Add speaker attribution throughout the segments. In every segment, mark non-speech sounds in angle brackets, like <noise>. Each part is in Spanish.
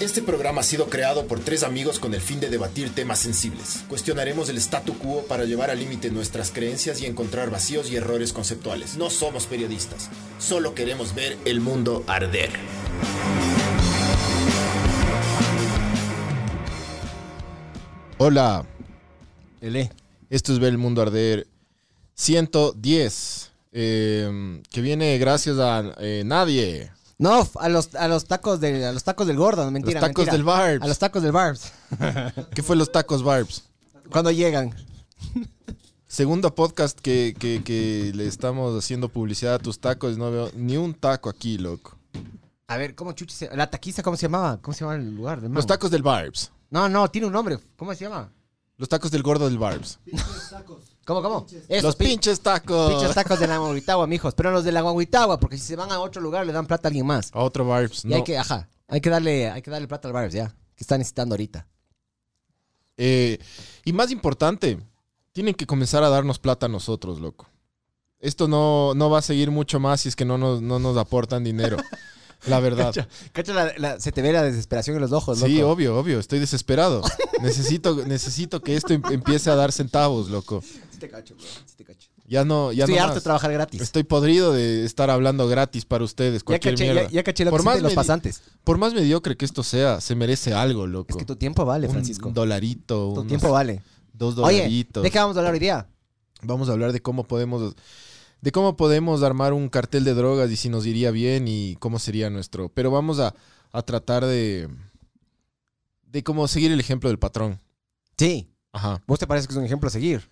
Speaker 1: Este programa ha sido creado por tres amigos con el fin de debatir temas sensibles. Cuestionaremos el statu quo para llevar al límite nuestras creencias y encontrar vacíos y errores conceptuales. No somos periodistas, solo queremos ver el mundo arder. Hola,
Speaker 2: Ele.
Speaker 1: esto es Ver el Mundo Arder 110, eh, que viene gracias a eh, nadie.
Speaker 2: No, a los, a los tacos del, a los tacos del gordo, no, mentira.
Speaker 1: los tacos
Speaker 2: mentira.
Speaker 1: del Barbs.
Speaker 2: A los tacos del Barbs.
Speaker 1: ¿Qué fue los tacos Barbs?
Speaker 2: Cuando llegan.
Speaker 1: Segundo podcast que, que- que le estamos haciendo publicidad a tus tacos. No veo ni un taco aquí, loco.
Speaker 2: A ver, ¿cómo chuchi se- La taquiza, ¿cómo se llamaba? ¿Cómo se llamaba el lugar? del
Speaker 1: Los
Speaker 2: man?
Speaker 1: tacos del Barbs.
Speaker 2: No, no, tiene un nombre. ¿Cómo se llama?
Speaker 1: Los tacos del gordo del Barbs.
Speaker 2: ¿Cómo, cómo? Esos
Speaker 1: los
Speaker 2: pin-
Speaker 1: pinches tacos.
Speaker 2: pinches tacos de la Guaguitagua, mijos. Pero los de la Guaguitagua, porque si se van a otro lugar le dan plata a alguien más.
Speaker 1: A otro Barbs.
Speaker 2: Y
Speaker 1: no.
Speaker 2: hay que, ajá, hay que darle, hay que darle plata al Barbs, ya. Que está necesitando ahorita.
Speaker 1: Eh, y más importante, tienen que comenzar a darnos plata a nosotros, loco. Esto no, no va a seguir mucho más si es que no nos, no nos aportan
Speaker 2: <laughs>
Speaker 1: dinero. La verdad.
Speaker 2: Cacha, la- la- se te ve la desesperación en los ojos, pues, loco.
Speaker 1: Sí, obvio, obvio. Estoy desesperado. Necesito, necesito que esto em- empiece a dar centavos, loco.
Speaker 2: Sí te cacho, bro. Sí te cacho.
Speaker 1: Ya no, ya
Speaker 2: Estoy
Speaker 1: no
Speaker 2: harto de
Speaker 1: más.
Speaker 2: trabajar gratis.
Speaker 1: Estoy podrido de estar hablando gratis para ustedes,
Speaker 2: Ya
Speaker 1: cualquier
Speaker 2: caché, ya,
Speaker 1: mierda.
Speaker 2: ya caché lo
Speaker 1: Por
Speaker 2: que sienten
Speaker 1: más
Speaker 2: los
Speaker 1: medi-
Speaker 2: pasantes.
Speaker 1: Por más mediocre que esto sea, se merece algo, loco.
Speaker 2: Es que tu tiempo vale,
Speaker 1: Un
Speaker 2: Francisco.
Speaker 1: dolarito,
Speaker 2: tu
Speaker 1: unos
Speaker 2: tiempo vale.
Speaker 1: dos
Speaker 2: Oye,
Speaker 1: dolaritos.
Speaker 2: ¿de qué vamos a hablar hoy día?
Speaker 1: Vamos a hablar de cómo podemos de cómo podemos armar un cartel de drogas y si nos iría bien y cómo sería nuestro. Pero vamos a, a tratar de de cómo seguir el ejemplo del patrón.
Speaker 2: Sí.
Speaker 1: Ajá.
Speaker 2: ¿Vos te parece que es un ejemplo a seguir?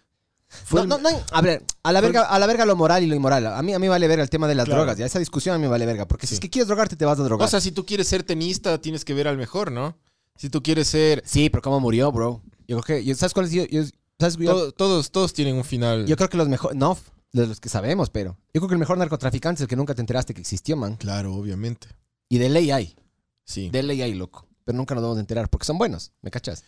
Speaker 1: Fue
Speaker 2: No,
Speaker 1: el-
Speaker 2: no, no, a ver, a la,
Speaker 1: fue
Speaker 2: verga, a la verga lo moral y lo inmoral. A mí, a mí vale verga el tema de las
Speaker 1: Claro.
Speaker 2: drogas. Ya esa discusión a mí me vale verga. Porque si
Speaker 1: Sí.
Speaker 2: es que quieres drogarte, te vas a drogar.
Speaker 1: O sea, si tú quieres ser tenista, tienes que ver al mejor, ¿no? Si tú quieres ser
Speaker 2: sí, pero ¿cómo murió, bro? Yo creo que. yo- ¿Sabes cuál es? Yo, yo- ¿sabes? Yo-
Speaker 1: todo- todos todos tienen un final.
Speaker 2: yo creo que los mejores. No, de los que sabemos, pero. Yo creo que el mejor narcotraficante es el que nunca te enteraste que existió, man.
Speaker 1: Claro, obviamente.
Speaker 2: Y de ley hay.
Speaker 1: Sí.
Speaker 2: De ley hay, loco. Pero nunca nos vamos a enterar porque son buenos. ¿Me cachas?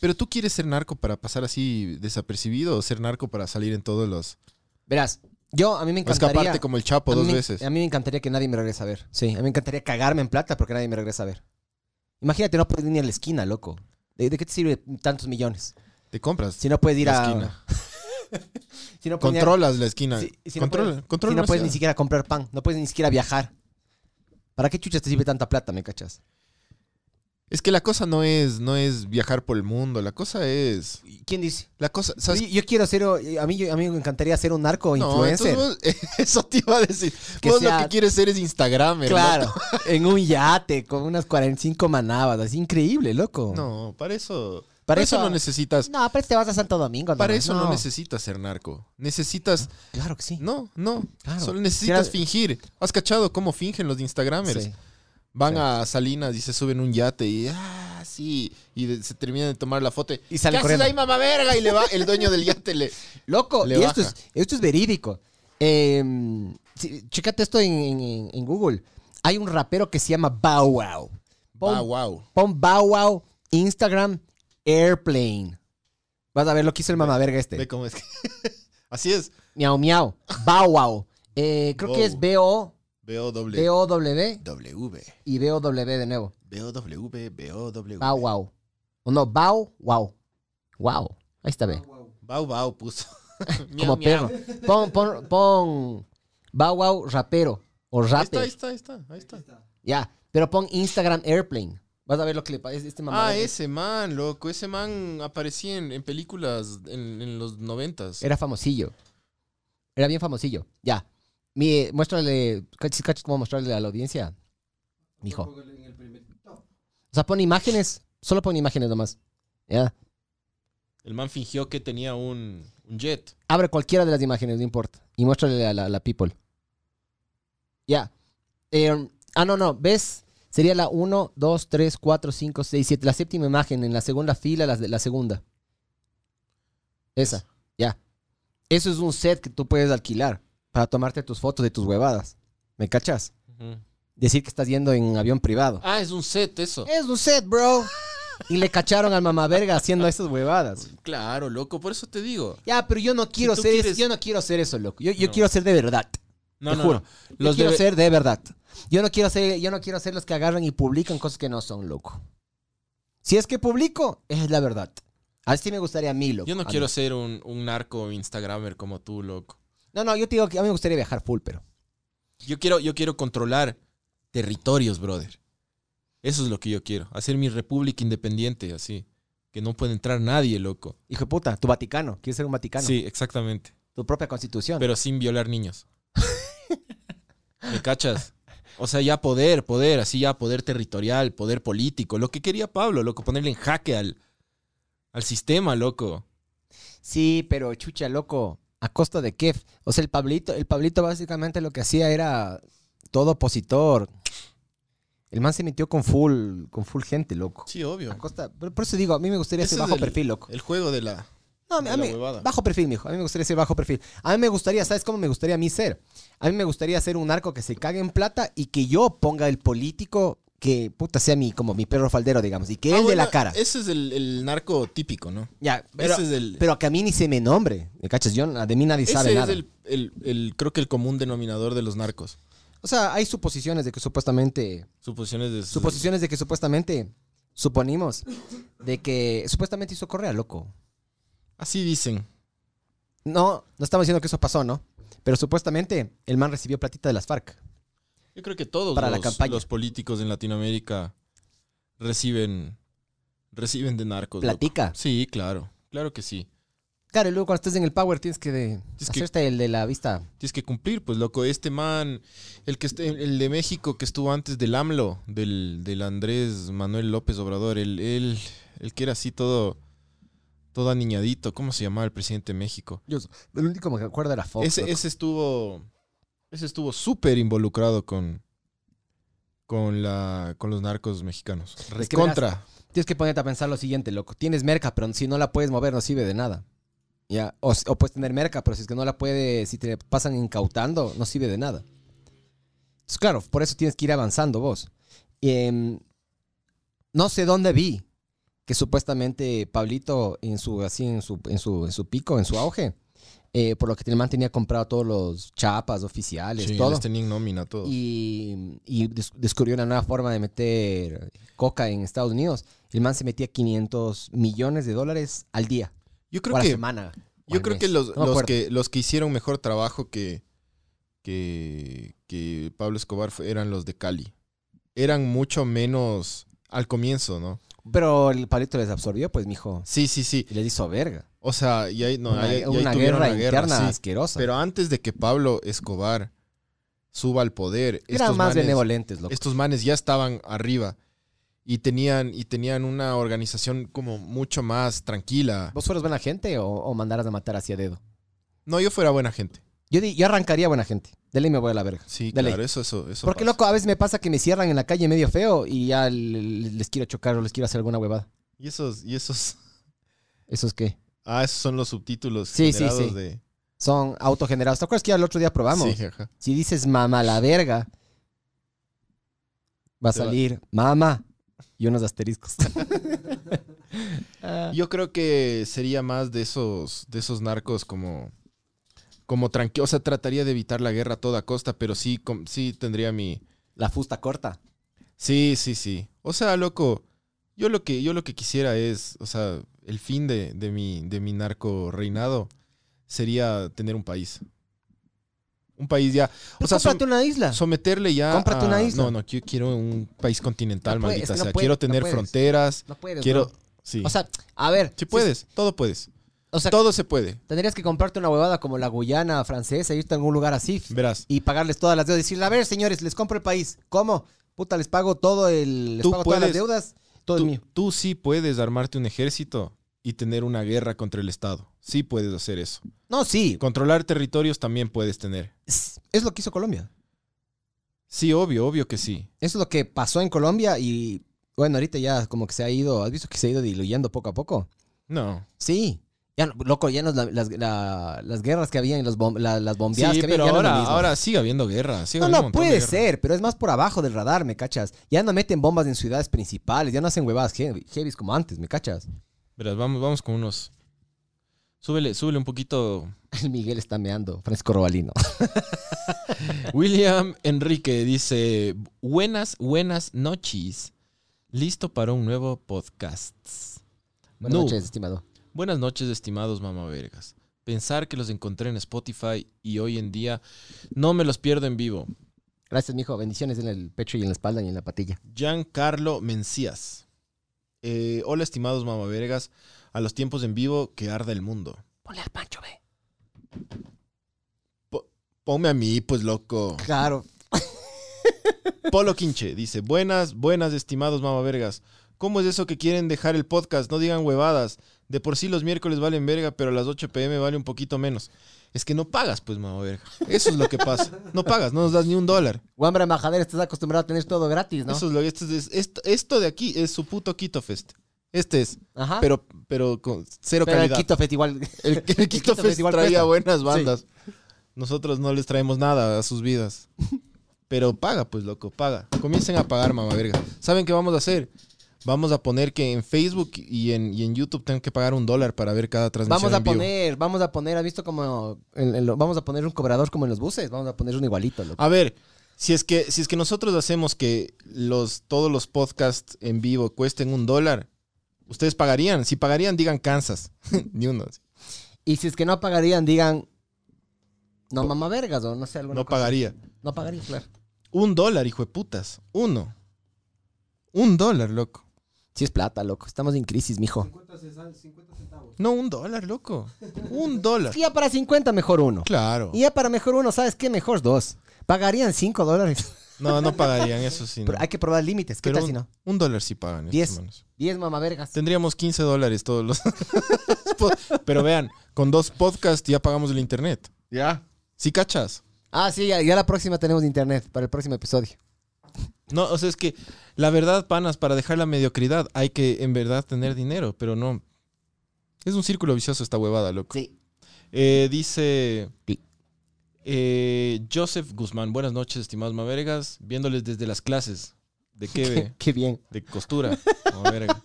Speaker 1: Pero tú quieres ser narco para pasar así desapercibido o ser narco para salir en todos los
Speaker 2: Verás, yo a mí me
Speaker 1: o
Speaker 2: encantaría.
Speaker 1: escaparte como el Chapo
Speaker 2: a
Speaker 1: dos
Speaker 2: mí me-
Speaker 1: veces.
Speaker 2: A mí me encantaría que nadie me regrese a ver. Sí, a mí me encantaría cagarme en plata porque nadie me regresa a ver. Imagínate, no puedes ir ni a la esquina, loco. ¿De, de qué te sirve tantos millones?
Speaker 1: Te compras
Speaker 2: Si no puedes ir
Speaker 1: la
Speaker 2: a.
Speaker 1: esquina.
Speaker 2: Si no puedes ni a-
Speaker 1: Controlas la esquina.
Speaker 2: Si- si no
Speaker 1: controla,
Speaker 2: puedes-
Speaker 1: controla
Speaker 2: si no
Speaker 1: la
Speaker 2: puedes ni
Speaker 1: ciudad.
Speaker 2: siquiera comprar pan, no puedes ni siquiera viajar. ¿Para qué chuchas te sirve tanta plata, me cachas?
Speaker 1: Es que la cosa no es, no es viajar por el mundo, la cosa es.
Speaker 2: ¿Y ¿Quién dice?
Speaker 1: La cosa.
Speaker 2: Yo,
Speaker 1: ¿sabes?
Speaker 2: yo quiero ser. o- A mí, yo- a mí me encantaría ser un narco
Speaker 1: No,
Speaker 2: influencer.
Speaker 1: entonces vos- <laughs> eso te iba a decir.
Speaker 2: Que
Speaker 1: vos lo
Speaker 2: sea-
Speaker 1: que quieres ser es Instagramer.
Speaker 2: Claro,
Speaker 1: loco.
Speaker 2: <laughs> en un yate con unas 45 manabas. Es increíble, loco.
Speaker 1: No, para eso. Para,
Speaker 2: Para
Speaker 1: eso,
Speaker 2: eso-
Speaker 1: no necesitas.
Speaker 2: No, pero te vas a Santo Domingo.
Speaker 1: Para
Speaker 2: nomás.
Speaker 1: eso no. necesitas ser narco. Necesitas.
Speaker 2: Claro que sí.
Speaker 1: No, no.
Speaker 2: Claro.
Speaker 1: Solo necesitas
Speaker 2: Era-
Speaker 1: fingir. ¿Has cachado cómo fingen los Instagramers?
Speaker 2: Sí.
Speaker 1: Van
Speaker 2: Sí.
Speaker 1: a Salinas y se suben un yate y ah, sí, y de- se terminan de tomar la foto.
Speaker 2: Y salen
Speaker 1: ¿Qué
Speaker 2: corriendo.
Speaker 1: haces ahí, mamá verga? Y le va el dueño del yate
Speaker 2: <laughs>
Speaker 1: le
Speaker 2: Loco,
Speaker 1: Le
Speaker 2: y esto es,
Speaker 1: baja.
Speaker 2: esto es verídico. Eh, sí, chécate esto en, en- en Google. Hay un rapero que se llama Bow Wow. Pon,
Speaker 1: va, wow.
Speaker 2: pon Bow Wow, Instagram, Airplane. Vas a ver lo que hizo el mamaverga
Speaker 1: Ve
Speaker 2: este.
Speaker 1: cómo es que <laughs> Así es.
Speaker 2: Miau, miau. Bow Wow. Eh, creo que es
Speaker 1: Bow. BOW
Speaker 2: B-O,
Speaker 1: W
Speaker 2: B-O-W
Speaker 1: W
Speaker 2: y B-O-W de nuevo.
Speaker 1: BOW BOW
Speaker 2: Bow Wow. O no, Bow Wow. Wow. Ahí está, ve.
Speaker 1: Bau Bau puso.
Speaker 2: <laughs>
Speaker 1: <laughs> Miau,
Speaker 2: Como
Speaker 1: miau.
Speaker 2: perro. Pon, pon, pon Bow Wow rapero o
Speaker 1: Ahí está,
Speaker 2: rapper.
Speaker 1: ahí está, ahí está, Ah, ahí está.
Speaker 2: Ya, pero pon Instagram Airplane. Vas a ver lo que le parece a este mamá.
Speaker 1: Ah, ese man, loco. Ese man aparecía en, en películas en, en los noventas.
Speaker 2: Era famosillo. Era bien famosillo. Ya. Mi, muéstrale, cachis, cachis, cómo mostrarle a la audiencia. Mijo. O sea, pon imágenes. Solo pon imágenes nomás. Ya.
Speaker 1: El man fingió que tenía un, un jet.
Speaker 2: Abre cualquiera de las imágenes, no importa. Y muéstrale a la, a la people. Ya. Eh, ah, no, no. ¿Ves? Sería la 1, 2, 3, 4, 5, 6, 7. La séptima imagen en la segunda fila, la, la segunda. Esa. Ya. Eso es un set que tú puedes alquilar para tomarte tus fotos de tus huevadas. ¿Me cachas? Decir que estás yendo en avión privado.
Speaker 1: Ah, es un set eso.
Speaker 2: Es un set, bro. Y le cacharon al mamaverga haciendo esas huevadas.
Speaker 1: Claro, loco. Por eso te digo.
Speaker 2: Ya, pero yo no quiero
Speaker 1: tú
Speaker 2: ser
Speaker 1: quieres-
Speaker 2: eso, yo no quiero ser eso, loco. Yo, yo
Speaker 1: No.
Speaker 2: quiero ser de verdad.
Speaker 1: No,
Speaker 2: Te
Speaker 1: no,
Speaker 2: juro.
Speaker 1: no. Los
Speaker 2: yo quiero
Speaker 1: de-
Speaker 2: ser de verdad. Yo no quiero ser, yo no quiero ser los que agarran y publican cosas que no son, loco. Si es que publico, es la verdad. Así me gustaría a mí, loco.
Speaker 1: Yo no
Speaker 2: A mí.
Speaker 1: quiero ser un, un narco Instagramer como tú, loco.
Speaker 2: No, no, yo te digo que a mí me gustaría viajar full, pero.
Speaker 1: Yo quiero, yo quiero controlar territorios, brother. Eso es lo que yo quiero. Hacer mi república independiente, así. Que no puede entrar nadie, loco.
Speaker 2: Hijo de puta, tu Vaticano. Quieres ser un Vaticano.
Speaker 1: Sí, exactamente.
Speaker 2: Tu propia constitución.
Speaker 1: Pero sin violar
Speaker 2: <laughs>
Speaker 1: niños. ¿Me cachas? O sea, ya poder, poder, así ya poder territorial, poder político. Lo que quería Pablo, loco, ponerle en jaque al, al sistema, loco.
Speaker 2: Sí, pero chucha, loco. ¿A costa de qué? O sea, el Pablito, el Pablito básicamente lo que hacía era todo opositor. El man se metió con full, con full gente, loco.
Speaker 1: Sí, obvio.
Speaker 2: A costa- por por eso digo, a mí me gustaría
Speaker 1: Ese
Speaker 2: ser
Speaker 1: es
Speaker 2: bajo
Speaker 1: el-
Speaker 2: perfil, loco.
Speaker 1: El juego de la...
Speaker 2: No, a mí,
Speaker 1: de
Speaker 2: a
Speaker 1: la
Speaker 2: mí-
Speaker 1: huevada.
Speaker 2: bajo perfil, mijo. A mí me gustaría ser bajo perfil. A mí me gustaría, ¿sabes cómo me gustaría a mí ser? A mí me gustaría ser un arco que se cague en plata y que yo ponga el político que, puta, sea mi, como mi perro faldero, digamos, y que él
Speaker 1: Ah,
Speaker 2: de
Speaker 1: bueno,
Speaker 2: la cara.
Speaker 1: Ese es el, el narco típico, ¿no?
Speaker 2: Ya, pero,
Speaker 1: ese es el-
Speaker 2: pero que a mí ni se me nombre, ¿me cachas? Yo, de mí nadie sabe
Speaker 1: ese
Speaker 2: nada.
Speaker 1: es el, el- el- creo que el común denominador de los narcos.
Speaker 2: O sea, hay suposiciones de que supuestamente...
Speaker 1: Suposiciones de...
Speaker 2: Suposiciones de que supuestamente... Suponimos de que supuestamente hizo Correa, loco.
Speaker 1: Así dicen.
Speaker 2: No, no estamos diciendo que eso pasó, ¿no? Pero supuestamente el man recibió platita de las FARC.
Speaker 1: Yo creo que todos
Speaker 2: Para la
Speaker 1: los,
Speaker 2: campaña.
Speaker 1: los políticos en Latinoamérica reciben reciben de narcos. loco.
Speaker 2: Platica.
Speaker 1: Sí, claro. Claro que sí.
Speaker 2: Claro, y luego cuando estés en el power tienes que, de-
Speaker 1: Tienes que-
Speaker 2: hacerte el de la vista.
Speaker 1: Tienes que cumplir, pues, loco. Este man, el que est- el de México que estuvo antes del AMLO, del, del Andrés Manuel López Obrador, el, el, el que era así todo, todo aniñadito. ¿Cómo se llamaba el presidente de México?
Speaker 2: el único que me acuerdo era Fox.
Speaker 1: ese,
Speaker 2: loco.
Speaker 1: ese estuvo. Ese estuvo súper involucrado con. Con la. con los narcos mexicanos.
Speaker 2: que
Speaker 1: Recontra.
Speaker 2: Tienes que ponerte a pensar lo siguiente, loco. Tienes merca, pero si no la puedes mover no sirve de nada. Ya, o, s- o puedes tener merca, pero si es que no la puedes, si te pasan incautando, no sirve de nada. Entonces, claro, por eso tienes que ir avanzando vos. Y, em, no sé dónde vi que supuestamente Pablito en su, así en su, en su, en su pico, en su auge, eh, por lo que el man tenía comprado todos los chapas oficiales,
Speaker 1: Sí, este
Speaker 2: todo.
Speaker 1: les tenían nómina, todo.
Speaker 2: y, y des- descubrió una nueva forma de meter coca en Estados Unidos. El man se metía 500 millones de dólares al día,
Speaker 1: yo
Speaker 2: por
Speaker 1: creo
Speaker 2: la
Speaker 1: que.
Speaker 2: semana. o
Speaker 1: Yo
Speaker 2: al
Speaker 1: creo
Speaker 2: mes.
Speaker 1: que los,
Speaker 2: No me
Speaker 1: los
Speaker 2: acuerdo.
Speaker 1: que los que hicieron mejor trabajo que. que. que Pablo Escobar fue- eran los de Cali. Eran mucho menos. al comienzo, ¿no?
Speaker 2: Pero el palito les absorbió, pues, mijo.
Speaker 1: Sí, sí, sí.
Speaker 2: Y les hizo verga.
Speaker 1: O sea, y ahí, no,
Speaker 2: una
Speaker 1: ahí- y ahí
Speaker 2: una
Speaker 1: tuvieron
Speaker 2: guerra,
Speaker 1: la
Speaker 2: interna
Speaker 1: sí.
Speaker 2: asquerosa.
Speaker 1: Pero antes de que Pablo Escobar suba al poder,
Speaker 2: Eran más
Speaker 1: manes-
Speaker 2: benevolentes, loco.
Speaker 1: estos manes ya estaban arriba y tenían, y tenían una organización como mucho más tranquila.
Speaker 2: ¿Vos fueras buena gente o, o mandaras a matar hacia dedo?
Speaker 1: No, yo fuera buena gente.
Speaker 2: Yo, di- yo arrancaría buena gente. De ley me voy a la verga.
Speaker 1: Sí,
Speaker 2: De ley.
Speaker 1: claro, eso, eso, eso.
Speaker 2: Porque,
Speaker 1: pasa.
Speaker 2: loco, a veces me pasa que me cierran en la calle medio feo y ya le- le- les quiero chocar o les quiero hacer alguna huevada.
Speaker 1: Y esos, y esos. <laughs>
Speaker 2: ¿Eso es qué?
Speaker 1: Ah, esos son los subtítulos
Speaker 2: Sí, sí,
Speaker 1: generados
Speaker 2: sí.
Speaker 1: de.
Speaker 2: Son autogenerados. ¿Te acuerdas que ya el otro día probamos?
Speaker 1: Sí, ajá.
Speaker 2: Si dices mamá la verga, va a
Speaker 1: Te va-
Speaker 2: salir mamá y
Speaker 1: <laughs>
Speaker 2: unos asteriscos. <laughs> Ah.
Speaker 1: Yo creo que sería más de esos, de esos narcos como. Como tranqui- o sea, trataría de evitar la guerra a toda costa, pero sí, com- sí tendría mi,
Speaker 2: la fusta corta.
Speaker 1: Sí, sí, sí. O sea, loco, yo lo que, yo lo que quisiera es, o sea, el fin de, de mi, de mi narco reinado sería tener un país. Un país ya. O sea,
Speaker 2: cómprate
Speaker 1: som-
Speaker 2: una isla.
Speaker 1: someterle ya.
Speaker 2: cómprate
Speaker 1: a-
Speaker 2: una isla.
Speaker 1: No, no, yo quiero un país continental,
Speaker 2: No puede-
Speaker 1: maldita
Speaker 2: es que no
Speaker 1: sea.
Speaker 2: puede-
Speaker 1: quiero
Speaker 2: no
Speaker 1: tener
Speaker 2: puedes.
Speaker 1: fronteras.
Speaker 2: no puedes.
Speaker 1: quiero.
Speaker 2: bro.
Speaker 1: Sí.
Speaker 2: O sea, a ver.
Speaker 1: Sí puedes, todo puedes.
Speaker 2: O sea,
Speaker 1: Todo se puede.
Speaker 2: tendrías que comprarte una huevada como la Guyana francesa, irte a algún lugar así
Speaker 1: Verás.
Speaker 2: y pagarles todas las deudas. Decirle, a ver, señores, les compro el país. ¿Cómo? Puta, les pago todo el. Les
Speaker 1: Tú
Speaker 2: pago todas las
Speaker 1: puedes-
Speaker 2: deudas. Todo es
Speaker 1: Tú,
Speaker 2: mío.
Speaker 1: tú sí puedes armarte un ejército y tener una guerra contra el Estado. Sí puedes hacer eso.
Speaker 2: No, sí.
Speaker 1: Controlar territorios también puedes tener.
Speaker 2: Es es lo que hizo Colombia.
Speaker 1: Sí, obvio, obvio que sí.
Speaker 2: Eso es lo que pasó en Colombia y bueno, ahorita ya como que se ha ido, ¿has visto que se ha ido diluyendo poco a poco?
Speaker 1: No.
Speaker 2: Sí. Ya, no- loco, ya no es la- las, la- las guerras que había, y los bom- la- las bombeadas
Speaker 1: Sí,
Speaker 2: que había,
Speaker 1: pero
Speaker 2: ya no es lo
Speaker 1: ahora,
Speaker 2: mismo.
Speaker 1: ahora sigue habiendo guerra. sigue habiendo
Speaker 2: No,
Speaker 1: un
Speaker 2: no,
Speaker 1: montón de
Speaker 2: puede
Speaker 1: guerra.
Speaker 2: ser, pero es más por abajo del radar, ¿me cachas? Ya no meten bombas en ciudades principales, ya no hacen huevadas heavy, heavies como antes, ¿me cachas? <laughs>
Speaker 1: Verás, vamos, vamos con unos. Súbele, súbele un poquito.
Speaker 2: El Miguel está meando, Francisco
Speaker 1: <laughs>
Speaker 2: Robalino.
Speaker 1: William Enrique dice: Buenas, buenas noches. Listo para un nuevo podcast.
Speaker 2: Buenas
Speaker 1: No.
Speaker 2: noches, estimado.
Speaker 1: Buenas noches, estimados mamavergas. Pensar que los encontré en Spotify y hoy en día no me los pierdo en vivo.
Speaker 2: Gracias, mijo. Bendiciones en el pecho y en la espalda y en la patilla.
Speaker 1: Giancarlo Mencías. Eh, hola, estimados mamavergas. A los tiempos en vivo que arda el mundo.
Speaker 2: Ponle al pancho, ve.
Speaker 1: Ponme a mí, pues loco.
Speaker 2: <laughs> Claro.
Speaker 1: Polo Quinche dice: Buenas, buenas, estimados mamavergas. ¿Cómo es eso que quieren dejar el podcast? No digan huevadas. De por sí los miércoles valen verga, pero a las 8 pm vale un poquito menos. Es que no pagas, pues, mamaverga. Eso es lo que pasa. No pagas, no nos das ni un dólar.
Speaker 2: Guambra Majadera, estás acostumbrado a tener todo gratis, ¿no?
Speaker 1: Eso es lo esto, es- esto, esto de aquí es su puto Quito Fest. Este es.
Speaker 2: Ajá.
Speaker 1: Pero, pero con cero
Speaker 2: Pero el
Speaker 1: calidad.
Speaker 2: Quito Fest igual.
Speaker 1: <laughs>
Speaker 2: <laughs>
Speaker 1: El, el Quito Fest
Speaker 2: igual
Speaker 1: traía
Speaker 2: cuesta.
Speaker 1: buenas bandas. Nosotros no les traemos nada a sus vidas. Pero paga, pues, loco, paga. Comiencen a pagar, mamá verga. ¿Saben qué vamos a hacer? Vamos a poner que en Facebook y en, y en YouTube tengo que pagar un dólar para ver cada transmisión
Speaker 2: Vamos a
Speaker 1: en vivo.
Speaker 2: poner, vamos a poner, ¿has visto como en- en lo- vamos a poner un cobrador como en los buses? Vamos a poner un igualito, loco.
Speaker 1: A ver, si es que, si es que nosotros hacemos que los, todos los podcasts en vivo cuesten un dólar, ¿ustedes pagarían? Si pagarían, digan Kansas. <laughs> Ni uno.
Speaker 2: Y si es que no pagarían, digan. No mamá vergas, o no sé, alguna
Speaker 1: No
Speaker 2: cosa.
Speaker 1: pagaría.
Speaker 2: No pagaría, claro.
Speaker 1: Un dólar, hijo de putas. Uno. Un dólar, loco.
Speaker 2: Sí es plata, loco. Estamos en crisis, mijo.
Speaker 3: 50 cesa- 50 centavos.
Speaker 1: No, un dólar, loco. Un dólar.
Speaker 2: Y ya para 50, mejor uno.
Speaker 1: Claro.
Speaker 2: Y ya para mejor uno, ¿sabes qué? Mejor dos. Pagarían 5 dólares.
Speaker 1: No, no pagarían, eso sí. no.
Speaker 2: Pero hay que probar límites. ¿Qué
Speaker 1: Pero
Speaker 2: tal
Speaker 1: un,
Speaker 2: si no?
Speaker 1: un dólar sí pagan. estos
Speaker 2: Diez.
Speaker 1: manos.
Speaker 2: 10 mamá vergas.
Speaker 1: Tendríamos 15 dólares todos los... <laughs> po- Pero vean, con dos podcasts ya pagamos el internet. Ya. ¿Sí cachas?
Speaker 2: Ah, sí, ya, ya la próxima tenemos internet para el próximo episodio.
Speaker 1: No, o sea, es que la verdad, panas, para dejar la mediocridad hay que en verdad tener dinero, pero no. Es un círculo vicioso esta huevada, loco.
Speaker 2: Sí.
Speaker 1: Eh, dice
Speaker 2: Sí.
Speaker 1: eh, Joseph Guzmán, buenas noches, estimados mavergas, viéndoles desde las clases. ¿De qué? ve?
Speaker 2: <laughs> Qué, qué bien.
Speaker 1: De costura. Maverga.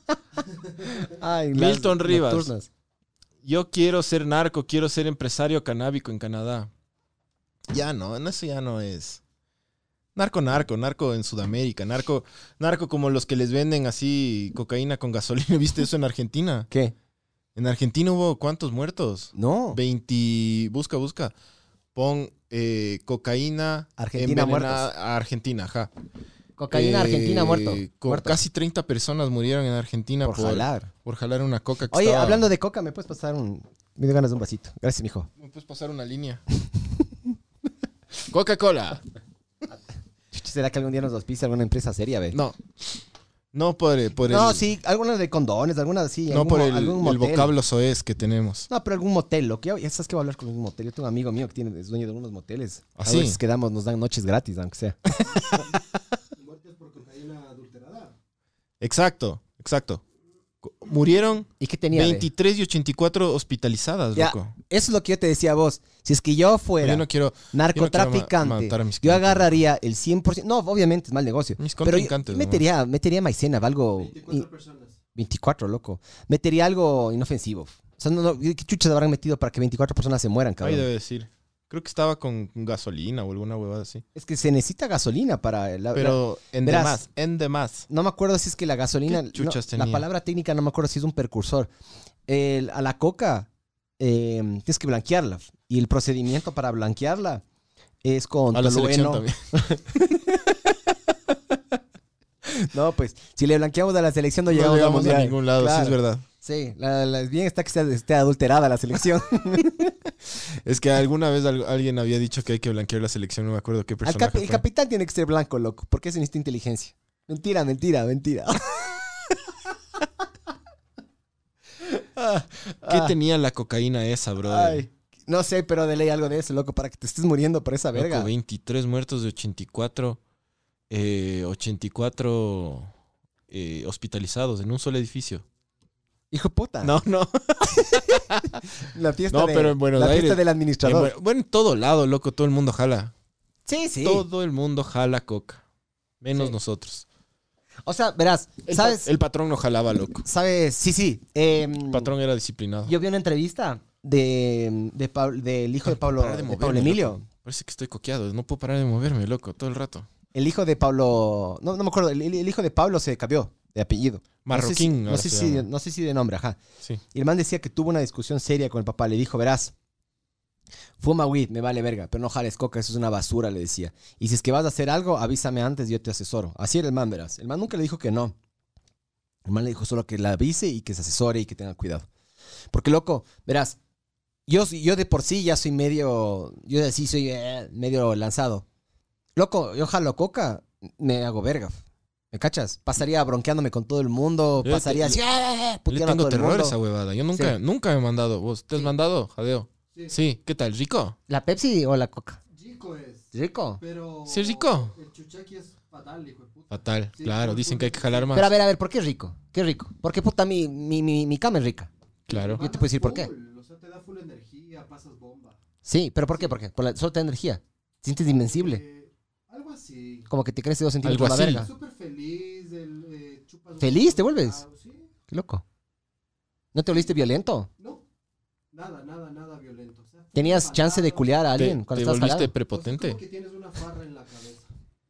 Speaker 2: Ay, las
Speaker 1: Milton Rivas.
Speaker 2: nocturnas.
Speaker 1: Yo quiero ser narco, quiero ser empresario canábico en Canadá. Ya no, no, eso ya no es. Narco, narco, narco en Sudamérica, narco, narco como los que les venden así cocaína con gasolina. <laughs> ¿Viste eso en Argentina?
Speaker 2: ¿Qué?
Speaker 1: En Argentina hubo cuántos muertos?
Speaker 2: No.
Speaker 1: 20. Busca, busca. Pon eh, cocaína.
Speaker 2: Argentina
Speaker 1: envenenada-
Speaker 2: muertos.
Speaker 1: a Argentina, ajá.
Speaker 2: Cocaína
Speaker 1: Eh,
Speaker 2: argentina muerto.
Speaker 1: con
Speaker 2: Muerto.
Speaker 1: Casi 30 personas murieron en Argentina
Speaker 2: por
Speaker 1: por,
Speaker 2: jalar.
Speaker 1: por jalar una coca. Que
Speaker 2: Oye,
Speaker 1: estaba-
Speaker 2: hablando de coca, ¿me puedes pasar un. Me dio ganas de un vasito. Gracias, mijo.
Speaker 1: ¿Me puedes pasar una línea?
Speaker 2: <laughs>
Speaker 1: Coca-Cola.
Speaker 2: Chuch, ¿Será que algún día nos auspicia alguna empresa seria, ve?
Speaker 1: No. No por, el- por
Speaker 2: No,
Speaker 1: el,
Speaker 2: sí, algunas de condones, algunas sí.
Speaker 1: no
Speaker 2: algún
Speaker 1: por
Speaker 2: mo-
Speaker 1: el,
Speaker 2: algún
Speaker 1: el
Speaker 2: motel.
Speaker 1: vocablo soez que tenemos.
Speaker 2: No, pero algún motel, lo que ya sabes que voy a hablar con un motel. Yo tengo un amigo mío que tiene, es dueño de unos moteles.
Speaker 1: ¿Ah,
Speaker 2: a
Speaker 1: sí?
Speaker 2: veces quedamos, nos dan noches gratis, aunque sea.
Speaker 3: Muertes por cocaína adulterada.
Speaker 1: Exacto, exacto. Co- Murieron
Speaker 2: ¿Y qué
Speaker 1: <laughs>
Speaker 2: tenía? ve?
Speaker 1: 23 y 84 hospitalizadas,
Speaker 2: Ya,
Speaker 1: loco.
Speaker 2: Eso es lo que yo te decía a vos. Si es que yo
Speaker 1: Pero
Speaker 2: fuera
Speaker 1: Yo no quiero... yo no quiero ma-
Speaker 2: narcotraficante,
Speaker 1: matar a mis
Speaker 2: yo
Speaker 1: clientes.
Speaker 2: agarraría el 100%. No, obviamente es mal negocio.
Speaker 1: Mis
Speaker 2: Pero yo-
Speaker 1: contrincantes,
Speaker 2: yo
Speaker 1: nomás.
Speaker 2: metería, metería maicena, algo.
Speaker 3: 24 personas.
Speaker 2: 24, loco. Metería algo inofensivo. O sea, no, no, ¿qué chuchas habrán metido para que 24 personas se mueran,
Speaker 1: Ahí
Speaker 2: cabrón?
Speaker 1: debe decir. Creo que estaba con gasolina o alguna huevada así.
Speaker 2: Es que se necesita gasolina para... La, la-
Speaker 1: Pero en
Speaker 2: Ah, verás.
Speaker 1: demás, en demás.
Speaker 2: no me acuerdo si es que la gasolina...
Speaker 1: ¿Qué chuchas
Speaker 2: no, la
Speaker 1: tenía?
Speaker 2: palabra técnica no me acuerdo si es un precursor. El- a la coca eh, tienes que blanquearla. Y el procedimiento para blanquearla es con
Speaker 1: A la selección
Speaker 2: tolueno.
Speaker 1: también.
Speaker 2: No, pues, si le blanqueamos a la selección
Speaker 1: <laughs>
Speaker 2: no,
Speaker 1: No
Speaker 2: llegamos,
Speaker 1: llegamos,
Speaker 2: al mundial.
Speaker 1: a ningún lado, sí
Speaker 2: Claro.
Speaker 1: es verdad.
Speaker 2: Sí, la, la- bien está que sea- esté adulterada la
Speaker 1: <laughs>
Speaker 2: selección.
Speaker 1: Es que alguna vez al- alguien había dicho que hay que blanquear la selección, no me acuerdo qué
Speaker 2: Al
Speaker 1: personaje
Speaker 2: cap- el
Speaker 1: fue.
Speaker 2: capitán tiene que ser blanco, loco, porque se necesita inteligencia. Mentira, mentira, mentira. <laughs>
Speaker 1: ¿Qué
Speaker 2: Ah.
Speaker 1: tenía la cocaína esa, brother?
Speaker 2: Ay, no sé, pero de ley algo de eso, loco, para que te estés muriendo por esa
Speaker 1: Loco,
Speaker 2: verga.
Speaker 1: 23 muertos de 84, eh, 84 eh, hospitalizados en un solo edificio.
Speaker 2: Hijo de puta.
Speaker 1: No,
Speaker 2: <laughs>
Speaker 1: no.
Speaker 2: La fiesta,
Speaker 1: No,
Speaker 2: de-
Speaker 1: pero en Buenos
Speaker 2: la fiesta
Speaker 1: Aires-
Speaker 2: del
Speaker 1: En
Speaker 2: administrador.
Speaker 1: bu- bueno, en todo lado, loco, todo el mundo jala.
Speaker 2: sí, sí.
Speaker 1: Todo el mundo jala coca. Menos
Speaker 2: Sí.
Speaker 1: nosotros.
Speaker 2: O sea, verás,
Speaker 1: El, pa-
Speaker 2: ¿sabes?
Speaker 1: el patrón no jalaba, loco.
Speaker 2: ¿Sabes? Sí, sí. eh,
Speaker 1: El patrón era disciplinado.
Speaker 2: yo vi una entrevista de, em, de Pab- del hijo de Pablo,
Speaker 1: Para de
Speaker 2: de
Speaker 1: moverme,
Speaker 2: Pablo
Speaker 1: loco.
Speaker 2: Emilio.
Speaker 1: Parece que estoy coqueado. No puedo parar de moverme, loco, todo el rato.
Speaker 2: El hijo de Pablo. No, no me acuerdo. El, el- el hijo de Pablo se cambió. de apellido.
Speaker 1: Marroquín,
Speaker 2: No
Speaker 1: ahora
Speaker 2: sé, si, no,
Speaker 1: se
Speaker 2: sé si de,
Speaker 1: llama.
Speaker 2: no sé si de nombre, ajá.
Speaker 1: Sí.
Speaker 2: Y el man decía que tuvo una discusión seria con el papá. Le dijo, verás, fuma weed, me vale verga, pero no jales coca, eso es una basura, le decía. Y si es que vas a hacer algo, avísame antes, yo te asesoro. Así era el man, verás. El man nunca le dijo que no. El man le dijo solo que la avise y que se asesore y que tenga cuidado. Porque, loco, verás, yo, yo de por sí ya soy medio, yo de sí soy eh, medio lanzado. Loco, yo jalo coca, me hago verga. ¿Me cachas? Pasaría bronqueándome con todo el mundo,
Speaker 1: Yo le-
Speaker 2: pasaría así, ¡ah!
Speaker 1: Le
Speaker 2: puteando a
Speaker 1: tengo
Speaker 2: todo el
Speaker 1: terror a
Speaker 2: mundo.
Speaker 1: esa huevada. Yo nunca, nunca me he mandado. ¿Vos te has mandado, jadeo?
Speaker 3: Sí.
Speaker 1: Sí. ¿Qué tal? ¿Rico?
Speaker 2: ¿La Pepsi o la Coca?
Speaker 3: Chico es.
Speaker 2: Rico.
Speaker 3: Pero.
Speaker 1: Sí, rico.
Speaker 3: El chuchaqui es fatal, hijo de puta.
Speaker 1: Fatal.
Speaker 3: Sí,
Speaker 1: claro,
Speaker 3: full,
Speaker 1: dicen
Speaker 3: full,
Speaker 1: que hay que
Speaker 3: full.
Speaker 1: jalar más.
Speaker 2: Pero a ver, a ver, ¿por qué rico? ¿Qué rico? Porque puta, mi, mi, mi, mi cama es rica.
Speaker 1: Claro.
Speaker 2: Yo te puedo decir por qué.
Speaker 3: Full, O sea, te da full energía, pasas bomba.
Speaker 2: Sí, pero ¿por qué? Porque por la, solo te da energía. Te sientes invencible.
Speaker 3: Eh, algo así.
Speaker 2: Como que te crece dos centímetros
Speaker 1: Algo
Speaker 2: la
Speaker 1: así.
Speaker 2: verga.
Speaker 3: Súper feliz. El, eh, chupas un
Speaker 2: ¿Feliz
Speaker 3: montón
Speaker 2: te
Speaker 3: de
Speaker 2: vuelves?
Speaker 3: trago, Sí.
Speaker 2: Qué loco. ¿No te volviste violento?
Speaker 3: No. Nada, nada, nada violento. O sea,
Speaker 2: ¿Tenías chance de
Speaker 3: culiar
Speaker 2: culiar a
Speaker 1: ¿Te,
Speaker 2: alguien cuando
Speaker 1: te
Speaker 2: estabas
Speaker 1: volviste
Speaker 2: jalado?
Speaker 1: prepotente?
Speaker 3: como que tienes una farra en la cabeza.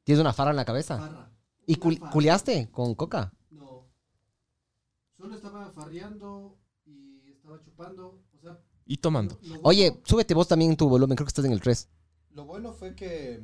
Speaker 2: ¿Tienes una farra en la cabeza?
Speaker 3: Farra.
Speaker 2: ¿Y
Speaker 3: Una
Speaker 2: cul-
Speaker 3: farra.
Speaker 2: culiaste con coca?
Speaker 3: No. Solo estaba farreando y estaba chupando. O sea,
Speaker 1: Y tomando.
Speaker 3: lo- lo
Speaker 2: Oye,
Speaker 3: bueno-
Speaker 2: súbete vos también tu volumen, creo que estás en el 3.
Speaker 3: Lo bueno fue que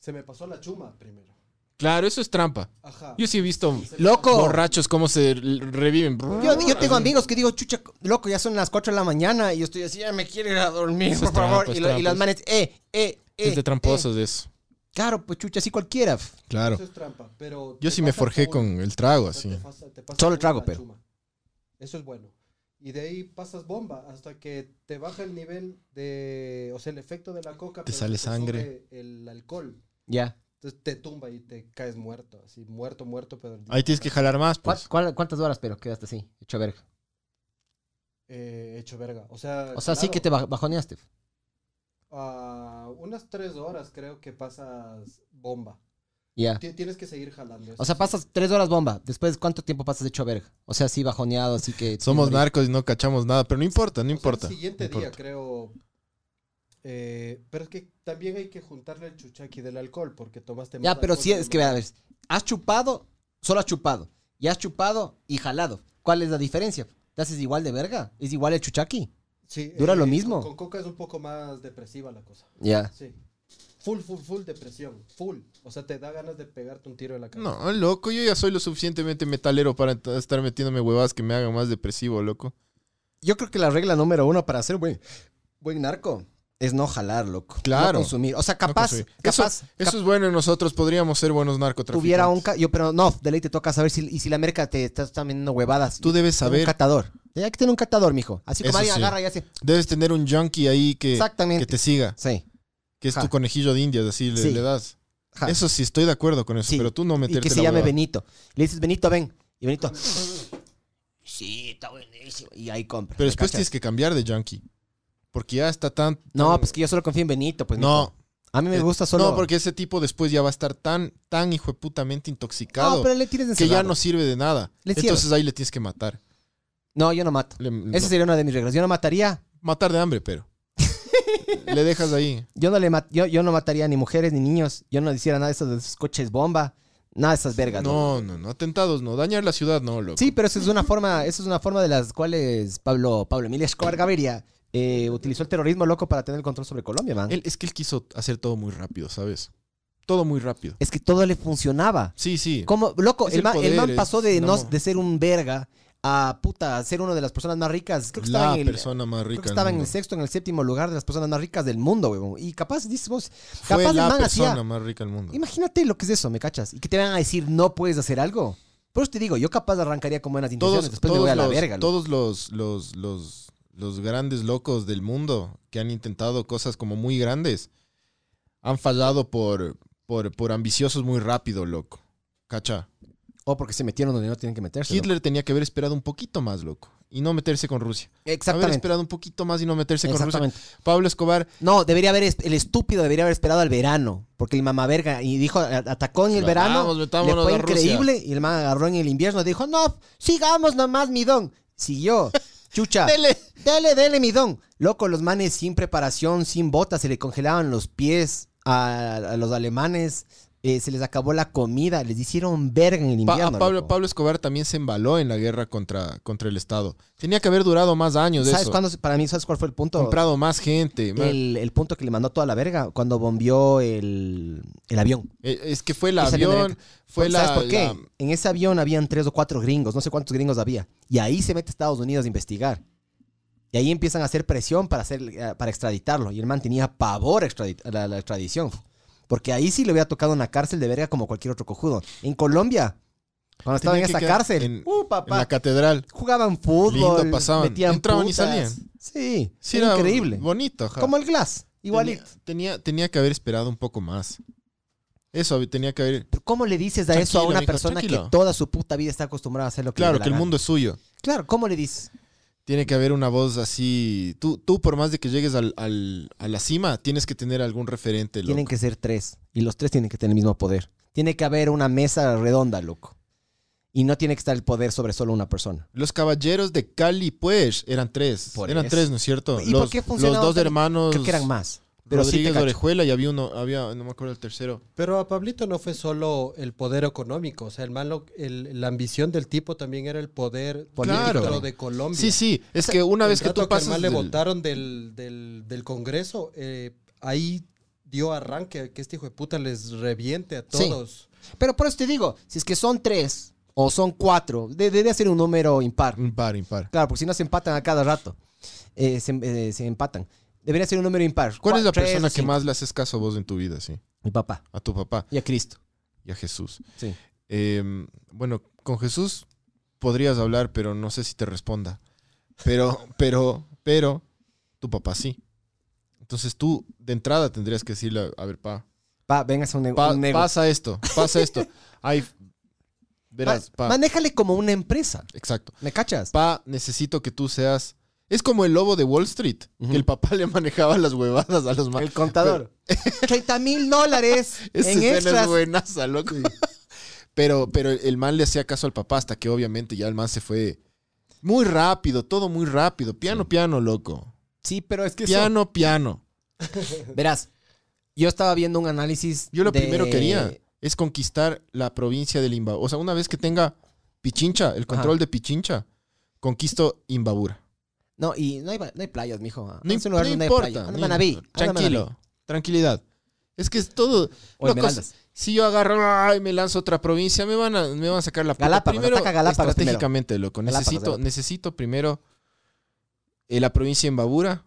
Speaker 3: se me pasó la chuma primero.
Speaker 1: Claro, eso es trampa.
Speaker 3: Ajá.
Speaker 1: Yo sí he visto
Speaker 2: ¡Loco!
Speaker 1: borrachos cómo se l- reviven.
Speaker 2: Yo, yo tengo amigos que digo, chucha, loco, ya son las 4 de la mañana y yo estoy así, ya me quiero ir a dormir,
Speaker 1: Eso
Speaker 2: por
Speaker 1: es trampa,
Speaker 2: favor.
Speaker 1: es
Speaker 2: Y, lo-
Speaker 1: trampa,
Speaker 2: y las
Speaker 1: es-
Speaker 2: manes, eh, eh, eh.
Speaker 1: Es de tramposos de eso.
Speaker 2: eh. Claro, pues chucha, así cualquiera.
Speaker 1: Claro.
Speaker 4: Eso es trampa, pero...
Speaker 1: Yo
Speaker 4: te
Speaker 1: sí me
Speaker 4: pasa
Speaker 1: forjé
Speaker 4: full,
Speaker 1: con el trago
Speaker 4: o sea,
Speaker 1: así.
Speaker 4: te pasa- te pasa
Speaker 2: Solo
Speaker 4: full
Speaker 2: trago,
Speaker 4: la
Speaker 2: pero.
Speaker 4: chuma. Eso es bueno. Y de ahí pasas bomba hasta que te baja el nivel de... O sea, el efecto de la coca.
Speaker 1: Te
Speaker 4: pero
Speaker 1: sale
Speaker 4: sube
Speaker 1: sangre.
Speaker 4: El alcohol.
Speaker 2: Ya.
Speaker 4: Entonces te tumba y te caes muerto. Así, muerto, muerto, pero...
Speaker 1: Ahí tienes que jalar más,
Speaker 2: ¿Cuá-
Speaker 1: pues.
Speaker 2: cuál- ¿Cuántas horas, pero quedaste así, hecho verga?
Speaker 4: eh, hecho verga. O sea...
Speaker 2: O sea, sí
Speaker 4: claro,
Speaker 2: que te baj- bajoneaste.
Speaker 4: a unas tres horas creo que pasas bomba.
Speaker 2: Ya.
Speaker 4: Ti- tienes que seguir jalando. eso
Speaker 2: O sea,
Speaker 4: sí.
Speaker 2: pasas 3 horas bomba. Después, ¿cuánto tiempo pasas hecho verga? O sea, así bajoneado, así <laughs> que.
Speaker 1: Somos narcos y no cachamos nada, pero no importa, no
Speaker 4: O sea,
Speaker 1: importa.
Speaker 4: el siguiente
Speaker 1: no
Speaker 4: día,
Speaker 1: importa.
Speaker 4: creo. eh, pero es que también hay que juntarle el chuchaqui del alcohol, porque tomaste
Speaker 2: Ya,
Speaker 4: más
Speaker 2: pero
Speaker 4: alcohol
Speaker 2: sí,
Speaker 4: de
Speaker 2: es
Speaker 4: lo
Speaker 2: que, a ver, has chupado, solo has chupado. Y has chupado y jalado. ¿Cuál es la diferencia? ¿Te haces igual de verga? ¿Es igual el chuchaqui?
Speaker 4: Sí,
Speaker 2: dura lo
Speaker 4: con-
Speaker 2: mismo.
Speaker 4: Con, coca es un poco más depresiva la cosa.
Speaker 2: Ya.
Speaker 4: Sí. Full, full, full depresión. Full. O sea, te da ganas de pegarte un tiro en la cabeza.
Speaker 1: No, loco, yo ya soy lo suficientemente metalero para ent- estar metiéndome huevadas que me hagan más depresivo, loco. pues,
Speaker 2: Yo creo que la regla número uno para ser buen, buen narco es no jalar, loco.
Speaker 1: Claro.
Speaker 2: No consumir. O sea,
Speaker 1: No
Speaker 2: capaz,
Speaker 1: consumir. Eso-
Speaker 2: capaz,
Speaker 1: Eso es bueno en nosotros, podríamos ser buenos narcotraficantes.
Speaker 2: tuviera un... ca- yo, pero no, de ley te toca saber si, y si la merca te está está vendiendo huevadas.
Speaker 1: Tú debes
Speaker 2: Ten Un
Speaker 1: saber,
Speaker 2: catador. Tenía que tener un catador, mijo. Así como
Speaker 1: Eso
Speaker 2: alguien
Speaker 1: sí.
Speaker 2: agarra y hace...
Speaker 1: debes tener un junkie ahí que,
Speaker 2: Exactamente.
Speaker 1: que te siga,
Speaker 2: Sí.
Speaker 1: que es
Speaker 2: Ja.
Speaker 1: tu conejillo de indias, así le,
Speaker 2: Sí.
Speaker 1: le das.
Speaker 2: ja.
Speaker 1: Eso sí, estoy de acuerdo con eso,
Speaker 2: Sí.
Speaker 1: pero tú no
Speaker 2: y
Speaker 1: meterte
Speaker 2: que se
Speaker 1: la
Speaker 2: llame
Speaker 1: huevada.
Speaker 2: Benito. Le dices, Benito, ven. Y Benito... "Mm, Sí, está buenísimo. Y ahí compra.
Speaker 1: Pero
Speaker 2: ¿me
Speaker 1: después
Speaker 2: cachas?
Speaker 1: tienes que cambiar de junkie, porque ya está tan...
Speaker 2: No, pues que yo solo confío en Benito, pues.
Speaker 1: No,
Speaker 2: mijo. A mí me
Speaker 1: Eh,
Speaker 2: gusta solo...
Speaker 1: No, porque ese tipo después ya va a estar tan, tan putamente intoxicado
Speaker 2: No, pero le tienes
Speaker 1: que ya
Speaker 2: encerrado.
Speaker 1: no sirve de nada.
Speaker 2: Le encierro.
Speaker 1: Entonces ahí le tienes que matar.
Speaker 2: No, yo no mato.
Speaker 1: Le-
Speaker 2: Esa
Speaker 1: no,
Speaker 2: sería una de mis reglas. Yo no mataría...
Speaker 1: Matar de hambre,
Speaker 2: <laughs>
Speaker 1: pero. le dejas ahí.
Speaker 2: Yo no, le mat- yo, yo no mataría ni mujeres ni niños. Yo no hiciera nada de esos, de esos coches bomba. Nada de esas vergas.
Speaker 1: No,
Speaker 2: ¿no?
Speaker 1: no, no. Atentados, no. Dañar la ciudad, no, loco.
Speaker 2: Sí, pero eso es una forma, eso es una forma de las cuales Pablo, Pablo Emilio Escobar Gaviria eh, utilizó el terrorismo loco para tener el control sobre Colombia, man.
Speaker 1: Él- es que él quiso hacer todo muy rápido, ¿sabes? Todo muy rápido.
Speaker 2: Es que todo le funcionaba.
Speaker 1: Sí, sí.
Speaker 2: Como, loco,
Speaker 1: Es
Speaker 2: el,
Speaker 1: el
Speaker 2: man, el
Speaker 1: poder,
Speaker 2: man
Speaker 1: es-
Speaker 2: pasó de, no,
Speaker 1: no.
Speaker 2: de ser un verga a puta, a ser una de las personas más ricas. Creo que estaba
Speaker 1: La
Speaker 2: en el,
Speaker 1: persona más
Speaker 2: creo
Speaker 1: rica.
Speaker 2: que
Speaker 1: del
Speaker 2: estaba en el
Speaker 1: mundo.
Speaker 2: sexto, en el séptimo lugar de las personas más ricas del mundo, huevón. Y capaz, dices vos,
Speaker 1: Fue
Speaker 2: capaz el
Speaker 1: la
Speaker 2: man
Speaker 1: persona
Speaker 2: hacía-
Speaker 1: más rica del mundo.
Speaker 2: Imagínate lo que es eso, ¿me cachas? Y que te van a decir, no puedes hacer algo. Por eso te digo, yo capaz arrancaría con buenas intenciones,
Speaker 1: Todos,
Speaker 2: después
Speaker 1: todos
Speaker 2: me voy a la
Speaker 1: los,
Speaker 2: verga. loco.
Speaker 1: todos los, los, los, los grandes locos del mundo que han intentado cosas como muy grandes han fallado por, por, por ambiciosos muy rápido, loco. ¿Cacha?
Speaker 2: O porque se metieron donde no tienen que meterse. loco.
Speaker 1: Hitler tenía que haber esperado un poquito más, loco. Y no meterse con Rusia. Haber
Speaker 2: Exactamente.
Speaker 1: esperado un poquito más y no meterse con Rusia.
Speaker 2: Exactamente.
Speaker 1: Pablo Escobar
Speaker 2: No, debería haber, es- el estúpido debería haber esperado al verano. Porque el mamá verga, y dijo, a- atacó en el verano.
Speaker 1: Vamos,
Speaker 2: le
Speaker 1: metámonos
Speaker 2: fue
Speaker 1: a Rusia.
Speaker 2: increíble. Y el man agarró en el invierno. Dijo, no, sigamos nomás, mi don. Siguió.
Speaker 1: <laughs>
Speaker 2: Chucha. dele. Dele, dele, mi don. Loco, los manes sin preparación, sin botas, se le congelaban los pies a, a los alemanes. eh, se les acabó la comida, les hicieron verga en el
Speaker 1: Pa- a
Speaker 2: invierno.
Speaker 1: Pablo,
Speaker 2: loco.
Speaker 1: Pablo Escobar también se embaló en la guerra contra, contra el Estado. Tenía que haber durado más años de
Speaker 2: ¿Sabes
Speaker 1: eso.
Speaker 2: cuándo? se- Para mí, ¿sabes cuál fue el punto?
Speaker 1: Comprado más gente. ma-
Speaker 2: el, el punto que le mandó toda la verga cuando bombió el, el avión.
Speaker 1: Eh, Es que fue el
Speaker 2: Esa
Speaker 1: avión,
Speaker 2: avioneta.
Speaker 1: fue la...
Speaker 2: ¿Sabes por qué?
Speaker 1: la-
Speaker 2: En ese avión habían tres o cuatro gringos, no sé cuántos gringos había. Y ahí se mete Estados Unidos a investigar. Y ahí empiezan a hacer presión para, hacer, eh, para extraditarlo. Y el man tenía pavor a extradi- a la, la extradición. Porque ahí sí le hubiera tocado una cárcel de verga como cualquier otro cojudo. En Colombia, cuando estaba
Speaker 1: Tenía que
Speaker 2: en esta
Speaker 1: quedar
Speaker 2: cárcel,
Speaker 1: en-
Speaker 2: ¡uh,
Speaker 1: en la
Speaker 2: papá!
Speaker 1: catedral.
Speaker 2: Jugaban fútbol,
Speaker 1: Lindo pasaban.
Speaker 2: metían
Speaker 1: Entraban y
Speaker 2: putas.
Speaker 1: salían.
Speaker 2: Sí,
Speaker 1: Sí,
Speaker 2: era
Speaker 1: era
Speaker 2: increíble.
Speaker 1: Bonito, ajá.
Speaker 2: Como el Glass, igualito.
Speaker 1: Tenía, tenía, tenía que haber esperado un poco más. Eso, tenía que haber...
Speaker 2: Pero ¿Cómo le dices a eso a
Speaker 1: Tranquilo,
Speaker 2: una
Speaker 1: mijo,
Speaker 2: persona que
Speaker 1: tranquilo.
Speaker 2: toda su puta vida está acostumbrada a hacer lo que le
Speaker 1: Claro,
Speaker 2: dé la
Speaker 1: que el
Speaker 2: gana?
Speaker 1: mundo es suyo.
Speaker 2: Claro, ¿cómo le dices?
Speaker 1: Tiene que haber una voz así. Tú, tú por más de que llegues al, al- a la cima, tienes que tener algún referente. loco.
Speaker 2: Tienen que ser tres. Y los tres tienen que tener el mismo poder. Tiene que haber una mesa redonda, loco. Y no tiene que estar el poder sobre solo una persona.
Speaker 1: Los caballeros de Cali, pues, eran tres.
Speaker 2: Por
Speaker 1: eran
Speaker 2: eso.
Speaker 1: tres, ¿no es cierto?
Speaker 2: ¿Y
Speaker 1: los,
Speaker 2: por qué
Speaker 1: los
Speaker 2: funcionaba
Speaker 1: dos
Speaker 2: tan-
Speaker 1: hermanos.
Speaker 2: Creo que eran más. Pero sí te
Speaker 1: Rodríguez
Speaker 2: cacho.
Speaker 1: Orejuela y había uno, había, no me acuerdo el tercero.
Speaker 4: Pero a Pablito no fue solo el poder económico, o sea, el malo, el- la ambición del tipo también era el poder
Speaker 1: Político
Speaker 4: político
Speaker 1: también.
Speaker 4: de Colombia.
Speaker 1: Sí, sí. Es que una
Speaker 4: El
Speaker 1: vez que
Speaker 4: rato
Speaker 1: tú pasas.
Speaker 4: Que al man le
Speaker 1: del-
Speaker 4: votaron del, del- del Congreso, eh, ahí dio arranque que este hijo de puta les reviente a
Speaker 1: <laughs>
Speaker 2: Sí.
Speaker 4: todos.
Speaker 2: Pero por eso te digo, si es que son tres o son cuatro, de- debe ser un número impar.
Speaker 1: Impar, impar.
Speaker 2: Claro, porque si no se empatan a cada rato. Eh, se, eh, se empatan. Debería ser un número impar.
Speaker 1: ¿Cuál
Speaker 2: Cua-
Speaker 1: es la
Speaker 2: tres o
Speaker 1: persona que
Speaker 2: cinco.
Speaker 1: más le haces caso a vos en tu vida, sí?
Speaker 2: Mi papá.
Speaker 1: A tu papá
Speaker 2: Y a Cristo.
Speaker 1: y a Jesús.
Speaker 2: Sí.
Speaker 1: Eh, bueno, con Jesús podrías hablar, pero no sé si te responda. Pero, pero, pero, tu papá sí. Entonces tú de entrada tendrías que decirle, a ver, pa,
Speaker 2: Pa, vengas a un, ne-
Speaker 1: pa-
Speaker 2: un nego.
Speaker 1: pasa esto, pasa esto.
Speaker 2: <laughs>
Speaker 1: Ay, verás,
Speaker 2: Ma-
Speaker 1: pa.
Speaker 2: Manéjale como una empresa.
Speaker 1: Exacto.
Speaker 2: ¿Me cachas?
Speaker 1: Pa, necesito que tú seas. Es como el lobo de Wall Street,
Speaker 2: Ujú.
Speaker 1: que el papá le manejaba las huevadas a los ma-
Speaker 2: el contador. <laughs> 30 mil <laughs> dólares
Speaker 1: Esa
Speaker 2: en
Speaker 1: escena
Speaker 2: extras.
Speaker 1: es buenaza, loco. <laughs> Pero, pero el man le hacía caso al papá hasta que obviamente ya el man se fue muy rápido, todo muy rápido. Piano, piano, loco.
Speaker 2: Sí, pero es que eso-
Speaker 1: Piano, piano.
Speaker 2: Verás, yo estaba viendo un análisis.
Speaker 1: Yo lo
Speaker 2: de-
Speaker 1: primero quería es conquistar la provincia del Imbabura. O sea, una vez que tenga Pichincha, el control de Pichincha, conquisto Imbabura.
Speaker 2: No, y no hay, ba- no hay playas, mijo.
Speaker 1: No,
Speaker 2: es
Speaker 1: im-
Speaker 2: un lugar
Speaker 1: no
Speaker 2: donde hay playa.
Speaker 1: importa.
Speaker 2: Anda
Speaker 1: no
Speaker 2: a Manabí,
Speaker 1: importa.
Speaker 2: anda a Manabí.
Speaker 1: Tranquilo. Tranquilidad. Es que es todo.
Speaker 2: O
Speaker 1: Loco,
Speaker 2: Esmeraldas.
Speaker 1: Si yo agarro ah, y me lanzo a otra provincia, me van a, me van a sacar la puta.
Speaker 2: Galápagos,
Speaker 1: primero,
Speaker 2: ataca Galápagos
Speaker 1: estratégicamente, loco.
Speaker 2: Galápagos,
Speaker 1: Necesito,
Speaker 2: Galápagos.
Speaker 1: necesito primero eh, la provincia en Babura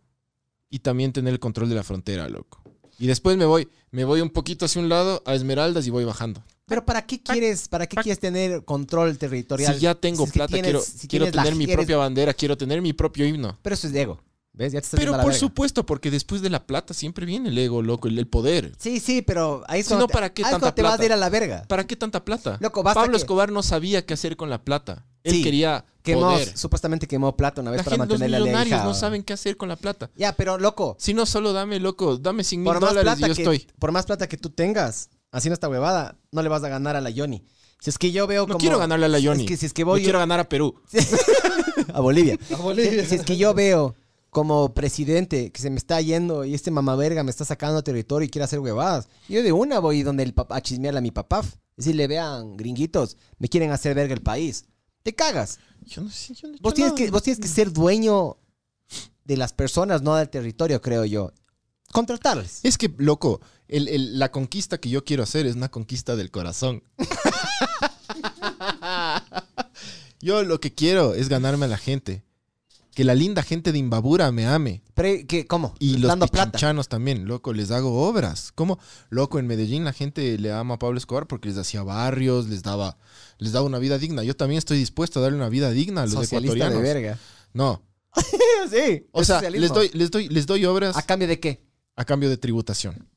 Speaker 1: y también tener el control de la frontera, loco. Y después me voy, me voy un poquito hacia un lado a Esmeraldas y voy bajando.
Speaker 2: Pero ¿para qué quieres, para qué quieres tener control territorial?
Speaker 1: Si ya tengo
Speaker 2: Si es que
Speaker 1: plata,
Speaker 2: tienes-
Speaker 1: quiero,
Speaker 2: si
Speaker 1: quiero
Speaker 2: tienes la-
Speaker 1: tener mi
Speaker 2: eres-
Speaker 1: propia bandera, quiero tener mi propio himno.
Speaker 2: Pero eso es de ego. ¿Ves? Ya te estás
Speaker 1: Pero
Speaker 2: yendo a la
Speaker 1: por
Speaker 2: verga.
Speaker 1: supuesto, porque después de la plata siempre viene el ego, loco, el, el poder.
Speaker 2: Sí, sí, pero ahí es
Speaker 1: Si
Speaker 2: cuando
Speaker 1: no,
Speaker 2: te-
Speaker 1: ¿para qué
Speaker 2: ahí es
Speaker 1: tanta
Speaker 2: cuando te vas a
Speaker 1: plata?
Speaker 2: ir a la verga.
Speaker 1: ¿Para qué tanta plata?
Speaker 2: Loco, basta
Speaker 1: Pablo
Speaker 2: que-
Speaker 1: Escobar no sabía qué hacer con la plata. Él
Speaker 2: Sí,
Speaker 1: quería
Speaker 2: Quemó,
Speaker 1: poder.
Speaker 2: supuestamente quemó plata una vez
Speaker 1: La
Speaker 2: para
Speaker 1: gente, los
Speaker 2: mantener la ley.
Speaker 1: millonarios
Speaker 2: hija.
Speaker 1: no saben qué hacer con la plata.
Speaker 2: Ya, pero loco,
Speaker 1: Si no, solo dame, loco, dame 100 mil
Speaker 2: por más,
Speaker 1: dólares y
Speaker 2: plata
Speaker 1: yo
Speaker 2: que,
Speaker 1: estoy.
Speaker 2: por más plata que tú tengas haciendo esta huevada, no le vas a ganar a la Johnny. Si es que yo veo
Speaker 1: No
Speaker 2: como...
Speaker 1: quiero ganarle a la Johnny.
Speaker 2: Es que si es que
Speaker 1: Yo
Speaker 2: voy
Speaker 1: quiero ganar a Perú.
Speaker 2: <laughs>
Speaker 1: <laughs>
Speaker 2: a Bolivia.
Speaker 4: A
Speaker 2: Si
Speaker 4: Bolivia.
Speaker 2: si es que yo veo como presidente que se me está yendo y este mamaverga me está sacando territorio y quiere hacer huevadas, yo de una voy donde el papá, a chismearle a mi papá. Decirle, vean, gringuitos, me quieren hacer verga el país. Te cagas.
Speaker 1: Yo no sé, yo no-
Speaker 2: Vos
Speaker 1: yo
Speaker 2: tienes,
Speaker 1: no-
Speaker 2: que, vos tienes que ser dueño de las personas, no del territorio, creo yo. Contratarles.
Speaker 1: Es que, loco, el- el- la conquista que yo quiero hacer es una conquista del
Speaker 2: <laughs>
Speaker 1: corazón. yo lo que quiero es ganarme a la gente. Que la linda gente de Imbabura me ame.
Speaker 2: Pero, ¿qué, ¿Cómo?
Speaker 1: Y los
Speaker 2: Dando plata.
Speaker 1: pichinchanos también, loco, les hago obras. ¿Cómo? Loco, en Medellín la gente le ama a Pablo Escobar porque les hacía barrios, les daba, les daba una vida digna. Yo también estoy dispuesto a darle una vida digna a los
Speaker 2: Socialista de
Speaker 1: ecuatorianos.
Speaker 2: verga.
Speaker 1: No.
Speaker 2: sí.
Speaker 1: O
Speaker 2: es
Speaker 1: sea,
Speaker 2: socialismo.
Speaker 1: les doy, les doy, les doy obras
Speaker 2: ¿A
Speaker 1: a,
Speaker 2: cambio de qué?
Speaker 1: cambio de tributación.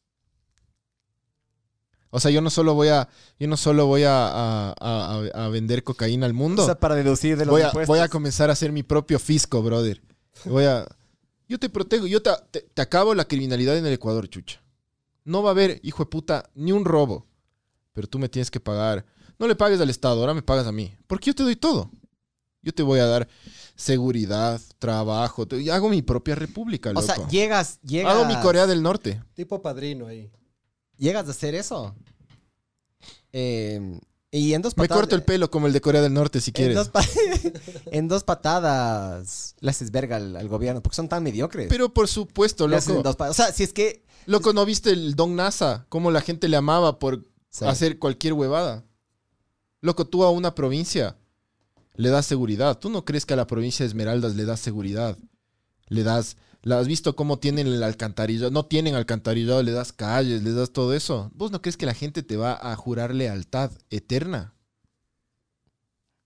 Speaker 1: O sea, yo no solo voy a, yo no solo voy a, a- a- a- a vender cocaína al mundo.
Speaker 2: O sea, para deducir de los
Speaker 1: voy, a,
Speaker 2: impuestos.
Speaker 1: voy a comenzar a hacer mi propio fisco, brother. Voy a. Yo te protejo, yo te, te- te acabo la criminalidad en el Ecuador, chucha. No va a haber, hijo de puta, ni un robo. Pero tú me tienes que pagar. No le pagues al Estado, ahora me pagas a mí. Porque yo te doy todo. Yo te voy a dar seguridad, trabajo. te- y hago mi propia república,
Speaker 2: O
Speaker 1: loco.
Speaker 2: sea, llegas, llegas.
Speaker 1: hago mi Corea del Norte.
Speaker 4: Tipo padrino ahí.
Speaker 2: ¿Llegas a hacer eso? Eh, y en dos
Speaker 1: Me
Speaker 2: patadas.
Speaker 1: corto el pelo como el de Corea del Norte si
Speaker 2: en
Speaker 1: quieres.
Speaker 2: dos, pa- <laughs> en dos patadas le haces verga al, al gobierno porque son tan mediocres.
Speaker 1: Pero por supuesto,
Speaker 2: Le hacen
Speaker 1: loco.
Speaker 2: dos pa- o sea, si es que.
Speaker 1: Loco, ¿no viste el Don NASA? Cómo la gente le amaba por
Speaker 2: Sí.
Speaker 1: hacer cualquier huevada. Loco, tú a una provincia le das seguridad. Tú no crees que a la provincia de Esmeraldas le das seguridad. Le das... ¿La has visto cómo tienen el alcantarillado? No tienen alcantarillado, le das calles, le das todo eso. ¿Vos no crees que la gente te va a jurar lealtad eterna?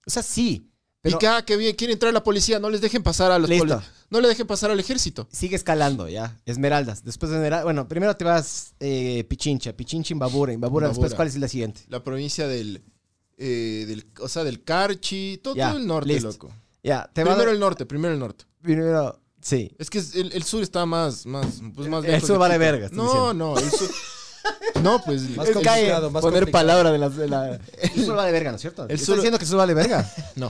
Speaker 2: O sea, sí. Pero
Speaker 1: y que, ah, que bien, quiere entrar la policía, no les dejen pasar a los
Speaker 2: Listo.
Speaker 1: poli- No le dejen pasar al ejército.
Speaker 2: sigue escalando ya. Esmeraldas. Después de Esmeraldas. Bueno, primero te vas eh, Pichincha. Pichincha, Imbabura. Imbabura. Después,
Speaker 1: Imbabura.
Speaker 2: ¿cuál es la siguiente?
Speaker 1: La provincia del... eh, del o sea, del Carchi, todo,
Speaker 2: Ya,
Speaker 1: todo el norte,
Speaker 2: listo.
Speaker 1: loco.
Speaker 2: Ya, te vas.
Speaker 1: Primero el norte, primero el norte.
Speaker 2: Primero. Sí.
Speaker 1: Es que es- el, el sur está más, más, pues más
Speaker 2: El
Speaker 1: lejos
Speaker 2: sur
Speaker 1: de
Speaker 2: vale
Speaker 1: Quito.
Speaker 2: verga, estás
Speaker 1: No,
Speaker 2: diciendo.
Speaker 1: no, el sur. No,
Speaker 2: <laughs>
Speaker 1: pues.
Speaker 4: Más
Speaker 1: el-
Speaker 2: Es cae
Speaker 4: complicado, más
Speaker 2: poner
Speaker 4: complicado.
Speaker 2: palabra de la. de la- El sur vale verga, ¿no es cierto?
Speaker 1: El
Speaker 2: ¿Estás
Speaker 1: sur-
Speaker 2: diciendo que el sur vale verga?
Speaker 1: <laughs> no.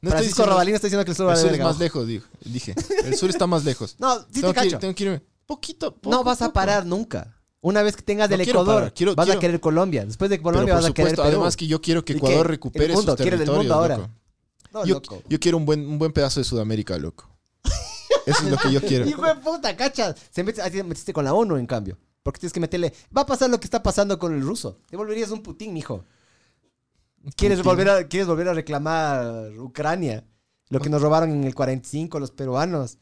Speaker 1: No estoy
Speaker 2: Francisco
Speaker 1: diciendo-
Speaker 2: Robalino está diciendo que el sur
Speaker 1: El
Speaker 2: vale
Speaker 1: sur es
Speaker 2: verga.
Speaker 1: más
Speaker 2: ojo.
Speaker 1: lejos, dijo- dije. El sur está más lejos.
Speaker 2: <laughs> No, sí
Speaker 1: tengo,
Speaker 2: te
Speaker 1: que,
Speaker 2: cacho.
Speaker 1: ir- tengo que irme. Poquito, poco,
Speaker 2: no vas a
Speaker 1: poco.
Speaker 2: parar nunca. Una vez que tengas
Speaker 1: No
Speaker 2: del
Speaker 1: quiero
Speaker 2: Ecuador,
Speaker 1: parar, quiero-
Speaker 2: vas
Speaker 1: quiero-
Speaker 2: a querer Colombia. Después de
Speaker 1: Pero
Speaker 2: Colombia
Speaker 1: por
Speaker 2: vas a querer
Speaker 1: supuesto,
Speaker 2: Perú.
Speaker 1: además que yo quiero que
Speaker 2: ¿Y qué?
Speaker 1: Ecuador
Speaker 2: El
Speaker 1: recupere
Speaker 2: mundo,
Speaker 1: sus
Speaker 2: quiere del
Speaker 1: territorios.
Speaker 2: mundo ahora.
Speaker 1: loco.
Speaker 2: No,
Speaker 1: Yo,
Speaker 2: loco.
Speaker 1: yo quiero un buen, un buen pedazo de Sudamérica,
Speaker 2: <laughs>
Speaker 1: loco. Eso es lo que yo quiero.
Speaker 2: Hijo de puta, cacha. Se mete- ahí te metiste con la ONU, en cambio. Porque tienes que meterle... Va a pasar lo que está pasando con el ruso. Te volverías un Putin, mijo. ¿Quieres,
Speaker 1: Putin.
Speaker 2: Volver, a, quieres volver a reclamar Ucrania. Lo que nos robaron en el 45 los peruanos.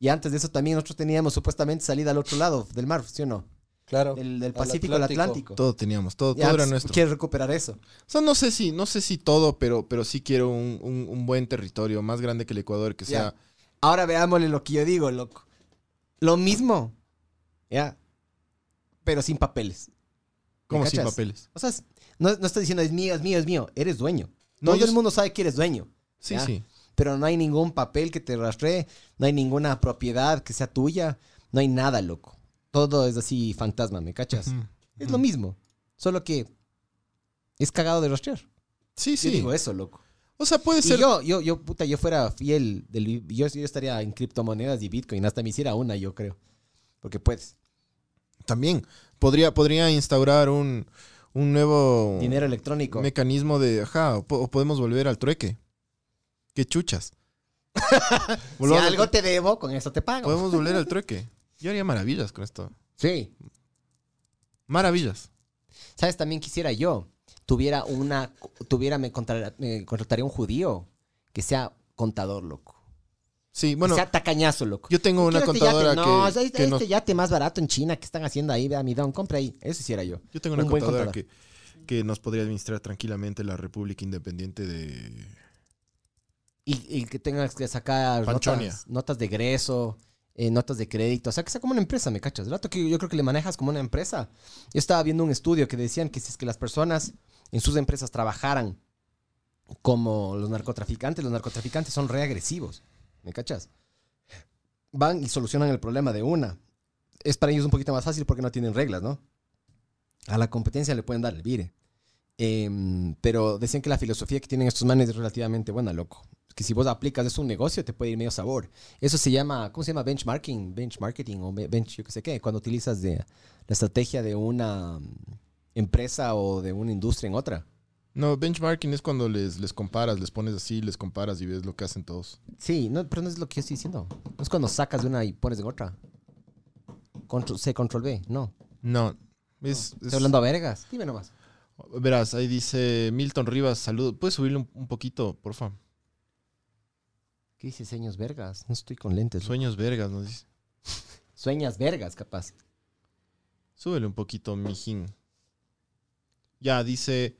Speaker 2: Y antes de eso también nosotros teníamos supuestamente salida al otro lado del mar, ¿sí o no?
Speaker 4: Claro.
Speaker 2: Del, del
Speaker 4: Al
Speaker 2: Pacífico al Atlántico.
Speaker 1: Todo teníamos, todo,
Speaker 2: Y
Speaker 1: todo era
Speaker 2: antes
Speaker 1: nuestro.
Speaker 2: Quieres recuperar eso.
Speaker 1: O sea, no sé si, no sé si todo, pero, pero sí quiero un, un- un buen territorio, más grande que el Ecuador, que sea.
Speaker 2: Ya. Ahora veámosle lo que yo digo, loco. Lo mismo. Ya. Pero sin papeles.
Speaker 1: Como
Speaker 2: ¿Me
Speaker 1: sin
Speaker 2: cachas?
Speaker 1: papeles.
Speaker 2: O sea, es- no, no estoy diciendo es mío, es mío, es mío. Eres dueño.
Speaker 1: No,
Speaker 2: Todo
Speaker 1: yo
Speaker 2: el
Speaker 1: s-
Speaker 2: mundo sabe que eres dueño.
Speaker 1: Sí,
Speaker 2: Ya.
Speaker 1: sí.
Speaker 2: Pero no hay ningún papel que te rastree. No hay ninguna propiedad que sea tuya. No hay nada, loco. Todo es así fantasma, ¿me cachas?
Speaker 1: Mm.
Speaker 2: Es lo mismo. Solo que es cagado de rastrear.
Speaker 1: Sí,
Speaker 2: Yo
Speaker 1: sí.
Speaker 2: digo eso, loco.
Speaker 1: O sea, puede
Speaker 2: Y
Speaker 1: ser.
Speaker 2: yo, yo, yo, puta, yo fuera fiel del, yo, yo estaría en criptomonedas y Bitcoin, hasta me hiciera una, yo creo. Porque puedes.
Speaker 1: También podría, podría instaurar un, un nuevo
Speaker 2: Dinero electrónico.
Speaker 1: mecanismo de. Ajá, o, po- o podemos volver al trueque. Qué
Speaker 2: <laughs>
Speaker 1: chuchas.
Speaker 2: Si
Speaker 1: Volvamos al
Speaker 2: algo
Speaker 1: trueque.
Speaker 2: te debo, con eso te pago.
Speaker 1: Podemos volver al trueque. Yo haría maravillas con esto.
Speaker 2: Sí.
Speaker 1: Maravillas.
Speaker 2: ¿Sabes? También quisiera yo. Tuviera una, tuviera, me, contra- me contrataría un judío que sea contador, loco.
Speaker 1: Sí, bueno,
Speaker 2: que sea tacañazo, loco.
Speaker 1: yo tengo una
Speaker 2: Quiero este
Speaker 1: contadora
Speaker 2: yate. No,
Speaker 1: que.
Speaker 2: este,
Speaker 1: que
Speaker 2: este
Speaker 1: nos-
Speaker 2: yate más barato en China que están haciendo ahí, vea mi don, compra ahí. Eso hiciera yo.
Speaker 1: yo tengo una
Speaker 2: un buen
Speaker 1: contadora que,
Speaker 2: contador.
Speaker 1: que nos podría administrar tranquilamente la República Independiente de.
Speaker 2: Y, y que tengas que sacar
Speaker 1: Panchonia.
Speaker 2: notas, notas de egreso, eh, notas de crédito. O sea, que sea como una empresa, ¿me cachas? El rato que yo creo que le manejas como una empresa. Yo estaba viendo un estudio que decían que si es que las personas en sus empresas trabajaran como los narcotraficantes, los narcotraficantes son reagresivos, ¿me cachas? Van y solucionan el problema de una. Es para ellos un poquito más fácil porque no tienen reglas, ¿no? A la competencia le pueden dar el vire. Em, pero decían que la filosofía que tienen estos manes es relativamente buena, loco. Que si vos aplicas eso a un negocio, te puede ir medio sabor. Eso se llama, ¿cómo se llama? Benchmarking, benchmarketing o be- bench, yo qué sé qué. Cuando utilizas de, la estrategia de una mm, empresa o de una industria en otra.
Speaker 1: No, benchmarking es cuando les, les comparas, les pones así, les comparas y ves lo que hacen todos.
Speaker 2: Sí, no, pero no es lo que yo estoy diciendo. No es cuando sacas de una y pones en otra. Control C, control B, no.
Speaker 1: No. Es, es-
Speaker 2: Estoy hablando a vergas. Dime nomás.
Speaker 1: Verás, ahí dice Milton Rivas, salud. ¿Puedes subirle un, un poquito, porfa?
Speaker 2: ¿Qué dices, sueños vergas? No estoy con lentes. loco.
Speaker 1: Sueños vergas, nos dice.
Speaker 2: Sueñas vergas, capaz.
Speaker 1: Súbele un poquito, mijín. Ya, dice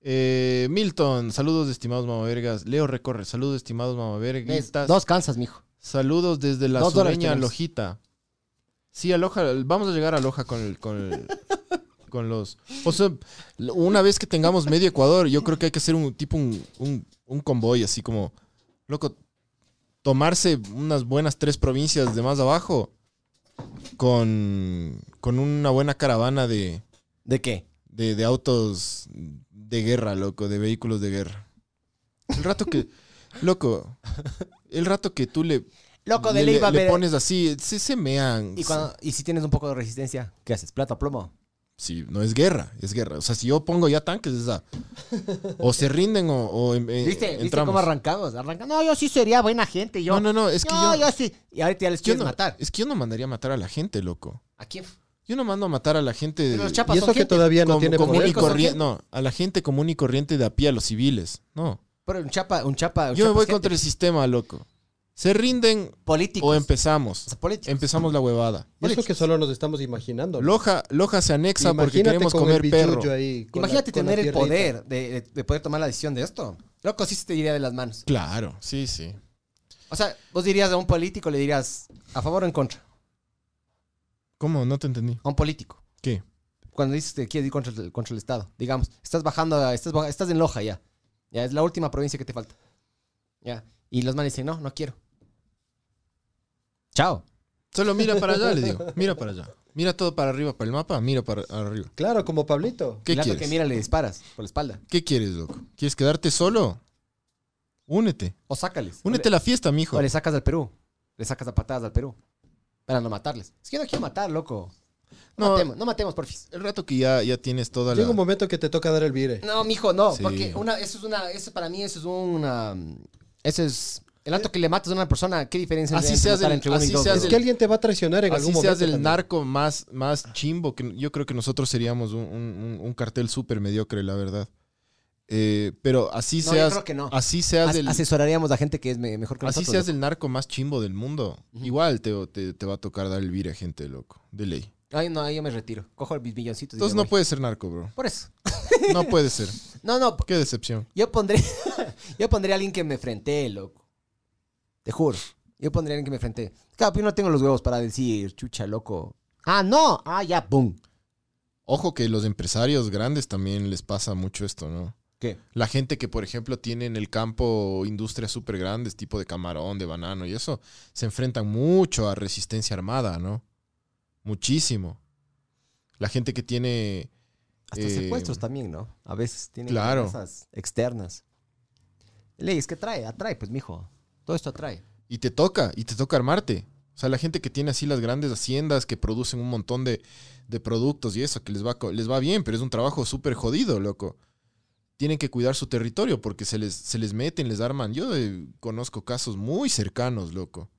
Speaker 1: eh, Milton, saludos, estimados mamavergas. Leo Recorre, saludos, estimados
Speaker 2: Ves,
Speaker 1: mamaverguitas.
Speaker 2: Dos cansas, mijo.
Speaker 1: Saludos desde la
Speaker 2: Dos dólares
Speaker 1: sureña
Speaker 2: tenemos.
Speaker 1: Lojita. Sí, aloja, vamos a llegar a Loja con el- con
Speaker 2: <laughs>
Speaker 1: el- con los. O sea, una vez que tengamos medio Ecuador, yo creo que hay que hacer un tipo un, un- un convoy, así como, loco, tomarse unas buenas tres provincias de más abajo con, con una buena caravana de,
Speaker 2: ¿De qué?
Speaker 1: de, de autos de guerra, loco, de vehículos de guerra. El rato que, loco, el rato que tú le
Speaker 2: Loco de
Speaker 1: le,
Speaker 2: ley va a
Speaker 1: le
Speaker 2: ver.
Speaker 1: pones así, se, se mean.
Speaker 2: Y, cuando- y si tienes un poco de resistencia, ¿qué haces? ¿Plata o plomo?
Speaker 1: si no es guerra, es guerra. O sea, si yo pongo ya tanques, es a- o se rinden o, o em- em-
Speaker 2: ¿Viste, ¿Viste
Speaker 1: entramos.
Speaker 2: cómo arrancamos? Arranca- No, yo sí sería buena gente. Yo,
Speaker 1: no, no, no, es que
Speaker 2: no,
Speaker 1: yo,
Speaker 2: yo sí. Y ahorita ya les
Speaker 1: yo
Speaker 2: quieres
Speaker 1: no,
Speaker 2: matar.
Speaker 1: es que yo no mandaría a matar a la gente, loco.
Speaker 2: ¿A quién?
Speaker 1: Yo no mando a matar a la gente
Speaker 2: Pero
Speaker 1: de-
Speaker 2: los chapas
Speaker 4: Y
Speaker 2: son
Speaker 4: eso que
Speaker 2: gente.
Speaker 4: todavía no
Speaker 1: com-
Speaker 4: tiene
Speaker 1: común y
Speaker 2: poder.
Speaker 1: corriente- no, a la gente común y corriente de a pie, a los civiles. No,
Speaker 2: Pero un chapa, un chapa. un
Speaker 1: yo me
Speaker 2: chapa
Speaker 1: voy
Speaker 2: es gente.
Speaker 1: contra el sistema, loco. Se rinden
Speaker 2: políticos.
Speaker 1: o empezamos.
Speaker 2: O sea, políticos.
Speaker 1: Empezamos la huevada.
Speaker 4: Y eso que solo nos estamos imaginando. ¿no?
Speaker 1: Loja, Loja se anexa porque
Speaker 4: Imagínate
Speaker 1: queremos
Speaker 4: con el
Speaker 1: comer perro.
Speaker 4: billuyo ahí, con la-
Speaker 2: Imagínate
Speaker 4: con la
Speaker 2: tener el
Speaker 4: tierrita.
Speaker 2: poder de, de- de poder tomar la decisión de esto. Loco, sí se te iría de las manos.
Speaker 1: Claro, sí, sí.
Speaker 2: O sea, vos dirías a un político, le dirías a favor o en contra.
Speaker 1: ¿Cómo? No te entendí.
Speaker 2: A un político.
Speaker 1: ¿Qué?
Speaker 2: Cuando dices que quieres ir contra el, contra el Estado, digamos, estás bajando, a- estás, baja- estás en Loja ya. Ya es la última provincia que te falta. Ya. Y los manes dicen, no, no quiero. Chao.
Speaker 1: Solo mira para allá, le digo. Mira para allá. Mira todo para arriba, para el mapa, mira para arriba.
Speaker 4: Claro, como Pablito.
Speaker 1: ¿Qué
Speaker 2: El rato
Speaker 1: quieres?
Speaker 2: que mira le disparas por la espalda.
Speaker 1: ¿Qué quieres, loco? ¿Quieres quedarte solo? Únete.
Speaker 2: O sácales. O le-
Speaker 1: Únete a la fiesta, mijo.
Speaker 2: O le sacas al Perú. Le sacas a patadas al Perú. Para no matarles. Es que yo no quiero matar, loco. No,
Speaker 1: No.
Speaker 2: matemos, no matemos, porfis.
Speaker 1: El rato que ya, ya tienes toda la...
Speaker 4: Llega un momento que te toca dar el vire.
Speaker 2: No, mijo, no.
Speaker 1: Sí.
Speaker 2: Porque una, eso es una. Eso para mí, eso es una. Eso es. El acto que le matas a una persona, ¿qué diferencia
Speaker 1: Así
Speaker 2: entre
Speaker 1: seas
Speaker 2: matar
Speaker 1: el-
Speaker 2: entre uno
Speaker 1: así
Speaker 2: y dos,
Speaker 1: seas
Speaker 4: Es
Speaker 2: bro?
Speaker 4: que alguien te va a traicionar en
Speaker 1: Así
Speaker 4: algún
Speaker 1: seas
Speaker 4: momento.
Speaker 1: el
Speaker 4: también.
Speaker 1: narco más, más chimbo, que yo creo que nosotros seríamos un, un- un- un cartel súper mediocre, la verdad. Eh, pero así
Speaker 2: No, yo
Speaker 1: seas...
Speaker 2: creo que no.
Speaker 1: Así seas
Speaker 2: As-
Speaker 1: del...
Speaker 2: Asesoraríamos a gente que es me- mejor que
Speaker 1: Así
Speaker 2: nosotros.
Speaker 1: seas
Speaker 2: loco.
Speaker 1: el narco más chimbo del mundo. Igual te, te- te va a tocar dar el vire a gente, loco. De ley.
Speaker 2: Ay, no, ahí yo me retiro. Cojo mis milloncitos. y
Speaker 1: Entonces
Speaker 2: me
Speaker 1: no
Speaker 2: voy.
Speaker 1: puedes ser narco, bro.
Speaker 2: Por eso.
Speaker 1: No puede ser. <laughs>
Speaker 2: No, no.
Speaker 1: Qué decepción.
Speaker 2: Yo pondría. <laughs> yo pondría a alguien que me enfrente, loco. Te juro. Yo pondría a alguien que me enfrente. Claro, pero yo no tengo los huevos para decir, chucha, loco. Ah, no. Ah, ya, boom.
Speaker 1: Ojo que los empresarios grandes también les pasa mucho esto, ¿no?
Speaker 2: ¿Qué?
Speaker 1: La gente que, por ejemplo, tiene en el campo industrias súper grandes, tipo de camarón, de banano y eso, se enfrentan mucho a resistencia armada, ¿no? Muchísimo. La gente que tiene...
Speaker 2: Hasta
Speaker 1: eh,
Speaker 2: secuestros también, ¿no? A veces tienen
Speaker 1: claro.
Speaker 2: amenazas externas. Leyes que trae, atrae, pues, mijo. Todo esto atrae.
Speaker 1: Y te toca, y te toca armarte. O sea, la gente que tiene así las grandes haciendas que producen un montón de, de productos y eso, que les va, co- les va bien, pero es un trabajo súper jodido, loco. Tienen que cuidar su territorio porque se les, se les meten, les arman. Yo eh, conozco casos muy cercanos, loco.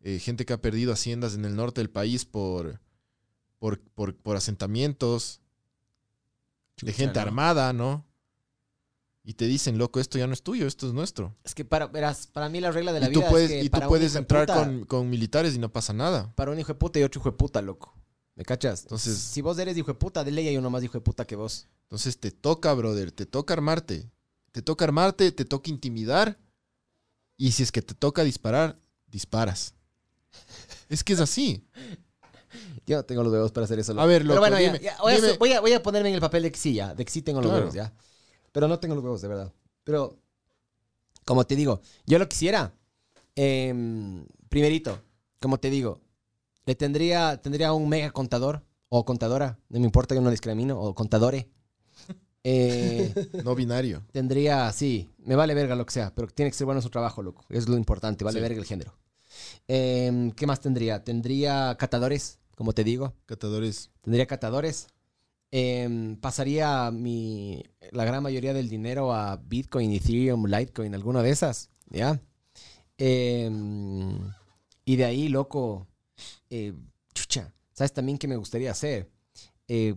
Speaker 1: Eh, gente que ha perdido haciendas en el norte del país por, por, por, por asentamientos de
Speaker 2: Chucha,
Speaker 1: gente
Speaker 2: ¿no?
Speaker 1: armada, ¿no? Y te dicen, loco, esto ya no es tuyo, esto es nuestro.
Speaker 2: Es que para, verás, para mí las reglas de la
Speaker 1: Y tú
Speaker 2: vida
Speaker 1: puedes,
Speaker 2: es que
Speaker 1: y tú
Speaker 2: para un
Speaker 1: puedes
Speaker 2: hijo de
Speaker 1: entrar
Speaker 2: puta-
Speaker 1: con, con militares y no pasa nada.
Speaker 2: para un hijo de puta y otro hijo de puta, loco. ¿Me cachas?
Speaker 1: Entonces-
Speaker 2: si vos eres hijo de puta, de ley hay uno más hijo de puta que vos.
Speaker 1: Entonces te toca, brother, te toca armarte. Te toca armarte, te toca intimidar. Y si es que te toca disparar, disparas. Es que es así.
Speaker 2: Yo no tengo los huevos para hacer eso.
Speaker 1: A ver, loco,
Speaker 2: Pero bueno, ya,
Speaker 1: dime,
Speaker 2: ya, voy, a,
Speaker 1: dime.
Speaker 2: su- voy a- voy a ponerme en el papel de que sí, ya. De que sí tengo los
Speaker 1: Claro.
Speaker 2: huevos, ya. Pero no tengo los huevos, de verdad. Pero, como te digo, yo lo quisiera. em, primerito, como te digo, le tendría, tendría un mega contador o contadora. No me importa, yo no discrimino. O <laughs> contadore. Eh,
Speaker 1: No binario.
Speaker 2: tendría, sí, me vale verga lo que sea, pero tiene que ser bueno su trabajo, loco. Es lo importante, vale
Speaker 1: Sí.
Speaker 2: verga el género. Em, ¿Qué más tendría? Tendría catadores, como te digo.
Speaker 1: Catadores.
Speaker 2: Tendría catadores. Em, pasaría mi, la gran mayoría del dinero a Bitcoin, Ethereum, Litecoin, alguna de esas, ¿ya? Em, y de ahí, loco, eh, chucha, ¿sabes también qué me gustaría hacer? Eh,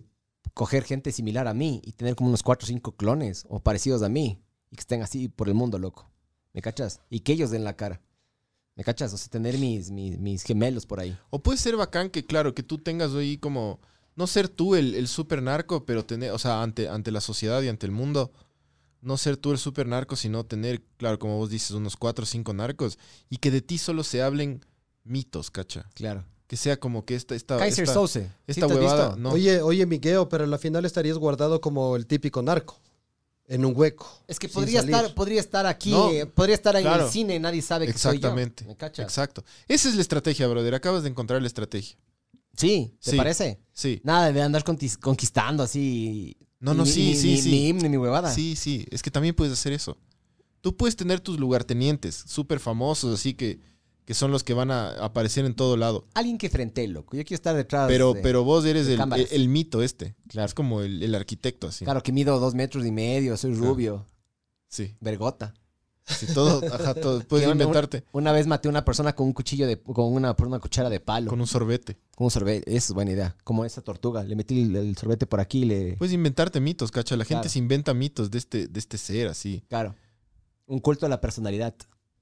Speaker 2: coger gente similar a mí y tener como unos 4 o 5 clones o parecidos a mí y que estén así por el mundo, loco. ¿Me cachas? Y que ellos den la cara. ¿Me cachas? O sea, tener mis, mis, mis gemelos por ahí.
Speaker 1: O puede ser bacán que, claro, que tú tengas ahí como. No ser tú el, el super narco, pero tener. O sea, ante, ante la sociedad y ante el mundo. No ser tú el super narco, sino tener, claro, como vos dices, unos cuatro o cinco narcos. Y que de ti solo se hablen mitos, cacha.
Speaker 2: Claro.
Speaker 1: Que sea como que esta. esta
Speaker 2: Kaiser
Speaker 1: esta-
Speaker 2: Soze. ¿sí
Speaker 1: esta
Speaker 2: te has visto?
Speaker 1: huevada, no.
Speaker 4: Oye, oye, Miguel, pero al final estarías guardado como el típico narco. En un hueco.
Speaker 2: Es que
Speaker 4: sin
Speaker 2: podría
Speaker 4: salir.
Speaker 2: estar, podría estar aquí,
Speaker 1: No,
Speaker 2: eh, podría estar ahí en
Speaker 1: claro.
Speaker 2: el cine, nadie sabe que
Speaker 1: Exactamente.
Speaker 2: soy yo. ¿Me cachas?
Speaker 1: Exacto. Esa es la estrategia, brother. Acabas de encontrar la estrategia.
Speaker 2: Sí, ¿te
Speaker 1: Sí.
Speaker 2: parece?
Speaker 1: Sí.
Speaker 2: Nada de andar contis- conquistando así.
Speaker 1: No, no,
Speaker 2: ni-
Speaker 1: sí,
Speaker 2: ni-
Speaker 1: sí,
Speaker 2: ni-
Speaker 1: sí.
Speaker 2: Ni himno, ni huevada.
Speaker 1: Sí, sí. Es que también puedes hacer eso. Tú puedes tener tus lugartenientes súper famosos, así que, que son los que van a aparecer en todo lado.
Speaker 2: Alguien que frente, loco. Yo quiero estar detrás.
Speaker 1: Pero,
Speaker 2: de-
Speaker 1: pero vos eres
Speaker 2: de
Speaker 1: el,
Speaker 2: cámaras.
Speaker 1: el mito este. Es como el, el arquitecto así.
Speaker 2: Claro, que mido dos metros y medio, soy
Speaker 1: Claro.
Speaker 2: rubio,
Speaker 1: Sí.
Speaker 2: vergota.
Speaker 1: Sí, todo, ajá,
Speaker 2: <laughs>
Speaker 1: todo. Puedes
Speaker 2: Yo no-
Speaker 1: inventarte
Speaker 2: Una vez maté a una persona con un cuchillo de, con una, por una cuchara de palo.
Speaker 1: con un sorbete.
Speaker 2: Con un sorbete. Esa es buena idea. Como esa tortuga. Le metí el, el sorbete por aquí y le.
Speaker 1: Puedes inventarte mitos, cacha. La gente
Speaker 2: Claro.
Speaker 1: se inventa mitos de este, de este ser así.
Speaker 2: claro. Un culto a la personalidad.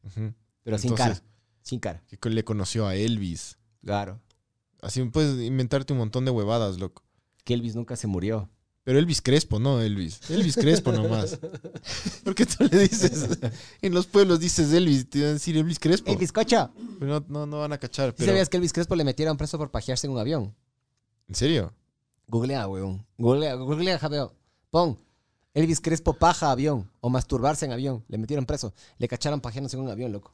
Speaker 1: Ujú.
Speaker 2: Pero sin
Speaker 1: Entonces-
Speaker 2: cara. Sin cara.
Speaker 1: Que co- le conoció a Elvis.
Speaker 2: Claro.
Speaker 1: Así puedes inventarte un montón de huevadas, loco.
Speaker 2: Que Elvis nunca se murió.
Speaker 1: Pero Elvis Crespo, no Elvis. Elvis Crespo
Speaker 2: <laughs>
Speaker 1: nomás. Porque tú le dices, en los pueblos dices Elvis, te van a decir Elvis Crespo.
Speaker 2: ¡Elvis Cocha! ¿Sí
Speaker 1: Pero no, no, no van a cachar. Pero,
Speaker 2: sabías que Elvis Crespo le metieron preso por pajearse en un avión?
Speaker 1: ¿En serio?
Speaker 2: Googlea, weón. Googlea, googlea, Javeo. Pon. Elvis Crespo paja avión. O masturbarse en avión. Le metieron preso. Le cacharon pajeándose en un avión, loco.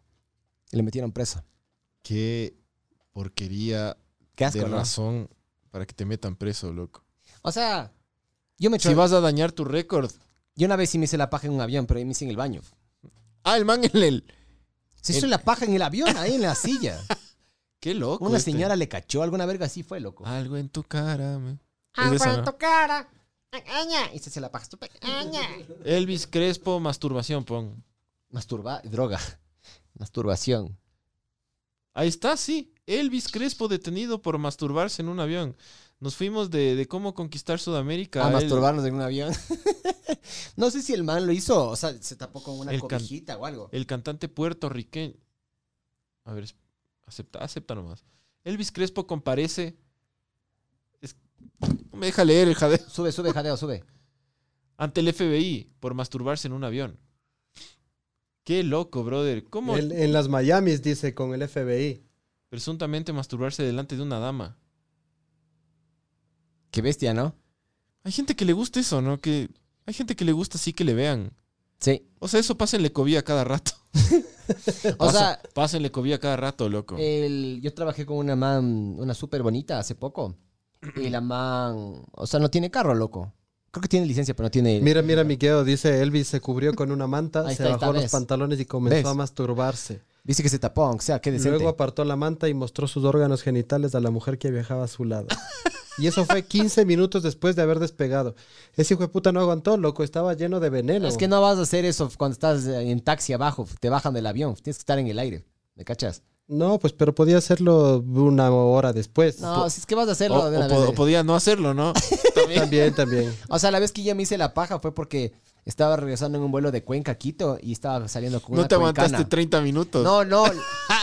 Speaker 2: Y le metieron preso.
Speaker 1: Qué porquería
Speaker 2: Qué asco,
Speaker 1: de
Speaker 2: ¿no?
Speaker 1: razón para que te metan preso, loco.
Speaker 2: O sea, yo me
Speaker 1: Si
Speaker 2: cho-
Speaker 1: vas a dañar tu récord.
Speaker 2: Yo una vez sí me hice la paja en un avión, pero ahí me hice en el baño.
Speaker 1: Ah, el man en el...
Speaker 2: Se hizo
Speaker 1: El-
Speaker 2: la paja en el avión, ahí en <laughs> la silla.
Speaker 1: Qué loco.
Speaker 2: Una
Speaker 1: este.
Speaker 2: señora le cachó, alguna verga así fue, loco.
Speaker 1: Algo en tu cara. me- Es
Speaker 2: Ah,
Speaker 5: Algo
Speaker 1: esa,
Speaker 5: en
Speaker 1: ¿no?
Speaker 5: tu cara.
Speaker 2: Y se hizo la paja. estupe-
Speaker 5: Aña.
Speaker 1: Elvis Crespo, masturbación, pon.
Speaker 2: Masturba, droga. <laughs> Masturbación. Ah,
Speaker 1: Ahí está, sí. Elvis Crespo detenido por masturbarse en un avión. Nos fuimos de, de cómo conquistar Sudamérica.
Speaker 2: A
Speaker 1: él-
Speaker 2: masturbarnos en un avión. <laughs> no sé si el man lo hizo, o sea, se tapó con una
Speaker 1: El can- Eh.
Speaker 2: cobijita o algo.
Speaker 1: El cantante puertorriqueño. A ver, es- acepta, acepta nomás. Elvis Crespo comparece. Es- no me deja leer el jadeo.
Speaker 2: Sube, sube, jadeo, sube.
Speaker 1: Ante el FBI por masturbarse en un avión. Qué loco, brother. ¿Cómo
Speaker 4: En, en las Miamis, dice, con el FBI.
Speaker 1: presuntamente masturbarse delante de una dama?
Speaker 2: Qué bestia, ¿no?
Speaker 1: Hay gente que le gusta eso, ¿no? Que hay gente que le gusta así que le vean.
Speaker 2: Sí.
Speaker 1: O sea, eso pasa en Lecovía cada rato.
Speaker 2: <laughs> O
Speaker 1: Pasa-
Speaker 2: sea, eh,
Speaker 1: pasa en Lecovía cada rato, loco.
Speaker 2: El- yo trabajé con una man, una súper bonita hace poco. Y la man, o sea, no tiene carro, loco. Creo que tiene licencia, pero no tiene...
Speaker 4: Mira, mira, Miqueo, dice, Elvis se cubrió con una manta,
Speaker 2: Ahí
Speaker 4: se
Speaker 2: está, ahí está,
Speaker 4: bajó los
Speaker 2: ¿ves?
Speaker 4: pantalones y comenzó
Speaker 2: ¿Ves?
Speaker 4: a masturbarse.
Speaker 2: Dice que se tapó, o sea, qué decente.
Speaker 4: Luego apartó la manta y mostró sus órganos genitales a la mujer que viajaba a su lado. Y eso fue 15 minutos después de haber despegado. Ese hijo de puta no aguantó, loco, estaba lleno de veneno.
Speaker 2: Es que no vas a hacer eso cuando estás eh, en taxi abajo, te bajan del avión, tienes que estar en el aire, ¿me cachas?
Speaker 4: No, pues, pero podía hacerlo una hora después.
Speaker 2: No, si es que vas a
Speaker 1: o,
Speaker 2: hacerlo de una
Speaker 1: o
Speaker 2: vez.
Speaker 1: po- o podía no hacerlo, ¿no?
Speaker 2: <laughs>
Speaker 1: También.
Speaker 4: También, también.
Speaker 2: O sea, la vez que yo me hice la paja fue porque estaba regresando en un vuelo de Cuenca a Quito y estaba saliendo con una
Speaker 1: No te aguantaste
Speaker 2: cuencana.
Speaker 1: 30 minutos.
Speaker 2: No, no.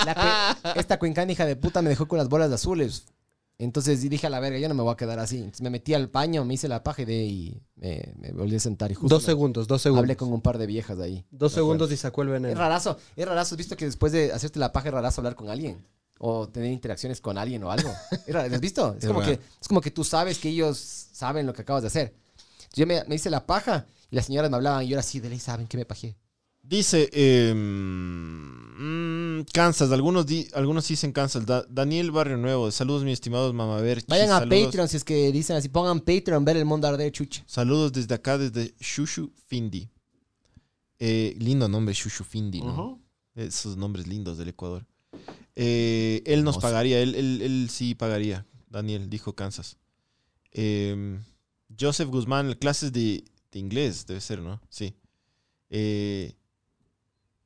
Speaker 2: la
Speaker 1: <laughs>
Speaker 2: cue- esta cuencana hija de puta me dejó con las bolas de azules. Entonces dije a la verga, yo no me voy a quedar así. Entonces me metí al paño, me hice la paja y de ahí me, me volví a sentar. Y justo
Speaker 4: Dos
Speaker 2: me-
Speaker 4: segundos, dos segundos.
Speaker 2: hablé con un par de viejas de ahí.
Speaker 4: Dos
Speaker 2: Me acuerdo.
Speaker 4: segundos y sacó el
Speaker 2: Es
Speaker 4: veneno.
Speaker 2: rarazo, es rarazo. ¿Has visto que después de hacerte la paja es rarazo hablar con alguien? O tener interacciones con alguien o algo. Es raro, ¿Lo has visto? Es
Speaker 1: Es
Speaker 2: como, que,
Speaker 1: raro.
Speaker 2: es como que tú sabes que ellos saben lo que acabas de hacer. Entonces, yo me, me hice la paja y las señoras me hablaban y yo era así, de ley saben que me pajé.
Speaker 1: Dice eh, mm, Kansas, algunos, di- algunos dicen Kansas. Da- Daniel Barrio Nuevo, saludos mis estimados mamaverchis.
Speaker 2: Vayan a
Speaker 1: saludos,
Speaker 2: Patreon si es que dicen así, pongan Patreon, ver el mundo arder, chucha.
Speaker 1: Saludos desde acá, desde Shushu Findi. Eh, lindo nombre, Shushu Findi, ¿no? Esos nombres lindos del Ecuador. Eh, él nos
Speaker 2: Hermoso.
Speaker 1: pagaría, él, él- él sí pagaría, Daniel, dijo Kansas. Eh, Joseph Guzmán, clases de, de inglés, debe ser, ¿no? Sí. Eh,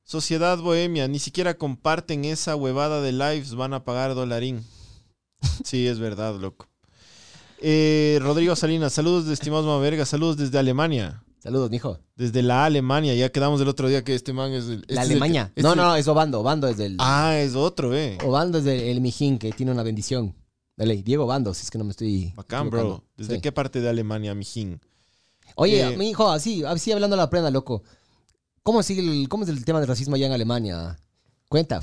Speaker 1: Sociedad Bohemia, ni siquiera comparten esa huevada de lives, van a pagar dolarín. Sí, es verdad, loco. Eh, Rodrigo Salinas, saludos de estimados Maverga, saludos desde Alemania.
Speaker 2: Saludos, mijo.
Speaker 1: Desde la Alemania, ya quedamos el otro día que este man es el. este es
Speaker 2: La
Speaker 1: el que-
Speaker 2: Alemania.
Speaker 1: este
Speaker 2: no,
Speaker 1: es el-
Speaker 2: no, Oh, no, es Obando. Obando es del.
Speaker 1: Ah, es otro, eh.
Speaker 2: Obando es del el Mijín, que tiene una bendición. Dale, Diego Obando, si es que no me estoy.
Speaker 1: Bacán,
Speaker 2: equivocando.
Speaker 1: bro. ¿Desde
Speaker 2: Sí.
Speaker 1: qué parte de Alemania, mijín?
Speaker 2: Oye,
Speaker 1: eh,
Speaker 2: mi hijo, así, así hablando a la prenda, loco. ¿Cómo, sigue el, ¿Cómo es el tema del racismo allá en Alemania? Cuenta.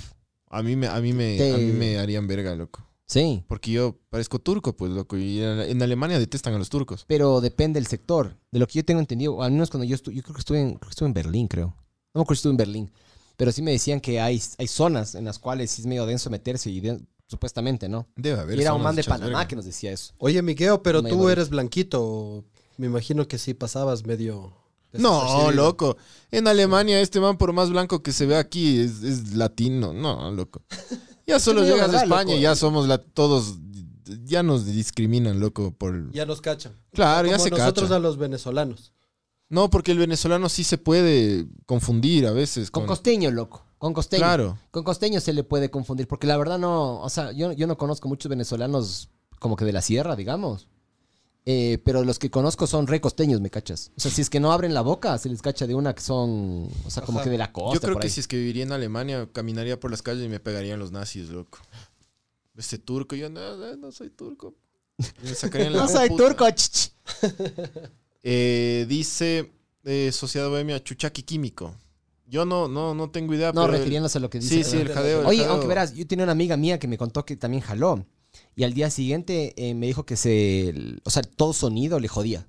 Speaker 1: A mí me, a mí me,
Speaker 2: Te-
Speaker 1: a mí me harían verga, loco.
Speaker 2: Sí,
Speaker 1: Porque yo parezco turco, pues, loco. Y en en Alemania detestan a los turcos.
Speaker 2: pero depende del sector. De lo que yo tengo entendido, o al menos cuando yo estuve, yo creo que estuve en, creo que estuve en Berlín, creo. No me acuerdo si estuve en Berlín. Pero sí me decían que hay, hay zonas en las cuales sí es medio denso meterse y de- supuestamente, ¿no?
Speaker 1: Debe haber.
Speaker 2: Y era un
Speaker 1: zonas
Speaker 2: man de
Speaker 1: hechas
Speaker 2: Panamá
Speaker 1: verga.
Speaker 2: que nos decía eso.
Speaker 4: Oye, Miqueo, pero
Speaker 2: Me
Speaker 4: tú
Speaker 2: doy.
Speaker 4: eres blanquito. Me imagino que sí pasabas medio...
Speaker 1: No,
Speaker 4: desfavorecido.
Speaker 1: loco. En Alemania, este man, por más blanco que se ve aquí, es, es latino. No, loco. Ya
Speaker 2: <laughs>
Speaker 1: solo
Speaker 2: Sí,
Speaker 1: llegas
Speaker 2: ¿verdad,
Speaker 1: a España y
Speaker 2: loco?
Speaker 1: ya somos la, todos. Ya nos discriminan, loco. por
Speaker 4: Ya nos cachan.
Speaker 1: Claro, ya
Speaker 4: Como
Speaker 1: se
Speaker 4: nosotros
Speaker 1: cacha.
Speaker 4: a los venezolanos.
Speaker 1: No, porque el venezolano sí se puede confundir a veces.
Speaker 2: Con
Speaker 1: Con,
Speaker 2: costeño, loco. Con costeño.
Speaker 1: Claro.
Speaker 2: Con costeño se le puede confundir, porque la verdad no, o sea, yo, yo no conozco muchos venezolanos como que de la sierra, digamos. Eh, pero los que conozco son re costeños, ¿me cachas? O sea, si es que no abren la boca, se les cacha de una que son, o sea, como
Speaker 4: Ajá.
Speaker 2: que de la costa.
Speaker 1: Yo creo
Speaker 2: por
Speaker 1: que
Speaker 2: ahí.
Speaker 1: si es que viviría en Alemania, caminaría por las calles y me pegarían los nazis, loco. Este turco, yo no, no, no soy turco. Y me sacarían la
Speaker 2: <laughs> No soy
Speaker 1: puta.
Speaker 2: turco, ch, ch.
Speaker 1: Eh, dice eh, Sociedad Bohemia Chuchaki Químico. Yo no, no, no tengo idea.
Speaker 2: No,
Speaker 1: Ah, pero el-
Speaker 2: refiriéndose a lo que dice.
Speaker 1: Sí, sí, el jadeo. el
Speaker 2: Oye,
Speaker 1: jadeo.
Speaker 2: aunque verás, yo tenía una amiga mía que me contó que también jaló. Y al día siguiente eh, me dijo que se. O sea, todo sonido le jodía.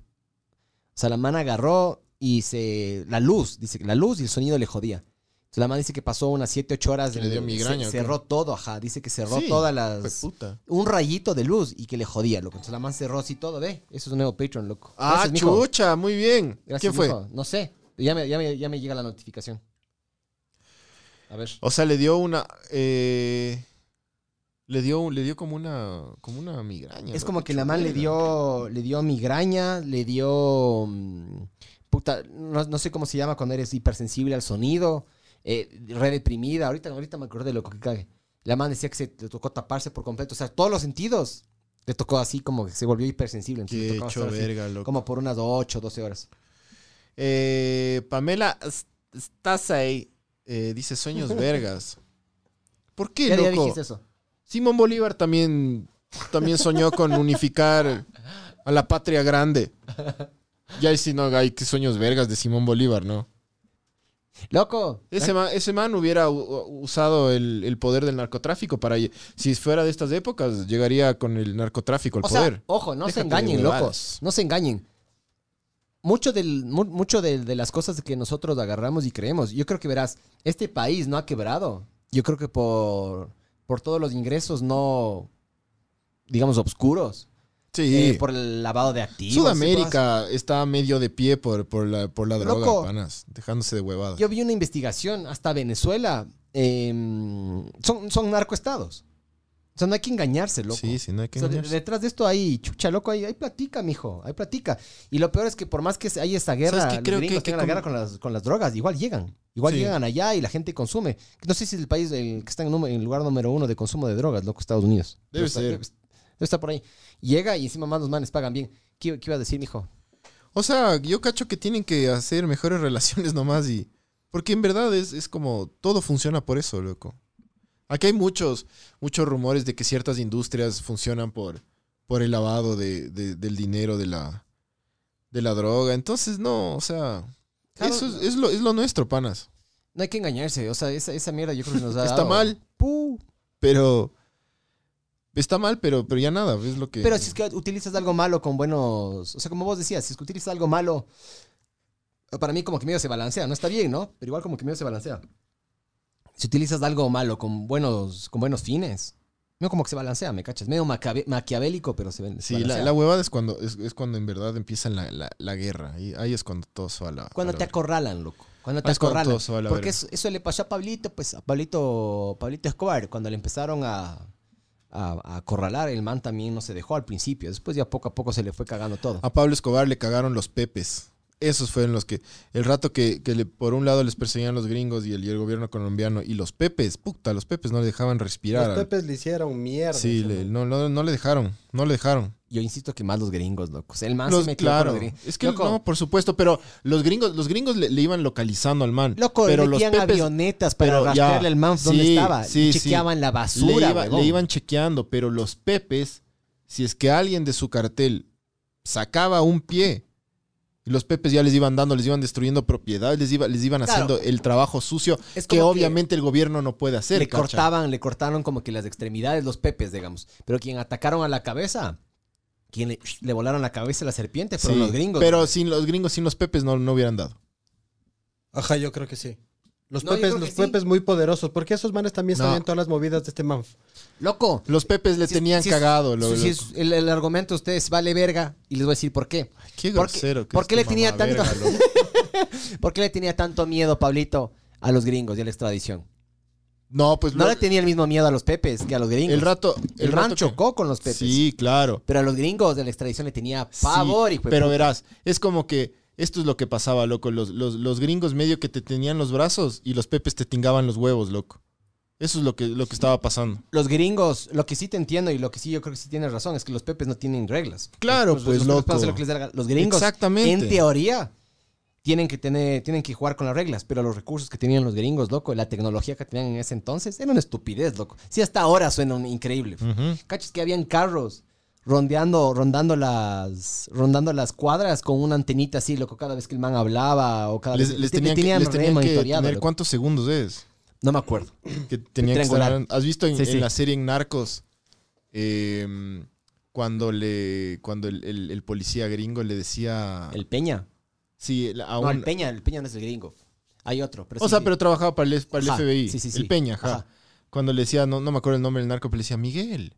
Speaker 2: O sea, la man agarró y se. La luz, dice que la luz y el sonido le jodía. Entonces, la man dice que pasó unas 7, 8 horas.
Speaker 1: Que le
Speaker 2: en-
Speaker 1: dio migraña,
Speaker 2: se-
Speaker 1: ¿o qué?
Speaker 2: cerró todo, ajá. Dice que cerró
Speaker 1: Sí,
Speaker 2: todas
Speaker 1: Hijo de
Speaker 2: las.
Speaker 1: puta.
Speaker 2: Un rayito de luz y que le jodía, loco. Entonces la man cerró así todo, ve. Eso es un nuevo Patreon, loco.
Speaker 1: Ah,
Speaker 2: Gracias, mijo.
Speaker 1: chucha, muy bien.
Speaker 2: Gracias,
Speaker 1: ¿Quién fue?
Speaker 2: mijo. No sé. Ya me, ya me- ya me llega la notificación. A ver.
Speaker 1: O sea, le dio una. eh, le dio, le dio como una, como una migraña.
Speaker 2: Es
Speaker 1: ¿no?
Speaker 2: como que la
Speaker 1: Chucha,
Speaker 2: man le
Speaker 1: mierda.
Speaker 2: dio, le dio migraña, le dio... mm, Puta, no, no sé cómo se llama cuando eres hipersensible al sonido, eh, re deprimida. Ahorita, ahorita me acordé de lo que cague. La man decía que se le tocó taparse por completo. O sea, todos los sentidos le tocó así como que se volvió hipersensible. entonces le
Speaker 1: Qué
Speaker 2: tocaba
Speaker 1: hecho
Speaker 2: estar así,
Speaker 1: verga, loco.
Speaker 2: como por unas 8 12 horas.
Speaker 1: Eh, Pamela S- Stasey eh, dice
Speaker 2: <laughs>
Speaker 1: sueños vergas. ¿Por qué,
Speaker 2: Ya, ya
Speaker 1: loco?
Speaker 2: dijiste eso.
Speaker 1: Simón Bolívar también, también soñó con unificar a la patria grande. Ya ahí sí no, hay que sueños vergas de Simón Bolívar, ¿no?
Speaker 2: Loco,
Speaker 1: Ese man, ese man hubiera u- u- usado el, el poder del narcotráfico para... lle- Si fuera de estas épocas, llegaría con el narcotráfico al
Speaker 2: O
Speaker 1: poder.
Speaker 2: sea, ojo, no
Speaker 1: Déjate
Speaker 2: se
Speaker 1: de
Speaker 2: engañen, locos.
Speaker 1: huevadas.
Speaker 2: No se engañen. Mucho, del, mu- mucho del- de las cosas que nosotros agarramos y creemos. Yo creo que verás, este país no ha quebrado. Yo creo que por, por todos los ingresos no, digamos, obscuros.
Speaker 1: sí.
Speaker 2: eh, por el lavado de activos. y todas-
Speaker 1: Sudamérica está medio de pie por, por la, por la droga,
Speaker 2: Loco.
Speaker 1: panas. Dejándose de huevadas.
Speaker 2: Yo vi una investigación, hasta Venezuela. eh, son, son narcoestados. O sea, no hay que engañarse, loco.
Speaker 1: Sí, sí, no hay que
Speaker 2: O sea, de-
Speaker 1: engañarse.
Speaker 2: detrás de esto hay chucha, loco, hay, hay platica, mijo, hay platica. Y lo peor es que por más que haya esta guerra,
Speaker 1: ¿Sabes qué?
Speaker 2: los
Speaker 1: Creo que-
Speaker 2: gringos
Speaker 1: que
Speaker 2: tengan la
Speaker 1: como-
Speaker 2: guerra con las, con las drogas, igual llegan. Igual
Speaker 1: Sí.
Speaker 2: llegan allá y la gente consume. No sé si es el país el que está en, número- en el lugar número uno de consumo de drogas, loco, Estados Unidos.
Speaker 1: Debe
Speaker 2: está,
Speaker 1: ser.
Speaker 2: Debe, estar por ahí. Llega y encima más los manes pagan bien. ¿Qué, qué iba a decir, mijo?
Speaker 1: O sea, yo cacho que tienen que hacer mejores <laughs> relaciones nomás y... Porque en verdad es, es como... Todo funciona por eso, loco. Aquí hay muchos, muchos rumores de que ciertas industrias funcionan por, por el lavado de, de- del dinero de la, de la droga. Entonces, no, o sea...
Speaker 2: Claro,
Speaker 1: eso es,
Speaker 2: no.
Speaker 1: es lo, es lo nuestro, panas.
Speaker 2: No hay que engañarse. O sea, esa, esa mierda yo creo que nos ha
Speaker 1: Está
Speaker 2: dado-
Speaker 1: mal,
Speaker 2: Puh.
Speaker 1: pero... Está mal, pero, pero ya nada, es lo que...
Speaker 2: Pero si es que utilizas algo malo con buenos. O sea, como vos decías, si es que utilizas algo malo. Para mí, como que medio se balancea. No está bien, ¿no? Pero igual, como que medio se balancea. Si utilizas algo malo con buenos, con buenos fines. Medio como que se balancea, ¿me cachas? Medio macabe- maquiavélico, pero se, ven- se
Speaker 1: Sí, la,
Speaker 2: balancea.
Speaker 1: la huevada es cuando, es, es cuando en verdad empieza la, la, la guerra. Y ahí es cuando todo se va a la...
Speaker 2: Cuando
Speaker 1: a la
Speaker 2: te
Speaker 1: verga.
Speaker 2: acorralan, loco. Cuando te
Speaker 1: Ah, es cuando
Speaker 2: acorralan.
Speaker 1: todo se va a la
Speaker 2: Porque
Speaker 1: verga.
Speaker 2: eso, eso le pasó a Pablito, pues a Pablito, Pablito Escobar. Cuando le empezaron a, a- a acorralar, el man también no se dejó al principio. Después ya poco a poco se le fue cagando todo.
Speaker 1: A Pablo Escobar le cagaron los pepes. Esos fueron los que. El rato que, que le- por un lado les perseguían los gringos y el, y el gobierno colombiano. Y los pepes, puta, los pepes no le dejaban respirar.
Speaker 4: Los pepes le hicieron mierda.
Speaker 1: sí,
Speaker 2: ¿eh?
Speaker 4: ese
Speaker 1: le-
Speaker 4: man.
Speaker 1: no, no, no le dejaron. No le dejaron.
Speaker 2: Yo insisto que más los gringos, locos. El man
Speaker 1: Los-
Speaker 2: se metió
Speaker 1: claro.
Speaker 2: con los gringos.
Speaker 1: Es que
Speaker 2: Loco,
Speaker 1: no, por supuesto. Pero los gringos, los gringos le, le iban localizando al man.
Speaker 2: loco,
Speaker 1: pero
Speaker 2: le
Speaker 1: los
Speaker 2: metían
Speaker 1: pepes
Speaker 2: avionetas para
Speaker 1: pero ya,
Speaker 2: rastrearle al man donde
Speaker 1: sí,
Speaker 2: estaba.
Speaker 1: sí,
Speaker 2: y chequeaban la
Speaker 1: le,
Speaker 2: basura,
Speaker 1: iba-
Speaker 2: huevón.
Speaker 1: le iban chequeando. Pero los pepes, si es que alguien de su cartel sacaba un pie. y Los pepes ya les iban dando, les iban destruyendo propiedades, les, iba, les iban
Speaker 2: Claro.
Speaker 1: haciendo el trabajo sucio
Speaker 2: Es como
Speaker 1: que obviamente el gobierno no puede hacer.
Speaker 2: le
Speaker 1: ¿cachai?
Speaker 2: cortaban, le cortaron como que las extremidades, los pepes, digamos. Pero quien atacaron a la cabeza, quien le, <sniffs> le volaron la cabeza a la serpiente, fueron
Speaker 1: Sí,
Speaker 2: los gringos.
Speaker 1: Pero sin los gringos, sin los pepes no, no hubieran dado.
Speaker 4: Ajá, yo creo que sí. Los
Speaker 2: No, yo
Speaker 4: pepes,
Speaker 2: creo que
Speaker 4: los
Speaker 2: sí.
Speaker 4: pepes muy poderosos. Porque esos manes también
Speaker 1: No.
Speaker 4: sabían todas las movidas de este man.
Speaker 2: loco.
Speaker 1: Los pepes le
Speaker 2: si es-
Speaker 1: tenían
Speaker 2: si es-
Speaker 1: cagado. lo-
Speaker 2: si- si
Speaker 1: lo-
Speaker 2: es- el, el argumento de ustedes vale verga y les voy a decir por qué.
Speaker 1: Ay, qué
Speaker 2: ¿Por qué-
Speaker 1: grosero. que
Speaker 2: por qué
Speaker 1: este
Speaker 2: le tenía
Speaker 1: mamaverga,
Speaker 2: <laughs> tanto-
Speaker 1: loco.
Speaker 2: ¿Por qué le tenía tanto miedo, Pablito, a los gringos y a la extradición?
Speaker 1: No, pues
Speaker 2: No
Speaker 1: lo-
Speaker 2: le tenía el mismo miedo a los pepes que a los gringos.
Speaker 1: el rato.
Speaker 2: El,
Speaker 1: rato
Speaker 2: rancho
Speaker 1: que-
Speaker 2: chocó con los pepes.
Speaker 1: Sí, claro.
Speaker 2: Pero a los gringos de la extradición le tenía
Speaker 1: Sí,
Speaker 2: pavor, hijo de
Speaker 1: Pero
Speaker 2: pues, puta.
Speaker 1: verás, es como que esto es lo que pasaba, loco. Los, los- los gringos medio que te tenían los brazos y los pepes te tingaban los huevos, loco. Eso es lo que, lo que estaba pasando.
Speaker 2: Los gringos, lo que sí te entiendo y lo que sí yo creo que sí tienes razón es que los pepes no tienen reglas.
Speaker 1: Claro,
Speaker 2: Los-
Speaker 1: pues,
Speaker 2: los- los
Speaker 1: loco.
Speaker 2: pepes hacen lo que les da la gana. Los gringos,
Speaker 1: Exactamente.
Speaker 2: en teoría, tienen que tener, tienen que jugar con las reglas, pero los recursos que tenían los gringos, loco, la tecnología que tenían en ese entonces, era una estupidez, loco. Sí, hasta ahora suena un- increíble.
Speaker 1: Ujú.
Speaker 2: Cachas que habían carros rondeando, rondando las, rondando las cuadras con una antenita así, loco, cada vez que el man hablaba o cada
Speaker 1: Les,
Speaker 2: vez
Speaker 1: les
Speaker 2: te- te
Speaker 1: tenían, que- les
Speaker 2: re
Speaker 1: tenían que
Speaker 2: monitoreado,
Speaker 1: tener
Speaker 2: loco.
Speaker 1: cuántos segundos es.
Speaker 2: No me acuerdo.
Speaker 1: Que tenían que
Speaker 2: Triangular.
Speaker 1: estar- ¿Has visto en,
Speaker 2: Sí,
Speaker 1: en
Speaker 2: sí.
Speaker 1: la serie en Narcos? eh, cuando le cuando el, el- el policía gringo le decía
Speaker 2: El Peña.
Speaker 1: sí la- a
Speaker 2: No,
Speaker 1: un-
Speaker 2: el Peña, el Peña no es el gringo. Hay otro. Pero
Speaker 1: o
Speaker 2: sí,
Speaker 1: sea
Speaker 2: sí.
Speaker 1: pero trabajaba para el, para el
Speaker 2: Ajá,
Speaker 1: FBI
Speaker 2: sí, sí, sí.
Speaker 1: el Peña ajá.
Speaker 2: Ajá.
Speaker 1: cuando le decía, no, no me acuerdo el nombre del narco, pero le decía, Miguel,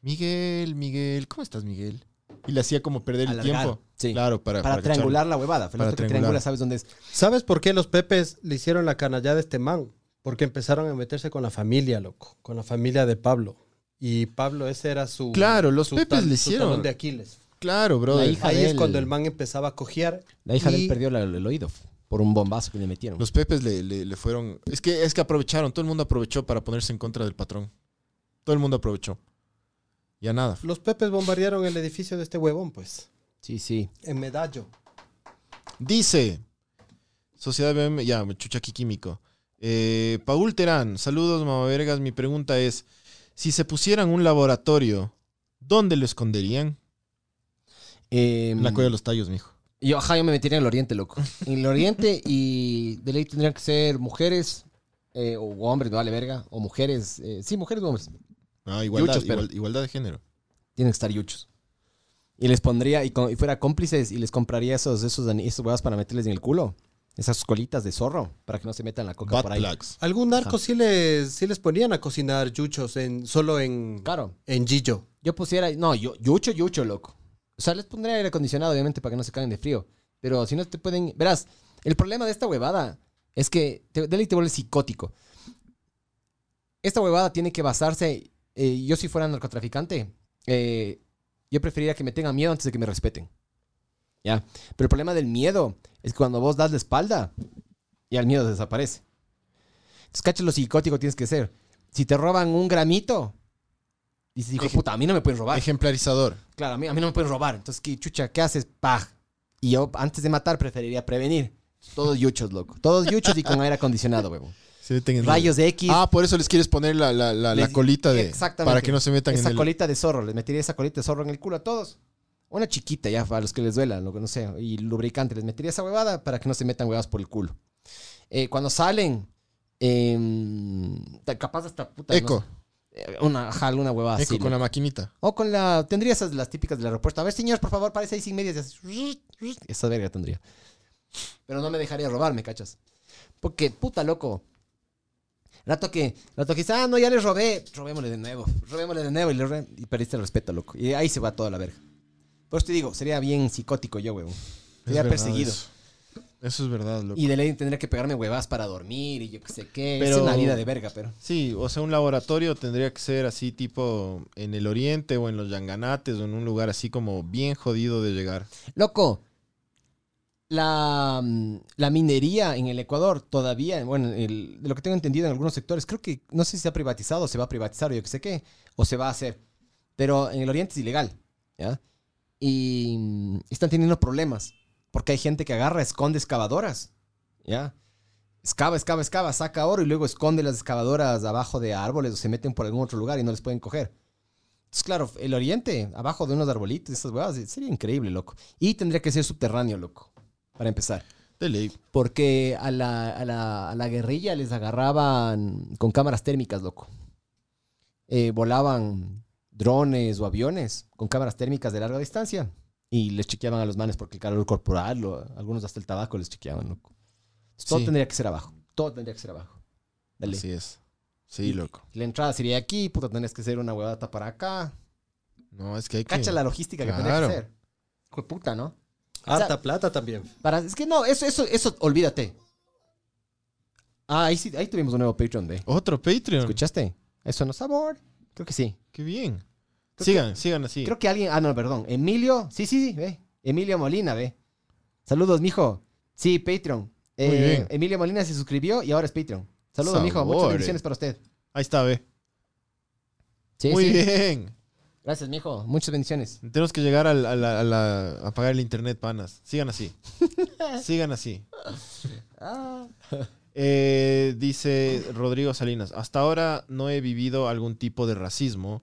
Speaker 1: Miguel, Miguel, ¿cómo estás, Miguel? Y le hacía como perder el
Speaker 2: Alargar,
Speaker 1: tiempo.
Speaker 2: sí.
Speaker 1: Claro, para,
Speaker 2: Para, triangular la huevada.
Speaker 1: Para
Speaker 2: Para que
Speaker 1: triangular.
Speaker 2: triangula, sabes dónde es.
Speaker 4: ¿Sabes por qué los Pepes le hicieron la canallada a este man? Porque empezaron a meterse con la familia, loco. Con la familia de Pablo. Y Pablo, ese era su.
Speaker 1: Claro, los
Speaker 4: su
Speaker 1: Pepes le
Speaker 4: su
Speaker 1: hicieron.
Speaker 4: talón de Aquiles.
Speaker 1: cacharlo. Claro, bro.
Speaker 2: La hija
Speaker 4: Ahí
Speaker 2: de
Speaker 4: es
Speaker 2: él.
Speaker 4: cuando el man empezaba a cojear.
Speaker 2: La hija de
Speaker 4: y-
Speaker 2: él perdió la- el oído f- por un bombazo que le metieron.
Speaker 1: Los Pepes le, le- le fueron. Es que, es que aprovecharon, todo el mundo aprovechó para ponerse en contra del patrón. Todo el mundo aprovechó. Ya nada.
Speaker 4: Los Pepes bombardearon el edificio de este huevón, pues.
Speaker 2: Sí, sí.
Speaker 4: En Medallo.
Speaker 1: Dice. Sociedad BM, ya, chucha aquí químico. Eh, Paul Terán, saludos, mamavergas. Mi pregunta es: si se pusieran un laboratorio, ¿dónde lo esconderían?
Speaker 2: Eh,
Speaker 1: En la cueva de los tallos, mijo.
Speaker 2: yo, ajá, yo me metería en el
Speaker 1: <laughs>
Speaker 2: oriente, loco. En el oriente y de ley tendrían que ser mujeres eh, o hombres, no vale verga. O mujeres. eh, sí, mujeres o hombres.
Speaker 1: Ah, igualdad,
Speaker 2: Yuchos, pero-
Speaker 1: igual- igualdad de género.
Speaker 2: Tienen que estar yuchos. Y les pondría, y, con- y fuera cómplices, y les compraría esos, esos, ani- esos huevos para meterles en el culo. Esas colitas de zorro, para que no se metan la coca
Speaker 1: Butt
Speaker 2: por ahí.
Speaker 1: plugs.
Speaker 4: Algún narco sí les, sí les ponían a cocinar yuchos en, solo en,
Speaker 2: Claro.
Speaker 4: en Gillo.
Speaker 2: Yo pusiera, no, yo, yucho, yucho, loco. O sea, les pondría aire acondicionado, obviamente, para que no se caguen de frío. Pero si no te pueden. Verás, el problema de esta huevada es que te, de ley te vuelves psicótico. Esta huevada tiene que basarse. eh, yo, si fuera narcotraficante, eh, yo preferiría que me tengan miedo antes de que me respeten. Ya. Pero el problema del miedo es que cuando vos das la espalda, ya el miedo desaparece. Entonces, cacha lo psicótico tienes que ser. Si te roban un gramito, dices, hijo de puta, a mí no me pueden robar.
Speaker 1: Ejemplarizador.
Speaker 2: Claro, a mí, a mí no me pueden robar. Entonces, ¿qué chucha? ¿Qué haces? Paj. Y yo, antes de matar, preferiría prevenir. Todos yuchos, loco. Todos yuchos y con aire acondicionado, huevo.
Speaker 1: Se meten en-
Speaker 2: <laughs> Rayos de X.
Speaker 1: Ah, por eso les quieres poner la, la- la- la
Speaker 2: Les-
Speaker 1: colita de.
Speaker 2: Exactamente.
Speaker 1: Para que no se metan
Speaker 2: esa
Speaker 1: en el.
Speaker 2: colita de zorro. Les metería esa colita de zorro en el culo a todos. Una chiquita ya, a los que les duela, lo que no sé. Y lubricante. Les metería esa huevada para que no se metan huevadas por el culo. Eh, cuando salen, em, capaz hasta puta. no
Speaker 1: Eco.
Speaker 2: sé, eh, una, ajá, alguna huevada
Speaker 1: eco
Speaker 2: así,
Speaker 1: con
Speaker 2: loco.
Speaker 1: la maquinita.
Speaker 2: O con la. Tendría esas las típicas del aeropuerto. A ver, señor, por favor, para seis y media. y haces ruiz, ruiz. Esa verga tendría. Pero no me dejaría robar, ¿me cachas? Porque, puta loco. Rato que, rato que dice, ah, no, ya les robé. Robémosle de nuevo, robémosle de nuevo. Y, le re- y perdiste el respeto, loco. Y ahí se va toda la verga. Por eso te digo, sería bien psicótico yo, huevón.
Speaker 1: Es
Speaker 2: Sería
Speaker 1: verdad
Speaker 2: perseguido.
Speaker 1: Eso. Eso es verdad, loco.
Speaker 2: Y de ley tendría que pegarme huevas para dormir y yo qué sé qué.
Speaker 1: Pero-
Speaker 2: Es una vida de verga, pero.
Speaker 1: Sí, o sea, un laboratorio tendría que ser así, tipo en el oriente o en los yanganates o en un lugar así como bien jodido de llegar.
Speaker 2: Loco, la, mm, la minería en el Ecuador todavía, bueno, el- de lo que tengo entendido en algunos sectores, creo que no sé si se ha privatizado, se va a privatizar o yo qué sé qué, o se va a hacer. Pero en el Oriente es ilegal, ¿ya? Y mm, están teniendo problemas, porque hay gente que agarra, esconde excavadoras, ¿ya? Excava, excava, excava, saca oro y luego esconde las excavadoras abajo de árboles o se meten por algún otro lugar y no les pueden coger. Entonces, claro, el oriente, abajo de unos arbolitos, esas huevas, eh, sería increíble, loco. Y tendría que ser subterráneo, loco, para empezar.
Speaker 1: De ley.
Speaker 2: Porque a la, a la- a la guerrilla les agarraban con cámaras térmicas, loco. Eh, volaban drones o aviones con cámaras térmicas de larga distancia y les chequeaban a los manes porque el calor corporal, o algunos hasta el tabaco les chequeaban, loco. Entonces, Todo
Speaker 1: Sí.
Speaker 2: tendría que ser abajo. Todo tendría que ser abajo. Dale.
Speaker 1: Así es. Sí, loco.
Speaker 2: La entrada sería aquí, puta, tendrías que ser una huevata para acá.
Speaker 1: No, es que hay que.
Speaker 2: Cacha la logística que
Speaker 1: Claro.
Speaker 2: tendría que ser. Hijo de puta, ¿no?
Speaker 4: Harta
Speaker 2: O sea-
Speaker 4: plata también.
Speaker 2: Para, es que no, eso, eso, eso, olvídate. Ah, ahí sí, ahí tuvimos un nuevo Patreon Day.
Speaker 1: Otro Patreon.
Speaker 2: ¿Escuchaste? Eso no sabor. Creo que sí.
Speaker 1: Qué bien.
Speaker 2: Creo
Speaker 1: sigan, sigan así.
Speaker 2: Creo que alguien. Ah, no, perdón. Emilio. Sí, sí, sí, ve. Emilio Molina, ve. Saludos, mijo. Sí, Patreon. Eh,
Speaker 1: Muy bien.
Speaker 2: Emilio Molina se suscribió y ahora es Patreon. Saludos, mijo. Muchas
Speaker 1: Sabores.
Speaker 2: bendiciones para usted.
Speaker 1: Ahí está, ve.
Speaker 2: Sí,
Speaker 1: Muy
Speaker 2: sí.
Speaker 1: bien.
Speaker 2: Gracias, mijo.
Speaker 1: <laughs>
Speaker 2: Muchas bendiciones.
Speaker 1: Tenemos que llegar al- a, la- a la- a pagar el internet, panas. Sigan
Speaker 2: <laughs>
Speaker 1: así. sigan así.
Speaker 2: Ah,
Speaker 1: Eh, dice Rodrigo Salinas, hasta ahora no he vivido algún tipo de racismo,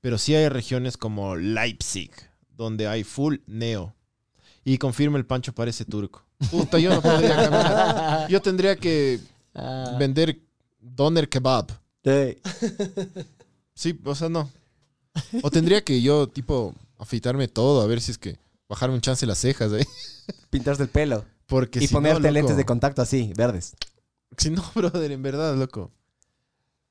Speaker 1: pero sí hay regiones como Leipzig, donde hay full neo. Y confirma el Pancho parece turco. Puta, yo no podría caminar. Yo tendría que
Speaker 2: Ah,
Speaker 1: vender doner kebab.
Speaker 5: Sí.
Speaker 1: Sí, o sea, no. O tendría que yo, tipo, afeitarme todo, a ver si es que bajarme un chance las cejas ahí.
Speaker 5: Pintarse el pelo.
Speaker 1: Porque
Speaker 5: y
Speaker 1: si no,
Speaker 5: ponerte
Speaker 1: loco-
Speaker 5: lentes de contacto así, verdes.
Speaker 1: Si no, <laughs> brother, en verdad, loco.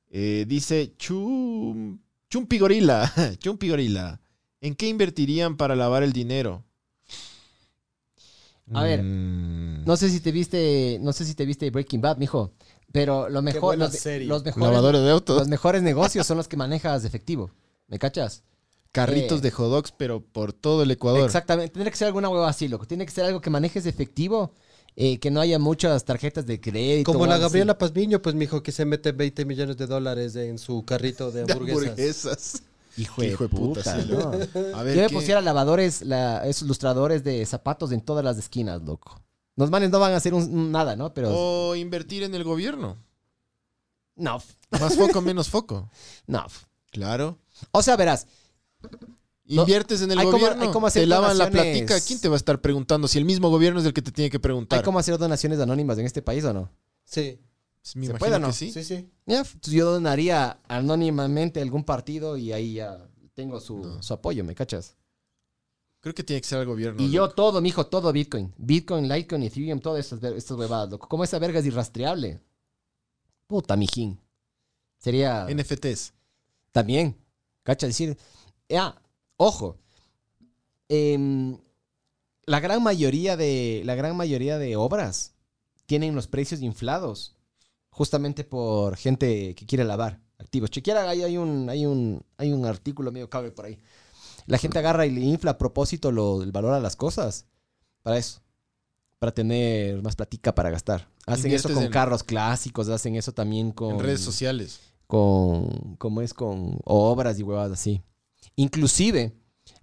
Speaker 1: Eh, dice Chum... Chumpi Gorila. <laughs> Chumpi Gorila. ¿En qué invertirían para lavar el dinero?
Speaker 2: A ver,
Speaker 1: Mm,
Speaker 2: no sé si te viste. No sé si te viste Breaking Bad, mijo. Pero lo mejor,
Speaker 4: buena
Speaker 2: los,
Speaker 4: serie.
Speaker 2: los mejores,
Speaker 1: Lavadora de autos.
Speaker 2: los mejores negocios son los que manejas efectivo. ¿Me cachas?
Speaker 1: Carritos
Speaker 2: eh.
Speaker 1: de hot dogs, pero por todo el Ecuador.
Speaker 2: Exactamente. Tendría que ser alguna hueva así, loco. Tiene que ser algo que manejes efectivo, eh, que no haya muchas tarjetas de crédito.
Speaker 4: Como la
Speaker 2: huevas así.
Speaker 4: Gabriela Pazmiño, pues mijo que se mete 20 millones de dólares en su carrito
Speaker 1: <laughs> <laughs>
Speaker 4: de
Speaker 1: De
Speaker 4: hamburguesas.
Speaker 1: hamburguesas.
Speaker 2: Hijo de,
Speaker 1: Hijo de puta,
Speaker 2: puta,
Speaker 1: sí,
Speaker 2: ¿no?
Speaker 1: A
Speaker 2: Yo
Speaker 1: ver,
Speaker 2: me
Speaker 1: ¿qué?
Speaker 2: pusiera lavadores, la- esos lustradores de zapatos en todas las esquinas, loco. Los manes no van a hacer un- un nada, ¿no? Pero.
Speaker 4: Oh.
Speaker 1: O invertir en el gobierno.
Speaker 2: No, f-
Speaker 1: Más foco, menos foco.
Speaker 2: no. f-
Speaker 1: Claro.
Speaker 2: O sea, verás. No,
Speaker 1: Inviertes en el
Speaker 2: hay como-
Speaker 1: gobierno,
Speaker 2: hay como hacer
Speaker 1: te lavan la
Speaker 2: donaciones.
Speaker 1: platica. ¿Quién te va a estar preguntando? Si el mismo gobierno es el que te tiene que preguntar.
Speaker 2: ¿Hay cómo hacer donaciones anónimas en este país o no?
Speaker 4: Sí,
Speaker 1: Me
Speaker 2: ¿Se
Speaker 1: imagino
Speaker 2: puede o no?
Speaker 1: que sí.
Speaker 4: sí, sí.
Speaker 2: Ya, f- yo donaría anónimamente a algún partido y ahí ya tengo su,
Speaker 1: No.
Speaker 2: su apoyo, ¿me cachas?
Speaker 1: Creo que tiene que ser el gobierno.
Speaker 2: Y yo
Speaker 1: loco.
Speaker 2: todo, mijo, todo Bitcoin. Bitcoin, Litecoin, Ethereum, todas estas, ver- estas huevadas, loco. Como esa verga es irrastreable. Puta, mijín. Sería...
Speaker 1: NFTs.
Speaker 2: También. ¿Cacha? Decir... Ah, ojo. Em, la gran mayoría de... La gran mayoría de obras tienen los precios inflados. Justamente por gente que quiere lavar activos. Chequeara, ahí hay un, hay un, hay un artículo medio cabe por ahí. La gente agarra y le infla a propósito lo, el valor a las cosas. Para eso. Para tener más platica para gastar. Hacen eso
Speaker 1: Inviertes
Speaker 2: con
Speaker 1: en-
Speaker 2: carros clásicos, hacen eso también con
Speaker 1: En redes sociales.
Speaker 2: con, como es con obras y huevadas así. Inclusive,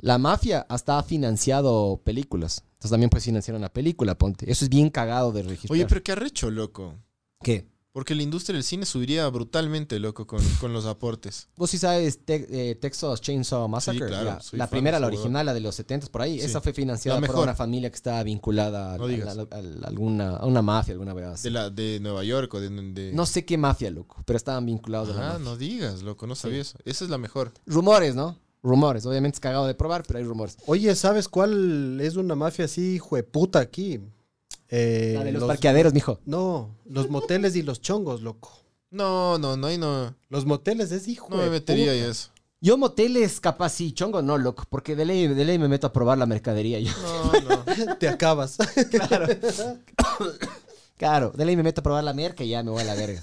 Speaker 2: la mafia hasta ha financiado películas. Entonces también puedes financiar una película, ponte. Eso es bien cagado de registrar.
Speaker 1: Oye, pero qué arrecho, loco.
Speaker 2: ¿Qué?
Speaker 1: Porque la industria del cine subiría brutalmente, loco, con, con los aportes.
Speaker 2: Vos sí sabes Te- eh, Texas Chainsaw Massacre.
Speaker 1: claro,
Speaker 2: la
Speaker 1: soy
Speaker 2: la
Speaker 1: fan
Speaker 2: primera,
Speaker 1: de
Speaker 2: la
Speaker 1: esa
Speaker 2: original, la de los 70 por ahí.
Speaker 1: Sí.
Speaker 2: Esa fue financiada
Speaker 1: La
Speaker 2: por
Speaker 1: mejor.
Speaker 2: una familia que estaba vinculada a,
Speaker 1: No
Speaker 2: a-
Speaker 1: digas.
Speaker 2: a- a- a alguna, a una mafia, alguna huevada así.
Speaker 1: De, la, de Nueva York o de... de-
Speaker 2: No sé qué mafia, loco, pero estaban vinculados a la
Speaker 1: Ah,
Speaker 2: mafia.
Speaker 1: no digas, loco, no sabía eso. Esa es la mejor.
Speaker 2: Rumores, ¿no? Rumores. Obviamente es cagado de probar, pero hay rumores.
Speaker 4: Oye, ¿sabes cuál es una mafia así jueputa aquí? Eh,
Speaker 2: la de los parqueaderos, mijo.
Speaker 4: No, los moteles y los chongos, loco.
Speaker 1: No, no, no, ahí no,
Speaker 4: Los moteles es hijo
Speaker 1: no me
Speaker 4: de
Speaker 1: metería
Speaker 4: puta.
Speaker 1: en eso.
Speaker 2: Yo moteles capaz sí, chongo no, loco, porque de ley, de ley me meto a probar la mercadería yo.
Speaker 1: No, no.
Speaker 4: <laughs> Te acabas.
Speaker 2: <laughs> Claro, de ley me meto a probar la merca y ya me voy a
Speaker 1: <laughs>
Speaker 2: la verga.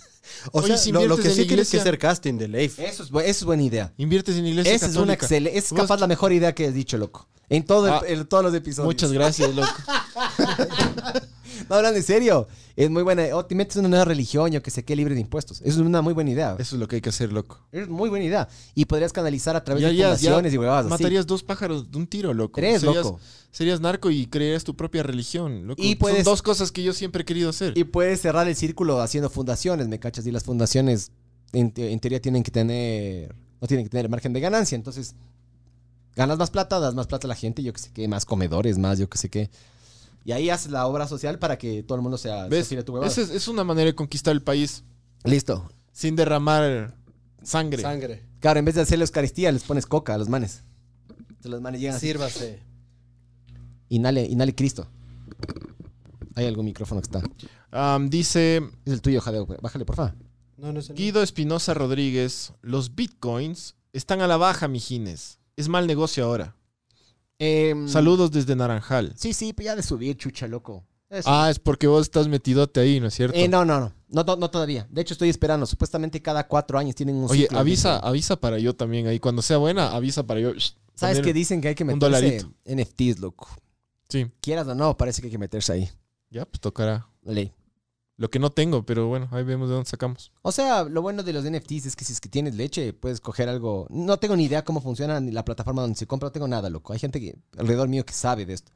Speaker 4: O
Speaker 1: Oye,
Speaker 4: sea,
Speaker 1: si
Speaker 4: lo, lo
Speaker 1: inviertes
Speaker 4: que
Speaker 1: en
Speaker 4: sí
Speaker 1: la
Speaker 4: tienes que
Speaker 1: iglesia-
Speaker 4: hacer casting de ley.
Speaker 2: Eso es, bu- eso es buena idea.
Speaker 1: Inviertes en iglesia
Speaker 2: Esa es una
Speaker 1: católica.
Speaker 2: excelente, es
Speaker 1: Vos-
Speaker 2: capaz la mejor idea que has dicho, loco. En todo el-
Speaker 1: Ah,
Speaker 2: en todos los episodios.
Speaker 1: Muchas gracias, loco.
Speaker 2: <laughs> No, hablando en serio, es muy buena. O te metes en una nueva religión o que se quede libre de impuestos. Eso es una muy buena idea. Es,
Speaker 1: Eso es lo que hay que hacer, loco.
Speaker 2: muy buena idea. Y podrías canalizar a través
Speaker 1: Ya,
Speaker 2: de
Speaker 1: ya, ya.
Speaker 2: fundaciones y huevadas así.
Speaker 1: Matarías dos pájaros de un tiro, loco.
Speaker 2: Tres,
Speaker 1: Serías-
Speaker 2: loco.
Speaker 1: Serías narco y crearías tu propia religión, loco.
Speaker 2: Y puedes-
Speaker 1: Son dos cosas que yo siempre he querido hacer.
Speaker 2: Y puedes cerrar el círculo haciendo fundaciones, ¿me cachas? Y las fundaciones, en, te- en teoría, tienen que tener. No tienen que tener margen de ganancia. Entonces, ganas más plata, das más plata a la gente, yo que sé qué, más comedores, más, yo que sé qué. Y ahí haces la obra social para que todo el mundo sea. se
Speaker 1: ¿Ves?
Speaker 2: afile a tu huevada.
Speaker 1: Esa es, es una manera de conquistar el país
Speaker 2: Listo.
Speaker 1: sin derramar sangre.
Speaker 4: Sangre.
Speaker 2: Claro, en vez de hacer la Eucaristía, les pones coca a los manes. Entonces, los manes llegan así.
Speaker 4: Sírvase.
Speaker 2: Inhale, inhale Cristo. Hay algún micrófono que está.
Speaker 1: Am, dice
Speaker 2: Es el tuyo, Jadeo. güey. Bájale, porfa.
Speaker 4: No, no es el-
Speaker 1: Guido Espinosa Rodríguez, los bitcoins están a la baja, mijines. Es mal negocio ahora.
Speaker 2: Em,
Speaker 1: Saludos desde Naranjal.
Speaker 2: Sí, sí, pero ya de subir, chucha, loco. Eso.
Speaker 1: Ah, es porque vos estás metidote ahí, ¿no es cierto?
Speaker 2: Eh, no, no, no. No, to- no todavía. De hecho, estoy esperando. Supuestamente cada cuatro años tienen un
Speaker 1: Oye,
Speaker 2: ciclo.
Speaker 1: avisa, avisa para yo también ahí. Cuando sea buena, avisa para yo. Shh,
Speaker 2: ¿Sabes
Speaker 1: poner-
Speaker 2: qué dicen que hay que
Speaker 1: un
Speaker 2: meterse
Speaker 1: dolarito.
Speaker 2: NFTs, loco?
Speaker 1: Sí,
Speaker 2: Quieras o no, parece que hay que meterse ahí.
Speaker 1: ya, pues tocará.
Speaker 2: Ley.
Speaker 1: Lo que no tengo, pero bueno, ahí vemos de dónde sacamos.
Speaker 2: O sea, lo bueno de los NFTs es que si es que tienes leche, puedes coger algo. No tengo ni idea cómo funciona ni la plataforma donde se compra, no tengo nada, loco. Hay gente que, alrededor mío que sabe de esto.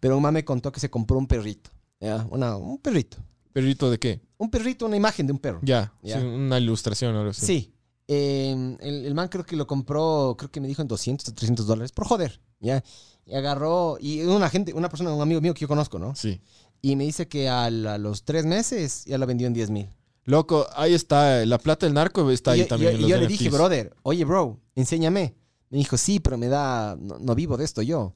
Speaker 2: Pero un mame contó que se compró un perrito. ¿ya? Una- un perrito.
Speaker 1: ¿Perrito de qué?
Speaker 2: Un perrito, una imagen de un perro.
Speaker 1: Ya,
Speaker 2: Ya.
Speaker 1: sí, una ilustración o algo así.
Speaker 2: Sí. Eh, el, el man creo que lo compró, creo que me dijo en 200 o 300 dólares, por joder, ¿ya? Y agarró, y una gente, una persona, un amigo mío que yo conozco, ¿no?
Speaker 1: Sí.
Speaker 2: Y me dice que al- a los tres meses ya la vendió en 10 mil.
Speaker 1: Loco, ahí está. eh, La plata del narco está
Speaker 2: Y
Speaker 1: ahí
Speaker 2: yo,
Speaker 1: también. en
Speaker 2: y yo- y
Speaker 1: los
Speaker 2: yo le
Speaker 1: NFTs.
Speaker 2: dije, brother, oye, bro, enséñame. Me dijo, sí, pero me da, no, no vivo de esto yo.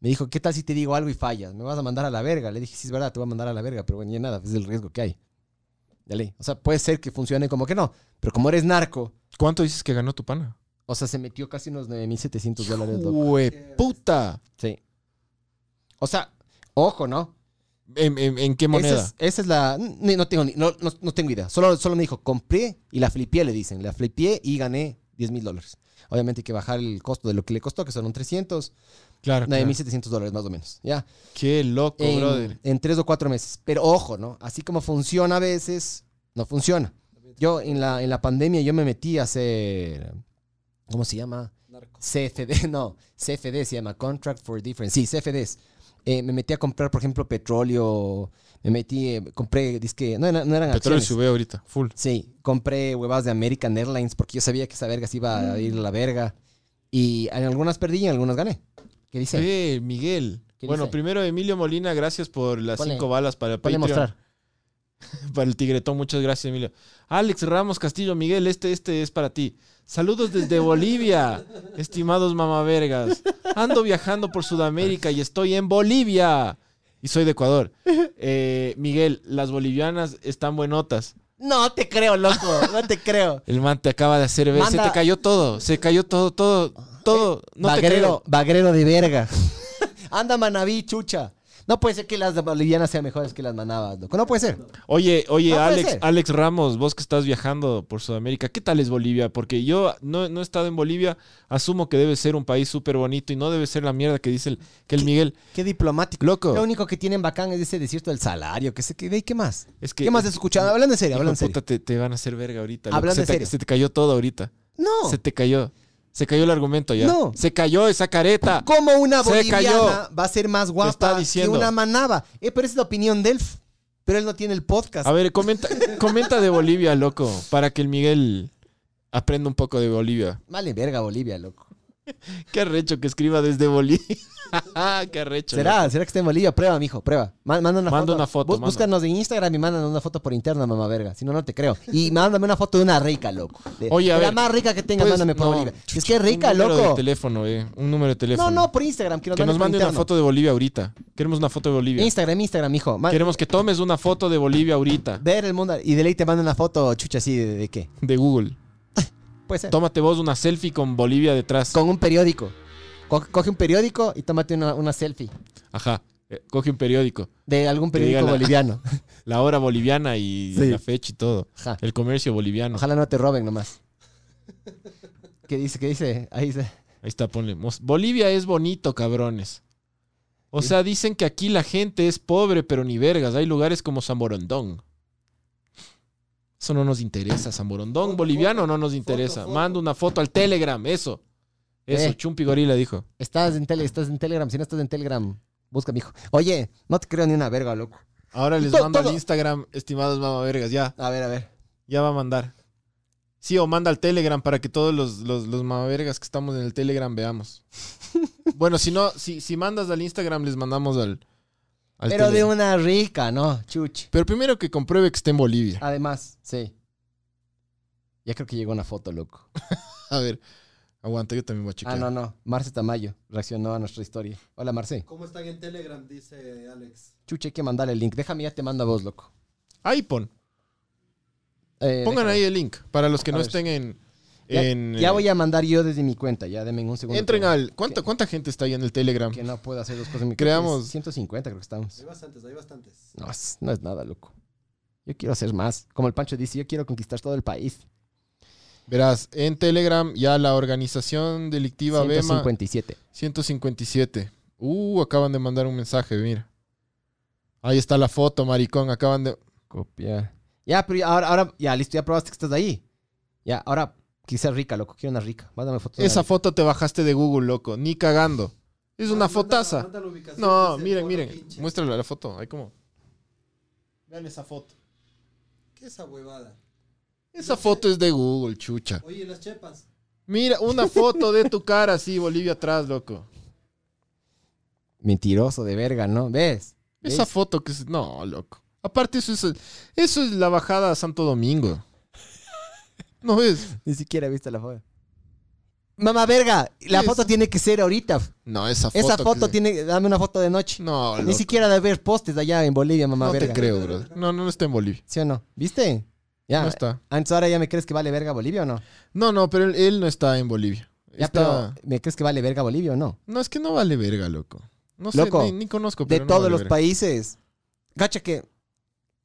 Speaker 2: Me dijo, ¿qué tal si te digo algo y fallas? ¿Me vas a mandar a la verga? Le dije, sí, es verdad, te voy a mandar a la verga, pero bueno, ya nada, pues es el riesgo que hay. Dale. O sea, puede ser que funcione como que no, pero como eres narco,
Speaker 1: ¿Cuánto dices que ganó tu pana?
Speaker 2: o sea, se metió casi unos 9.700 dólares. loco.
Speaker 1: ¡Hue puta!
Speaker 2: Sí. O sea, ojo, ¿no?
Speaker 1: ¿En, en, en qué moneda?
Speaker 2: Esa es, esa es la... ni- No tengo, ni- no, no- no tengo idea. Solo, solo me dijo, compré y la flipié, le dicen. La flipié y gané 10 mil dólares. Obviamente hay que bajar el costo de lo que le costó, que son un 300,
Speaker 1: Claro, claro.
Speaker 2: 9.700 dólares más o menos. ¿Ya?
Speaker 1: Qué loco,
Speaker 2: En,
Speaker 1: brother.
Speaker 2: en tres o cuatro meses. Pero ojo, ¿no? Así como funciona a veces, no funciona. Yo en la, en la pandemia yo me metí a hacer... ¿Cómo se llama? CFD, <laughs> no, CFD se llama Contract for Difference. Sí, CFDs. Eh, me metí a comprar, por ejemplo, petróleo. Me metí, eh, compré, disque, no, era- no eran
Speaker 1: Petróleo
Speaker 2: acciones.
Speaker 1: sube ahorita, full.
Speaker 2: Sí, compré huevas de American Airlines porque yo sabía que esa verga se iba a ir a la verga. Y en algunas perdí y en algunas gané. ¿Qué dice?
Speaker 1: Eh, Miguel.
Speaker 2: ¿Qué
Speaker 1: Bueno,
Speaker 2: dice?
Speaker 1: primero, Emilio Molina, gracias por las
Speaker 2: Ponle-
Speaker 1: cinco balas para el
Speaker 2: Ponle a
Speaker 1: Patreon.
Speaker 2: mostrar.
Speaker 1: Para el Tigretón, muchas gracias, Emilio. Alex Ramos Castillo, Miguel, este, este es para ti. Saludos desde Bolivia, estimados mamavergas. Ando viajando por Sudamérica y estoy en Bolivia. Y soy de Ecuador. Eh, Miguel, las bolivianas están buenotas.
Speaker 2: No te creo, loco. No te creo.
Speaker 1: El man te acaba de hacer ver. Se
Speaker 2: Manda-
Speaker 1: te cayó todo. Se cayó todo, todo, todo. No te creo.
Speaker 2: bagrero, bagrero de verga. <laughs> Anda Manaví, chucha. No puede ser que las bolivianas sean mejores que las manabas, loco. No puede ser.
Speaker 1: Oye, oye,
Speaker 2: No puede
Speaker 1: Alex,
Speaker 2: ser.
Speaker 1: Alex Ramos, vos que estás viajando por Sudamérica, ¿qué tal es Bolivia? Porque yo no, no he estado en Bolivia, asumo que debe ser un país súper bonito y no debe ser la mierda que dice el, que el Miguel.
Speaker 2: Qué diplomático.
Speaker 1: Loco.
Speaker 2: Lo único que tienen bacán es ese desierto del salario, que se quede y qué más.
Speaker 1: Es que,
Speaker 2: ¿Qué más has escuchado? Hablando en serio,
Speaker 1: Hijo
Speaker 2: hablando en
Speaker 1: de
Speaker 2: serio.
Speaker 1: puta, te, te van a hacer verga ahorita. loco.
Speaker 2: Hablando
Speaker 1: se,
Speaker 2: en
Speaker 1: te,
Speaker 2: serio.
Speaker 1: se te cayó todo ahorita.
Speaker 2: No.
Speaker 1: Se te cayó. Se cayó el argumento ya.
Speaker 2: No.
Speaker 1: Se cayó esa careta.
Speaker 2: ¿Cómo una
Speaker 1: Se
Speaker 2: boliviana
Speaker 1: cayó.
Speaker 2: va a ser más guapa
Speaker 1: está diciendo.
Speaker 2: que una manaba? Eh, pero esa es la opinión de él. Pero él no tiene el podcast.
Speaker 1: A ver, comenta, comenta de Bolivia, loco, para que el Miguel aprenda un poco de Bolivia.
Speaker 2: Vale, verga Bolivia, loco.
Speaker 1: Qué arrecho que escriba desde Bolivia. <laughs> Qué arrecho. loco.
Speaker 2: ¿Será? ¿Será que está en Bolivia? Prueba, mijo, prueba. Ma- Manda una
Speaker 1: Manda
Speaker 2: foto.
Speaker 1: una foto,
Speaker 2: Bú-
Speaker 1: manda.
Speaker 2: Búscanos en Instagram y mándanos una foto por interna, mamá verga. Si no, no te creo. Y mándame una foto de una rica, loco. De-
Speaker 1: Oye, a
Speaker 2: de la
Speaker 1: ver,
Speaker 2: más rica que tengas,
Speaker 1: Pues,
Speaker 2: mándame por
Speaker 1: no,
Speaker 2: Bolivia.
Speaker 1: chucha,
Speaker 2: es que es rica,
Speaker 1: un número de
Speaker 2: loco.
Speaker 1: teléfono, eh, Un número de teléfono.
Speaker 2: No, no, por Instagram. Que nos,
Speaker 1: Que nos
Speaker 2: manden
Speaker 1: mande
Speaker 2: por
Speaker 1: una
Speaker 2: interno.
Speaker 1: foto de Bolivia ahorita. Queremos una foto de Bolivia.
Speaker 2: Instagram, Instagram, hijo. Ma-
Speaker 1: Queremos que tomes una foto de Bolivia ahorita.
Speaker 2: Ver el mundo y de ley te manda una foto chucha así de, de qué.
Speaker 1: De Google.
Speaker 2: Puede ser.
Speaker 1: Tómate vos una selfie con Bolivia detrás.
Speaker 2: Con un periódico. Co- Coge, un periódico y tómate una, una selfie
Speaker 1: Ajá. Eh, Coge un periódico.
Speaker 2: de algún
Speaker 1: Que
Speaker 2: periódico
Speaker 1: diga la- <laughs>
Speaker 2: boliviano.
Speaker 1: La hora boliviana y
Speaker 2: Sí.
Speaker 1: la fecha y todo.
Speaker 2: Ajá.
Speaker 1: El comercio boliviano.
Speaker 2: Ojalá no te roben nomás. ¿Qué dice? ¿Qué dice? Ahí dice.
Speaker 1: Ahí está, ponle. Mos- Bolivia es bonito, cabrones. O sea, dicen que aquí la gente es pobre, pero ni vergas. Hay lugares como Zamborondón. Eso no nos interesa, Zamborondón
Speaker 3: Foto,
Speaker 1: boliviano
Speaker 3: foto,
Speaker 1: no nos
Speaker 3: foto,
Speaker 1: interesa.
Speaker 3: foto.
Speaker 1: Manda una foto al Telegram, eso. Eso,
Speaker 2: Eh.
Speaker 1: Chumpi Gorila dijo.
Speaker 2: Estás en, tele, estás en Telegram. Si no estás en Telegram, busca, mijo. Oye, no te creo ni una verga, loco.
Speaker 1: Ahora les
Speaker 2: To-
Speaker 1: mando al
Speaker 2: todo.
Speaker 1: Instagram, estimados mamavergas, ya,
Speaker 2: A ver, a ver.
Speaker 1: ya va a mandar. Sí, o manda al Telegram para que todos los, los, los mamavergas que estamos en el Telegram <laughs> veamos. bueno, si no, si, si mandas al Instagram, les mandamos al, al
Speaker 2: Pero de
Speaker 1: Telegram.
Speaker 2: una rica, ¿no? Chuch.
Speaker 1: Pero primero que compruebe que está en Bolivia.
Speaker 2: Además, sí. Ya creo que llegó una foto, loco.
Speaker 1: A ver, aguanta, yo también voy a checar.
Speaker 2: Ah, no, no. Marce Tamayo reaccionó a nuestra historia. Hola, Marce.
Speaker 3: ¿Cómo están en Telegram? Dice Alex.
Speaker 2: Chuche, hay que mandarle el link. Déjame, ya te mando a vos, loco.
Speaker 1: Ahí pon.
Speaker 2: Eh,
Speaker 1: Pongan
Speaker 2: déjame.
Speaker 1: ahí el link para los que
Speaker 2: A
Speaker 1: no
Speaker 2: ver.
Speaker 1: estén en.
Speaker 2: Ya,
Speaker 1: en,
Speaker 2: ya
Speaker 1: eh,
Speaker 2: voy a mandar yo desde mi cuenta, ya denme un segundo.
Speaker 1: Entren
Speaker 2: que-
Speaker 1: al. ¿cuánta, ¿Cuánta gente está ahí en el Telegram?
Speaker 2: Que no puedo hacer dos cosas en mi
Speaker 1: Creamos-
Speaker 2: es 150 creo que estamos.
Speaker 3: Hay bastantes, hay bastantes.
Speaker 2: No, es, no es nada, loco. Yo quiero hacer más. Como el Pancho dice, yo quiero conquistar todo el país.
Speaker 1: Verás, en Telegram ya la organización delictiva BEMA
Speaker 2: 157.
Speaker 1: 157. Uh, acaban de mandar un mensaje, mira. Ahí está la foto, maricón. Acaban de.
Speaker 2: Copia. Ya, pero ya, ahora, ahora, ya, listo, ya probaste que estás ahí. Ya, ahora, quizás rica, loco, quiero una rica. Mándame fotos. de una
Speaker 1: Esa
Speaker 2: rica.
Speaker 1: foto te bajaste de Google, loco. Ni cagando. Es una fotaza. No, miren, miren. Muéstrala la foto. Ahí como. Vean esa foto.
Speaker 3: ¿Qué esa huevada?
Speaker 1: Esa foto es de Google, chucha.
Speaker 3: Oye, las chepas.
Speaker 1: Mira, una foto de tu cara así, Bolivia atrás, loco.
Speaker 2: Mentiroso de verga, ¿no? ¿Ves? ¿Ves?
Speaker 1: Esa foto que es. No, loco. Aparte, eso es. Eso es la bajada a Santo Domingo. No es.
Speaker 2: Ni siquiera viste la foto. Mamá verga, la
Speaker 1: Es-
Speaker 2: foto tiene que ser ahorita.
Speaker 1: No, esa foto.
Speaker 2: Esa
Speaker 1: que
Speaker 2: foto
Speaker 1: se-
Speaker 2: tiene, dame una foto de noche.
Speaker 1: No,
Speaker 2: Ni
Speaker 1: loco.
Speaker 2: siquiera de haber postes allá en Bolivia, mamá
Speaker 1: No
Speaker 2: verga.
Speaker 1: te creo, bro. No, no, no está en Bolivia.
Speaker 2: ¿Sí o no? ¿Viste? Ya.
Speaker 1: No está.
Speaker 2: Ah, Entonces ahora ya me crees que vale verga Bolivia o no?
Speaker 1: No, no, pero él, él no está en Bolivia.
Speaker 2: Ya,
Speaker 1: Está-
Speaker 2: pero ¿me crees que vale verga Bolivia o no?
Speaker 1: No, es que no vale verga, loco. No sé,
Speaker 2: Loco,
Speaker 1: ni, ni conozco.
Speaker 2: de
Speaker 1: pero no
Speaker 2: todos
Speaker 1: vale
Speaker 2: los
Speaker 1: verga.
Speaker 2: países. Cacha que.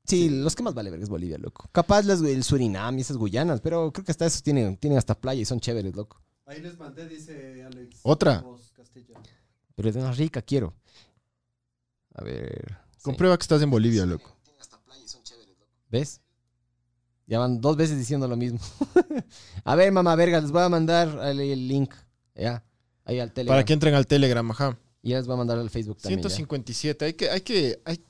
Speaker 2: Sí, los que más vale verga es Bolivia, loco. Capaz las- el Surinam y esas Guyanas, pero creo que hasta esos tienen, tienen hasta playa y son chéveres, loco.
Speaker 3: Ahí les mandé, dice Alex.
Speaker 1: Otra.
Speaker 3: Vos, Castillo.
Speaker 2: Pero de una rica quiero. A ver. sí.
Speaker 1: Comprueba que estás en Bolivia, loco.
Speaker 2: ¿Ves? Ya van dos veces diciendo lo mismo. <laughs> a ver, mamá verga, les voy a mandar el, el link. Ya. Ahí al Telegram.
Speaker 1: Para que entren al Telegram, ajá.
Speaker 2: Y ya les voy a mandar al Facebook también. ya.
Speaker 1: 157. Hay que, hay que, hay...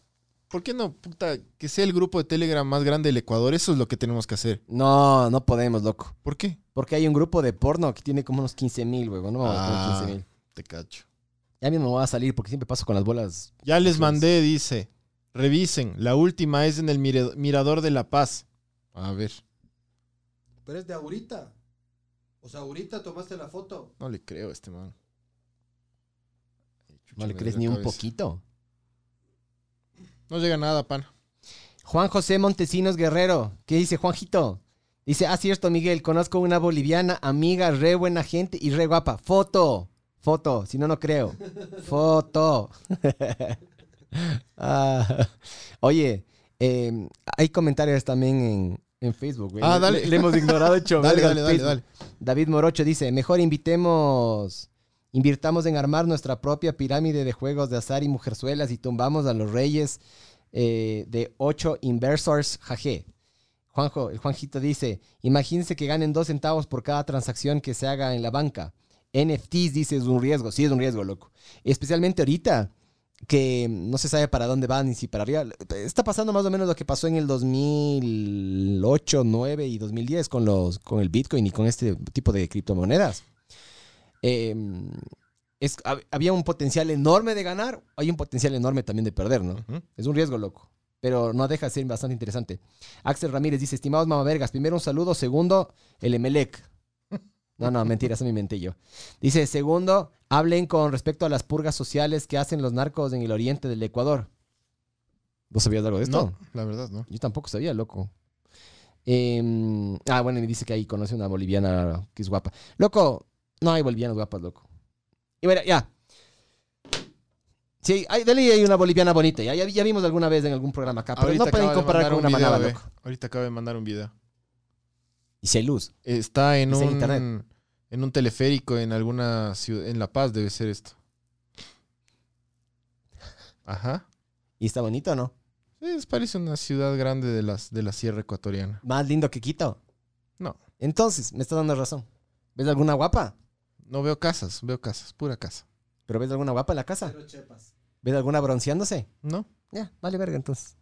Speaker 1: ¿Por qué no, puta, que sea el grupo de Telegram más grande del Ecuador? Eso es lo que tenemos que hacer.
Speaker 2: No, no podemos, loco.
Speaker 1: ¿Por qué?
Speaker 2: Porque hay un grupo de porno que tiene como unos 15 mil, huevón. No vamos a
Speaker 1: Ah.
Speaker 2: tener 15 mil.
Speaker 1: Te cacho.
Speaker 2: Ya mismo me voy a salir porque siempre paso con las bolas.
Speaker 1: Ya les mandé, dice. Revisen. La última es en el mire- Mirador de la Paz. A ver.
Speaker 3: Pero es de ahorita. O sea, ahorita tomaste la foto.
Speaker 1: No le creo a este man.
Speaker 2: No
Speaker 1: Chucha,
Speaker 2: le
Speaker 1: me
Speaker 2: crees
Speaker 1: duele
Speaker 2: ni
Speaker 1: la
Speaker 2: un
Speaker 1: cabeza.
Speaker 2: poquito.
Speaker 1: No llega nada, pan.
Speaker 2: Juan José Montesinos Guerrero. ¿Qué dice Juanjito? Dice, ah, cierto, Miguel, conozco una boliviana, amiga, re buena gente y re guapa. Foto, foto, si no, no creo. Foto. <laughs> Ah, oye, eh, hay comentarios también en, en Facebook. güey.
Speaker 1: Ah, dale.
Speaker 2: Le, le
Speaker 1: <laughs>
Speaker 2: hemos ignorado, hecho.
Speaker 1: Dale,
Speaker 2: verga,
Speaker 1: dale,
Speaker 2: el
Speaker 1: dale,
Speaker 2: Facebook.
Speaker 1: dale.
Speaker 2: David Morocho dice, mejor invitemos, invirtamos en armar nuestra propia pirámide de juegos de azar y mujerzuelas y tumbamos a los reyes eh, de ocho inversors, jaje. Juanjo, el Juanjito dice, imagínense que ganen dos centavos por cada transacción que se haga en la banca. NFTs, dice, es un riesgo. Sí, es un riesgo, loco. Especialmente ahorita, que no se sabe para dónde van ni si para arriba. Está pasando más o menos lo que pasó en el 2008, 2009 y 2010 con, los, con el Bitcoin y con este tipo de criptomonedas. Eh, es, hab- había un potencial enorme de ganar, hay un potencial enorme también de perder, ¿no?
Speaker 1: Ujú.
Speaker 2: Es un riesgo, loco. Pero no deja de ser bastante interesante. Axel Ramírez dice, estimados mamavergas, primero un saludo, segundo, el Emelec. <laughs> No, no, mentira, eso me inventé yo. Dice, segundo, hablen con respecto a las purgas sociales que hacen los narcos en el oriente del Ecuador. ¿Vos sabías algo de esto?
Speaker 1: No, la verdad, no.
Speaker 2: Yo tampoco sabía, loco. Em, ah, bueno, y dice que ahí conoce una boliviana que es guapa. Loco, no hay bolivianas guapas, loco. Y bueno, ya. Sí, hay, dale hay una boliviana bonita. Ya, ya, ya vimos alguna vez en algún programa acá, Ah, pero no
Speaker 1: acaba
Speaker 2: pueden
Speaker 1: de
Speaker 2: comparar
Speaker 1: mandar un
Speaker 2: con una
Speaker 1: video,
Speaker 2: manada,
Speaker 1: ve.
Speaker 2: loco.
Speaker 1: Ahorita acaba de mandar un video.
Speaker 2: Y si hay luz.
Speaker 1: Está en
Speaker 2: Está en
Speaker 1: un
Speaker 2: internet.
Speaker 1: en un teleférico en alguna ciudad en La Paz debe ser esto. Ajá.
Speaker 2: ¿Y está bonito o no?
Speaker 1: Es, parece una ciudad grande de las de la Sierra ecuatoriana.
Speaker 2: Más lindo que Quito.
Speaker 1: No.
Speaker 2: Entonces, me está dando razón. ¿Ves alguna guapa?
Speaker 1: No veo casas, veo casas, pura casa.
Speaker 2: ¿Pero ves alguna guapa en la casa?
Speaker 3: Pero chepas.
Speaker 2: ¿Ves alguna bronceándose?
Speaker 1: ¿No?
Speaker 2: Ya, vale verga entonces.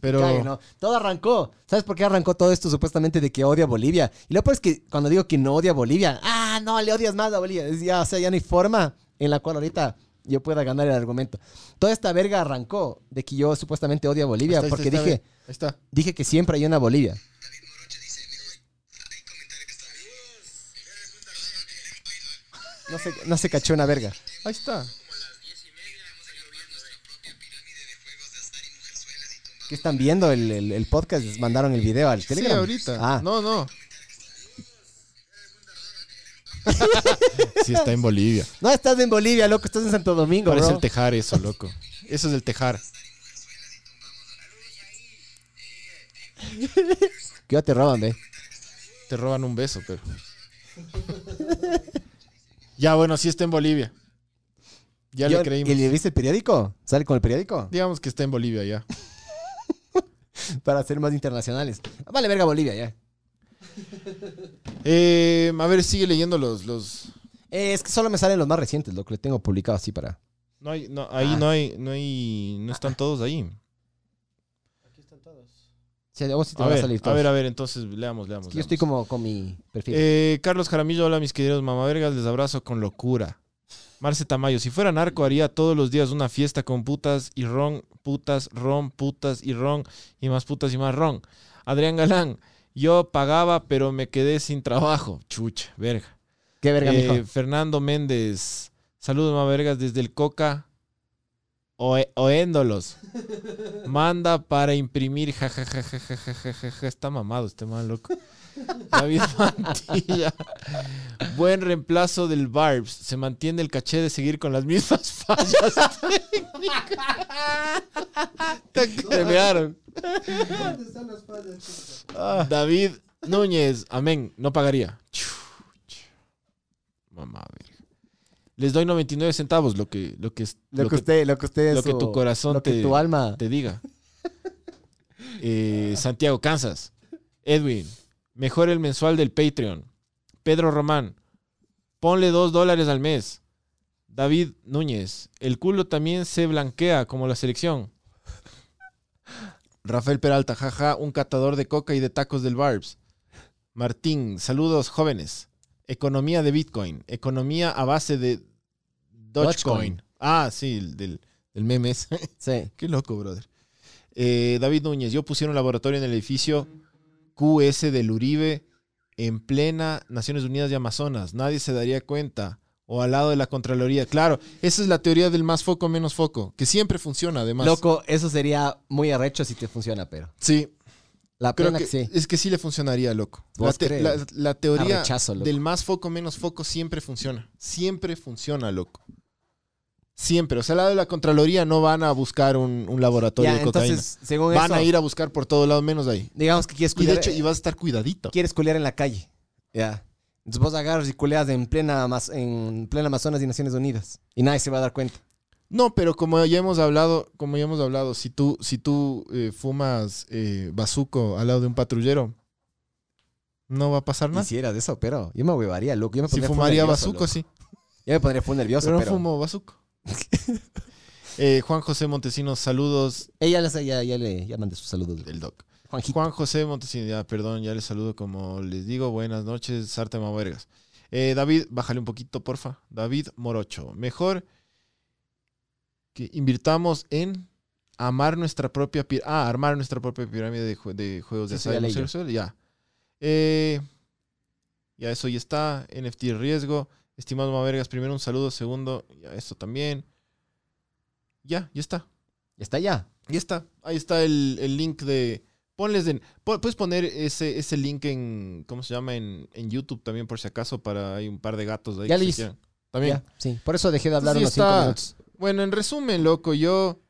Speaker 1: Pero
Speaker 2: Cague, ¿no? Todo arrancó. ¿Sabes por qué arrancó todo esto supuestamente de que odia a Bolivia? Y lo peor es que cuando digo que no odia a Bolivia, ah, no, le odias más a Bolivia. Es ya, o sea, ya no hay forma en la cual ahorita yo pueda ganar el argumento. Toda esta verga arrancó de que yo supuestamente odio a Bolivia
Speaker 1: Pues, Ahí está, ahí
Speaker 2: porque
Speaker 1: está, ahí
Speaker 2: dije,
Speaker 1: está, ahí está.
Speaker 2: dije que siempre hay una Bolivia. No se, no se cachó una verga.
Speaker 1: Ahí está.
Speaker 2: ¿Qué están viendo? El, el- el podcast, les mandaron el video al Telegram.
Speaker 1: Sí, ahorita.
Speaker 2: Ah,
Speaker 1: No,
Speaker 2: <laughs>
Speaker 1: no. sí está en Bolivia.
Speaker 2: No estás en Bolivia, loco, estás en Santo Domingo,
Speaker 1: Parece
Speaker 2: bro.
Speaker 1: el tejar eso, loco. Eso es el tejar.
Speaker 2: Que ya te roban, eh. ve.
Speaker 1: Te roban un beso, pero. ya, bueno, sí está en Bolivia. Ya
Speaker 2: Yo-
Speaker 1: le creímos.
Speaker 5: ¿Y le viste el periódico? ¿Sale con el periódico?
Speaker 1: Digamos que está en Bolivia ya.
Speaker 2: Para ser más internacionales. Vale, verga Bolivia, ya.
Speaker 1: Eh, a ver, sigue leyendo los. los...
Speaker 2: Eh, es que solo me salen los más recientes, lo que le tengo publicado así para.
Speaker 1: No hay, no, ahí no hay, no hay, no están todos ahí.
Speaker 4: Aquí están todos.
Speaker 2: Sí, a vos sí te
Speaker 1: A
Speaker 2: van Este a
Speaker 1: ver,
Speaker 2: salir
Speaker 1: a
Speaker 2: todos.
Speaker 1: ver, a ver, entonces leamos, leamos.
Speaker 2: Es que yo estoy
Speaker 1: leamos.
Speaker 2: como con mi perfil.
Speaker 1: Eh, Carlos Jaramillo, hola mis queridos mamavergas, les abrazo con locura. Marce Tamayo, si fuera narco haría todos los días una fiesta con putas y ron, putas, ron, putas y ron y más putas y más ron. Adrián Galán, yo pagaba pero me quedé sin trabajo. Chucha, verga.
Speaker 2: Qué verga,
Speaker 1: Eh,
Speaker 2: mijo.
Speaker 1: Fernando Méndez. Saludos, mavergas, desde el Coca. Oe- oéndolos. Manda para imprimir. Ja, ja, ja, ja, ja, ja, ja, ja, ja. Está mamado este man, loco. David <laughs> Mantilla. Buen reemplazo del Barbs. Se mantiene el caché de seguir con las mismas <laughs> fallas técnicas. Te cremearon.
Speaker 3: ¿Dónde están las fallas, chicos?
Speaker 5: Ah.
Speaker 1: David Núñez, amén, no pagaría. Chuch. Mamá, verga. Les doy 99 centavos, lo que, lo que,
Speaker 5: Lo,
Speaker 1: lo
Speaker 5: que,
Speaker 1: que-
Speaker 5: usted, lo que usted
Speaker 1: lo
Speaker 5: es
Speaker 1: que
Speaker 5: su-
Speaker 1: tu corazón
Speaker 5: lo que
Speaker 1: te-
Speaker 5: tu alma.
Speaker 1: te diga. Eh, Santiago, Kansas. Edwin, mejor el mensual del Patreon. Pedro Román, ponle dos dólares al mes. David Núñez, el culo también se blanquea como la selección. Rafael Peralta, jaja, un catador de coca y de tacos del Barbs. Martín, saludos jóvenes. Economía de Bitcoin, economía a base de Dogecoin.
Speaker 2: Dogecoin.
Speaker 1: Ah, sí, el del, del meme ese.
Speaker 2: Sí.
Speaker 1: Qué loco, brother. Eh, David Núñez, yo pusieron un laboratorio en el edificio QS del Uribe en plena Naciones Unidas de Amazonas. Nadie se daría cuenta. O al lado de la Contraloría. Claro, esa es la teoría del más foco, menos foco. Que siempre funciona, además.
Speaker 2: Loco, eso sería muy arrecho si te funciona, pero.
Speaker 1: Sí,
Speaker 2: La
Speaker 1: creo
Speaker 2: pena
Speaker 1: que
Speaker 2: que sí.
Speaker 1: es que sí le funcionaría, loco. La,
Speaker 2: ¿Vos
Speaker 1: te-
Speaker 2: crees?
Speaker 1: la- la teoría
Speaker 2: Arrechazo, loco.
Speaker 1: del más foco, menos foco siempre funciona. Siempre funciona, loco. Siempre. O sea, al lado de la Contraloría no van a buscar un, un laboratorio
Speaker 2: Ya,
Speaker 1: de cocaína.
Speaker 2: entonces, según
Speaker 1: Van
Speaker 2: eso,
Speaker 1: a ir a buscar por todos lados menos ahí.
Speaker 2: digamos que quieres
Speaker 1: Y de
Speaker 2: cuidar,
Speaker 1: hecho, y vas a estar cuidadito.
Speaker 2: quieres culear en la calle. Ya. Entonces vos agarras y culeas en plena, Amaz- en plena Amazonas y Naciones Unidas. Y nadie se va a dar cuenta.
Speaker 1: No, pero como ya hemos hablado, como ya hemos hablado, si tú, si tú eh, fumas eh, bazuco al lado de un patrullero, no va a pasar nada. Si, pues
Speaker 2: Quisieras eso, pero yo me huevaría, loco. Yo me pondría full
Speaker 1: fumaría bazuco,
Speaker 2: nervioso, loco.
Speaker 1: sí.
Speaker 2: Yo me pondría full nervioso,
Speaker 1: Pero no
Speaker 2: pero...
Speaker 1: fumo bazuco. <laughs> Eh, Juan José Montesinos, saludos
Speaker 2: Ella les- ya, ya le ya mandé sus saludos.
Speaker 1: del doc.
Speaker 2: Juanjito.
Speaker 1: Juan José Montesinos, ya, perdón, ya les saludo como les digo. Buenas noches, Sarta Mavergas. Eh, David, bájale un poquito, porfa. David Morocho. Mejor que invirtamos en amar nuestra propia pi- ah, armar nuestra propia pirámide de, jue- de juegos de
Speaker 2: Sí, sí,
Speaker 1: azar
Speaker 2: ya
Speaker 1: y
Speaker 2: leí yo.
Speaker 1: sexual, Ya. Eh, ya eso ya está. NFT riesgo. Estimado Mavergas, primero un saludo, segundo, ya esto también. Ya, ya está.
Speaker 2: Está ya.
Speaker 1: Y está, ahí está el, el link de. Ponles en. pu- Puedes poner ese, ese link en. ¿Cómo se llama? En, en YouTube también, por si acaso, para. Hay un par de gatos ahí.
Speaker 2: Ya
Speaker 1: que se
Speaker 2: listo.
Speaker 1: quieran. También.
Speaker 2: Ya, sí. Por eso dejé de hablar
Speaker 1: Sí,
Speaker 2: unos cinco
Speaker 1: está.
Speaker 2: minutos.
Speaker 1: Bueno, en resumen, loco, yo.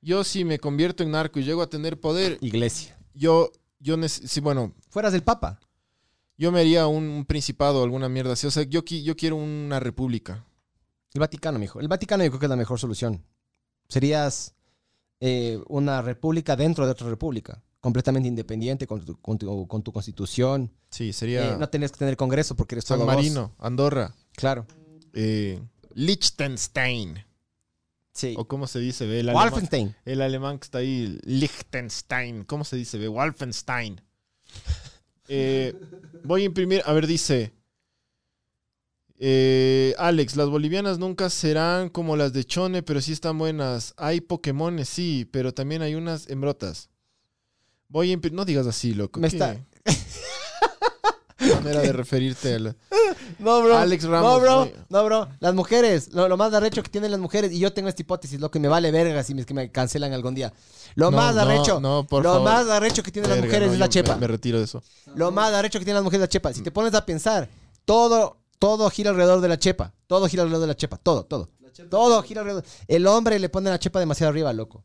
Speaker 1: Yo, si me convierto en narco y llego a tener poder,
Speaker 2: Iglesia.
Speaker 1: yo. Yo, neces- sí, bueno,
Speaker 2: Fueras del Papa.
Speaker 1: yo me haría un, un principado o alguna mierda así. O sea, yo, qui- yo quiero una república.
Speaker 2: El Vaticano, mijo. El Vaticano yo creo que es la mejor solución. Serías eh, una república dentro de otra república. Completamente independiente con tu, con tu- con tu constitución.
Speaker 1: Sí, sería
Speaker 2: Eh, no tenías que tener congreso porque eres
Speaker 1: San
Speaker 2: todo vos.
Speaker 1: Marino, Andorra,
Speaker 2: Claro.
Speaker 1: eh, Liechtenstein.
Speaker 2: Sí.
Speaker 1: O cómo se dice, ve, el alemán.
Speaker 2: Wolfenstein.
Speaker 1: El alemán que está ahí, Liechtenstein. ¿Cómo se dice? ve? Wolfenstein. <laughs> Eh, voy a imprimir. A ver, dice. eh, Alex, las bolivianas nunca serán como las de Chone, pero sí están buenas. Hay Pokémones, sí, pero también hay unas hembrotas. Voy a imprimir. No digas así, loco.
Speaker 2: Me
Speaker 1: ¿qué
Speaker 2: está-
Speaker 1: manera
Speaker 2: <laughs>
Speaker 1: de referirte a la.
Speaker 2: No, bro.
Speaker 1: Alex Ramos,
Speaker 2: No, bro.
Speaker 1: güey.
Speaker 2: No, bro. Las mujeres. Lo, lo más arrecho que tienen las mujeres. Y yo tengo esta hipótesis, lo que me vale verga si es que me cancelan algún día. Lo
Speaker 1: No,
Speaker 2: más
Speaker 1: no,
Speaker 2: arrecho.
Speaker 1: no, por
Speaker 2: lo
Speaker 1: favor.
Speaker 2: más arrecho que tienen las
Speaker 1: Verga,
Speaker 2: mujeres
Speaker 1: no,
Speaker 2: es
Speaker 1: yo
Speaker 2: la
Speaker 1: me-
Speaker 2: chepa.
Speaker 1: me retiro de eso.
Speaker 2: Lo más arrecho que tienen las mujeres es la chepa. Si te pones a pensar, todo, todo gira alrededor de la chepa. Todo gira alrededor de la chepa. Todo, todo.
Speaker 3: La chepa.
Speaker 2: Todo gira alrededor. El hombre le pone la chepa demasiado arriba, loco.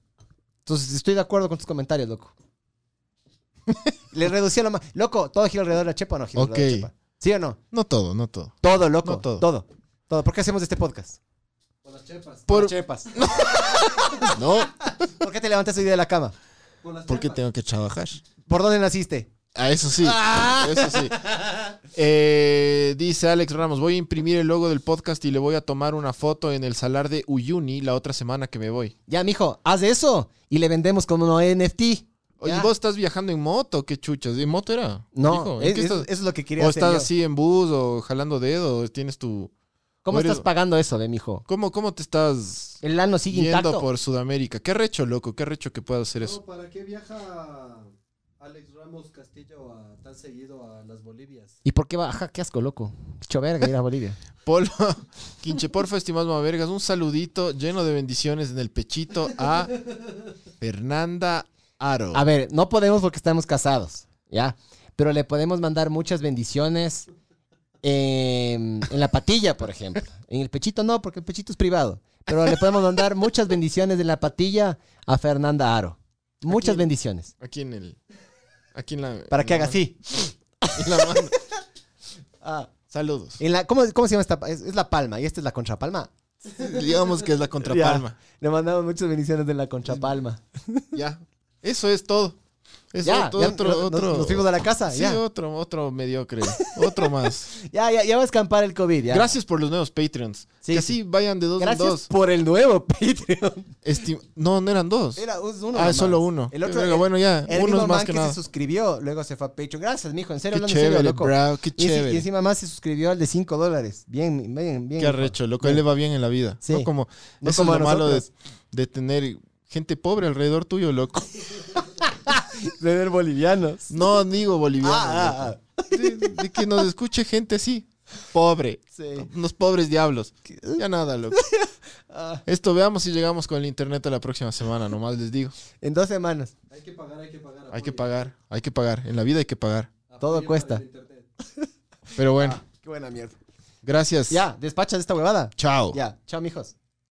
Speaker 2: Entonces, estoy de acuerdo con tus comentarios, loco. <laughs> Le reducía lo más. Loco, todo gira alrededor de la chepa o no gira alrededor de la
Speaker 1: Ok.
Speaker 2: chepa. ¿Sí o no?
Speaker 1: No todo, no todo.
Speaker 2: Todo, loco.
Speaker 1: No
Speaker 2: todo.
Speaker 1: todo.
Speaker 2: todo. ¿Por qué hacemos este podcast?
Speaker 3: Por las chepas.
Speaker 2: Por
Speaker 1: Por-
Speaker 2: las
Speaker 1: <laughs>
Speaker 2: chepas.
Speaker 1: No,
Speaker 2: ¿Por qué te levantaste hoy día de la cama?
Speaker 3: Por las
Speaker 1: porque
Speaker 3: chepas.
Speaker 1: tengo que trabajar.
Speaker 2: ¿Por dónde naciste?
Speaker 1: Ah, eso sí. Eso sí. Eh, dice Alex Ramos, voy a imprimir el logo del podcast y le voy a tomar una foto en el salar de Uyuni la otra semana que me voy.
Speaker 2: Ya, mijo, haz eso y le vendemos como no NFT.
Speaker 1: Oye,
Speaker 2: Ya.
Speaker 1: vos estás viajando en moto, qué chuchas. ¿En moto era?
Speaker 2: No,
Speaker 1: Hijo,
Speaker 2: es-
Speaker 1: ¿en qué
Speaker 2: eso,
Speaker 1: estás?
Speaker 2: eso es lo que quería
Speaker 1: O
Speaker 2: hacer
Speaker 1: estás
Speaker 2: yo.
Speaker 1: así en bus o jalando dedos, tienes tu...
Speaker 2: ¿Cómo
Speaker 1: o
Speaker 2: estás
Speaker 1: eres-
Speaker 2: pagando eso, ve, mijo?
Speaker 1: ¿Cómo, cómo te estás
Speaker 2: ¿El lano sigue
Speaker 1: yendo
Speaker 2: intacto?
Speaker 1: por Sudamérica? Qué recho, loco, qué recho que pueda hacer eso.
Speaker 3: No, ¿Para qué viaja Alex Ramos Castillo a- tan seguido a las Bolivias?
Speaker 2: ¿Y por qué va? Ajá, qué asco, loco. Hecho verga ir a Bolivia.
Speaker 1: Polo, <laughs> Quinche, porfa, estimado Mavergas, un saludito lleno de bendiciones en el pechito a Fernanda Aro.
Speaker 2: A ver, no podemos porque estamos casados, ¿ya? Pero le podemos mandar muchas bendiciones em, en la patilla, por ejemplo. En el pechito no, porque el pechito es privado. Pero le podemos mandar muchas bendiciones en la patilla a Fernanda Aro. Muchas
Speaker 1: Aquí-
Speaker 2: bendiciones.
Speaker 1: Aquí en el. Aquí en la.
Speaker 2: Para
Speaker 1: en
Speaker 2: que
Speaker 1: la
Speaker 2: haga
Speaker 1: mano.
Speaker 2: así.
Speaker 1: En la mano.
Speaker 2: Ah, <laughs>
Speaker 1: Saludos.
Speaker 2: en la- ¿cómo, cómo se llama esta? pa- Es, es la palma y esta es la contrapalma.
Speaker 1: Digamos que es la contrapalma.
Speaker 2: Le mandamos muchas bendiciones de la contrapalma.
Speaker 1: Ya. Eso es todo. Eso
Speaker 2: Ya,
Speaker 1: es todo.
Speaker 2: ya,
Speaker 1: otro,
Speaker 2: no- no-
Speaker 1: otro.
Speaker 2: nos fuimos a la casa.
Speaker 1: Sí,
Speaker 2: ya.
Speaker 1: otro, otro mediocre.
Speaker 2: <laughs>
Speaker 1: Otro más.
Speaker 2: ya, ya, ya va a escampar el COVID. ya.
Speaker 1: Gracias por los nuevos Patreons.
Speaker 2: Sí,
Speaker 1: que
Speaker 2: sí.
Speaker 1: así vayan de dos en
Speaker 2: Gracias
Speaker 1: dos.
Speaker 2: por el nuevo Patreon.
Speaker 1: Esti- No, no eran dos.
Speaker 2: Era uno.
Speaker 1: ah,
Speaker 2: nomás.
Speaker 1: solo uno.
Speaker 2: El otro,
Speaker 1: Venga, bueno, ya.
Speaker 2: El
Speaker 1: Uno es
Speaker 2: mismo man
Speaker 1: más
Speaker 2: que,
Speaker 1: que, nada.
Speaker 2: se suscribió, luego se fue a Patreon. Gracias, mijo. En serio,
Speaker 1: Qué
Speaker 2: hablando en
Speaker 1: chévere,
Speaker 2: serio, loco.
Speaker 1: bravo, qué
Speaker 2: Y, enci-
Speaker 1: chévere.
Speaker 2: y encima más se suscribió al de 5 dólares. Bien, bien, bien.
Speaker 1: Qué arrecho, loco. Él le va bien en la vida.
Speaker 2: Sí.
Speaker 1: No como,
Speaker 2: No
Speaker 1: eso
Speaker 2: como
Speaker 1: es lo
Speaker 2: a
Speaker 1: malo de,
Speaker 2: nosotros.
Speaker 1: de tener gente pobre alrededor tuyo,
Speaker 2: <laughs>
Speaker 1: loco.
Speaker 2: De ver bolivianos.
Speaker 1: No digo boliviano.
Speaker 2: Ah,
Speaker 1: loco. De, de que nos escuche gente así. Pobre.
Speaker 2: Sí.
Speaker 1: Unos pobres diablos. Ya nada,
Speaker 2: <laughs>
Speaker 1: loco.
Speaker 2: Ah.
Speaker 1: Esto veamos si llegamos con el internet a la próxima semana, nomás les digo.
Speaker 2: En dos semanas.
Speaker 3: Hay que pagar, hay que pagar.
Speaker 1: Hay que
Speaker 3: apoyen.
Speaker 1: pagar, hay que pagar. En la vida hay que pagar.
Speaker 3: Apoyen
Speaker 2: Todo
Speaker 3: para
Speaker 2: cuesta.
Speaker 3: el internet.
Speaker 1: Pero bueno,
Speaker 2: Qué buena mierda.
Speaker 1: gracias.
Speaker 2: Ya, despacha de esta huevada.
Speaker 1: Chao.
Speaker 2: Ya, chao, mijos.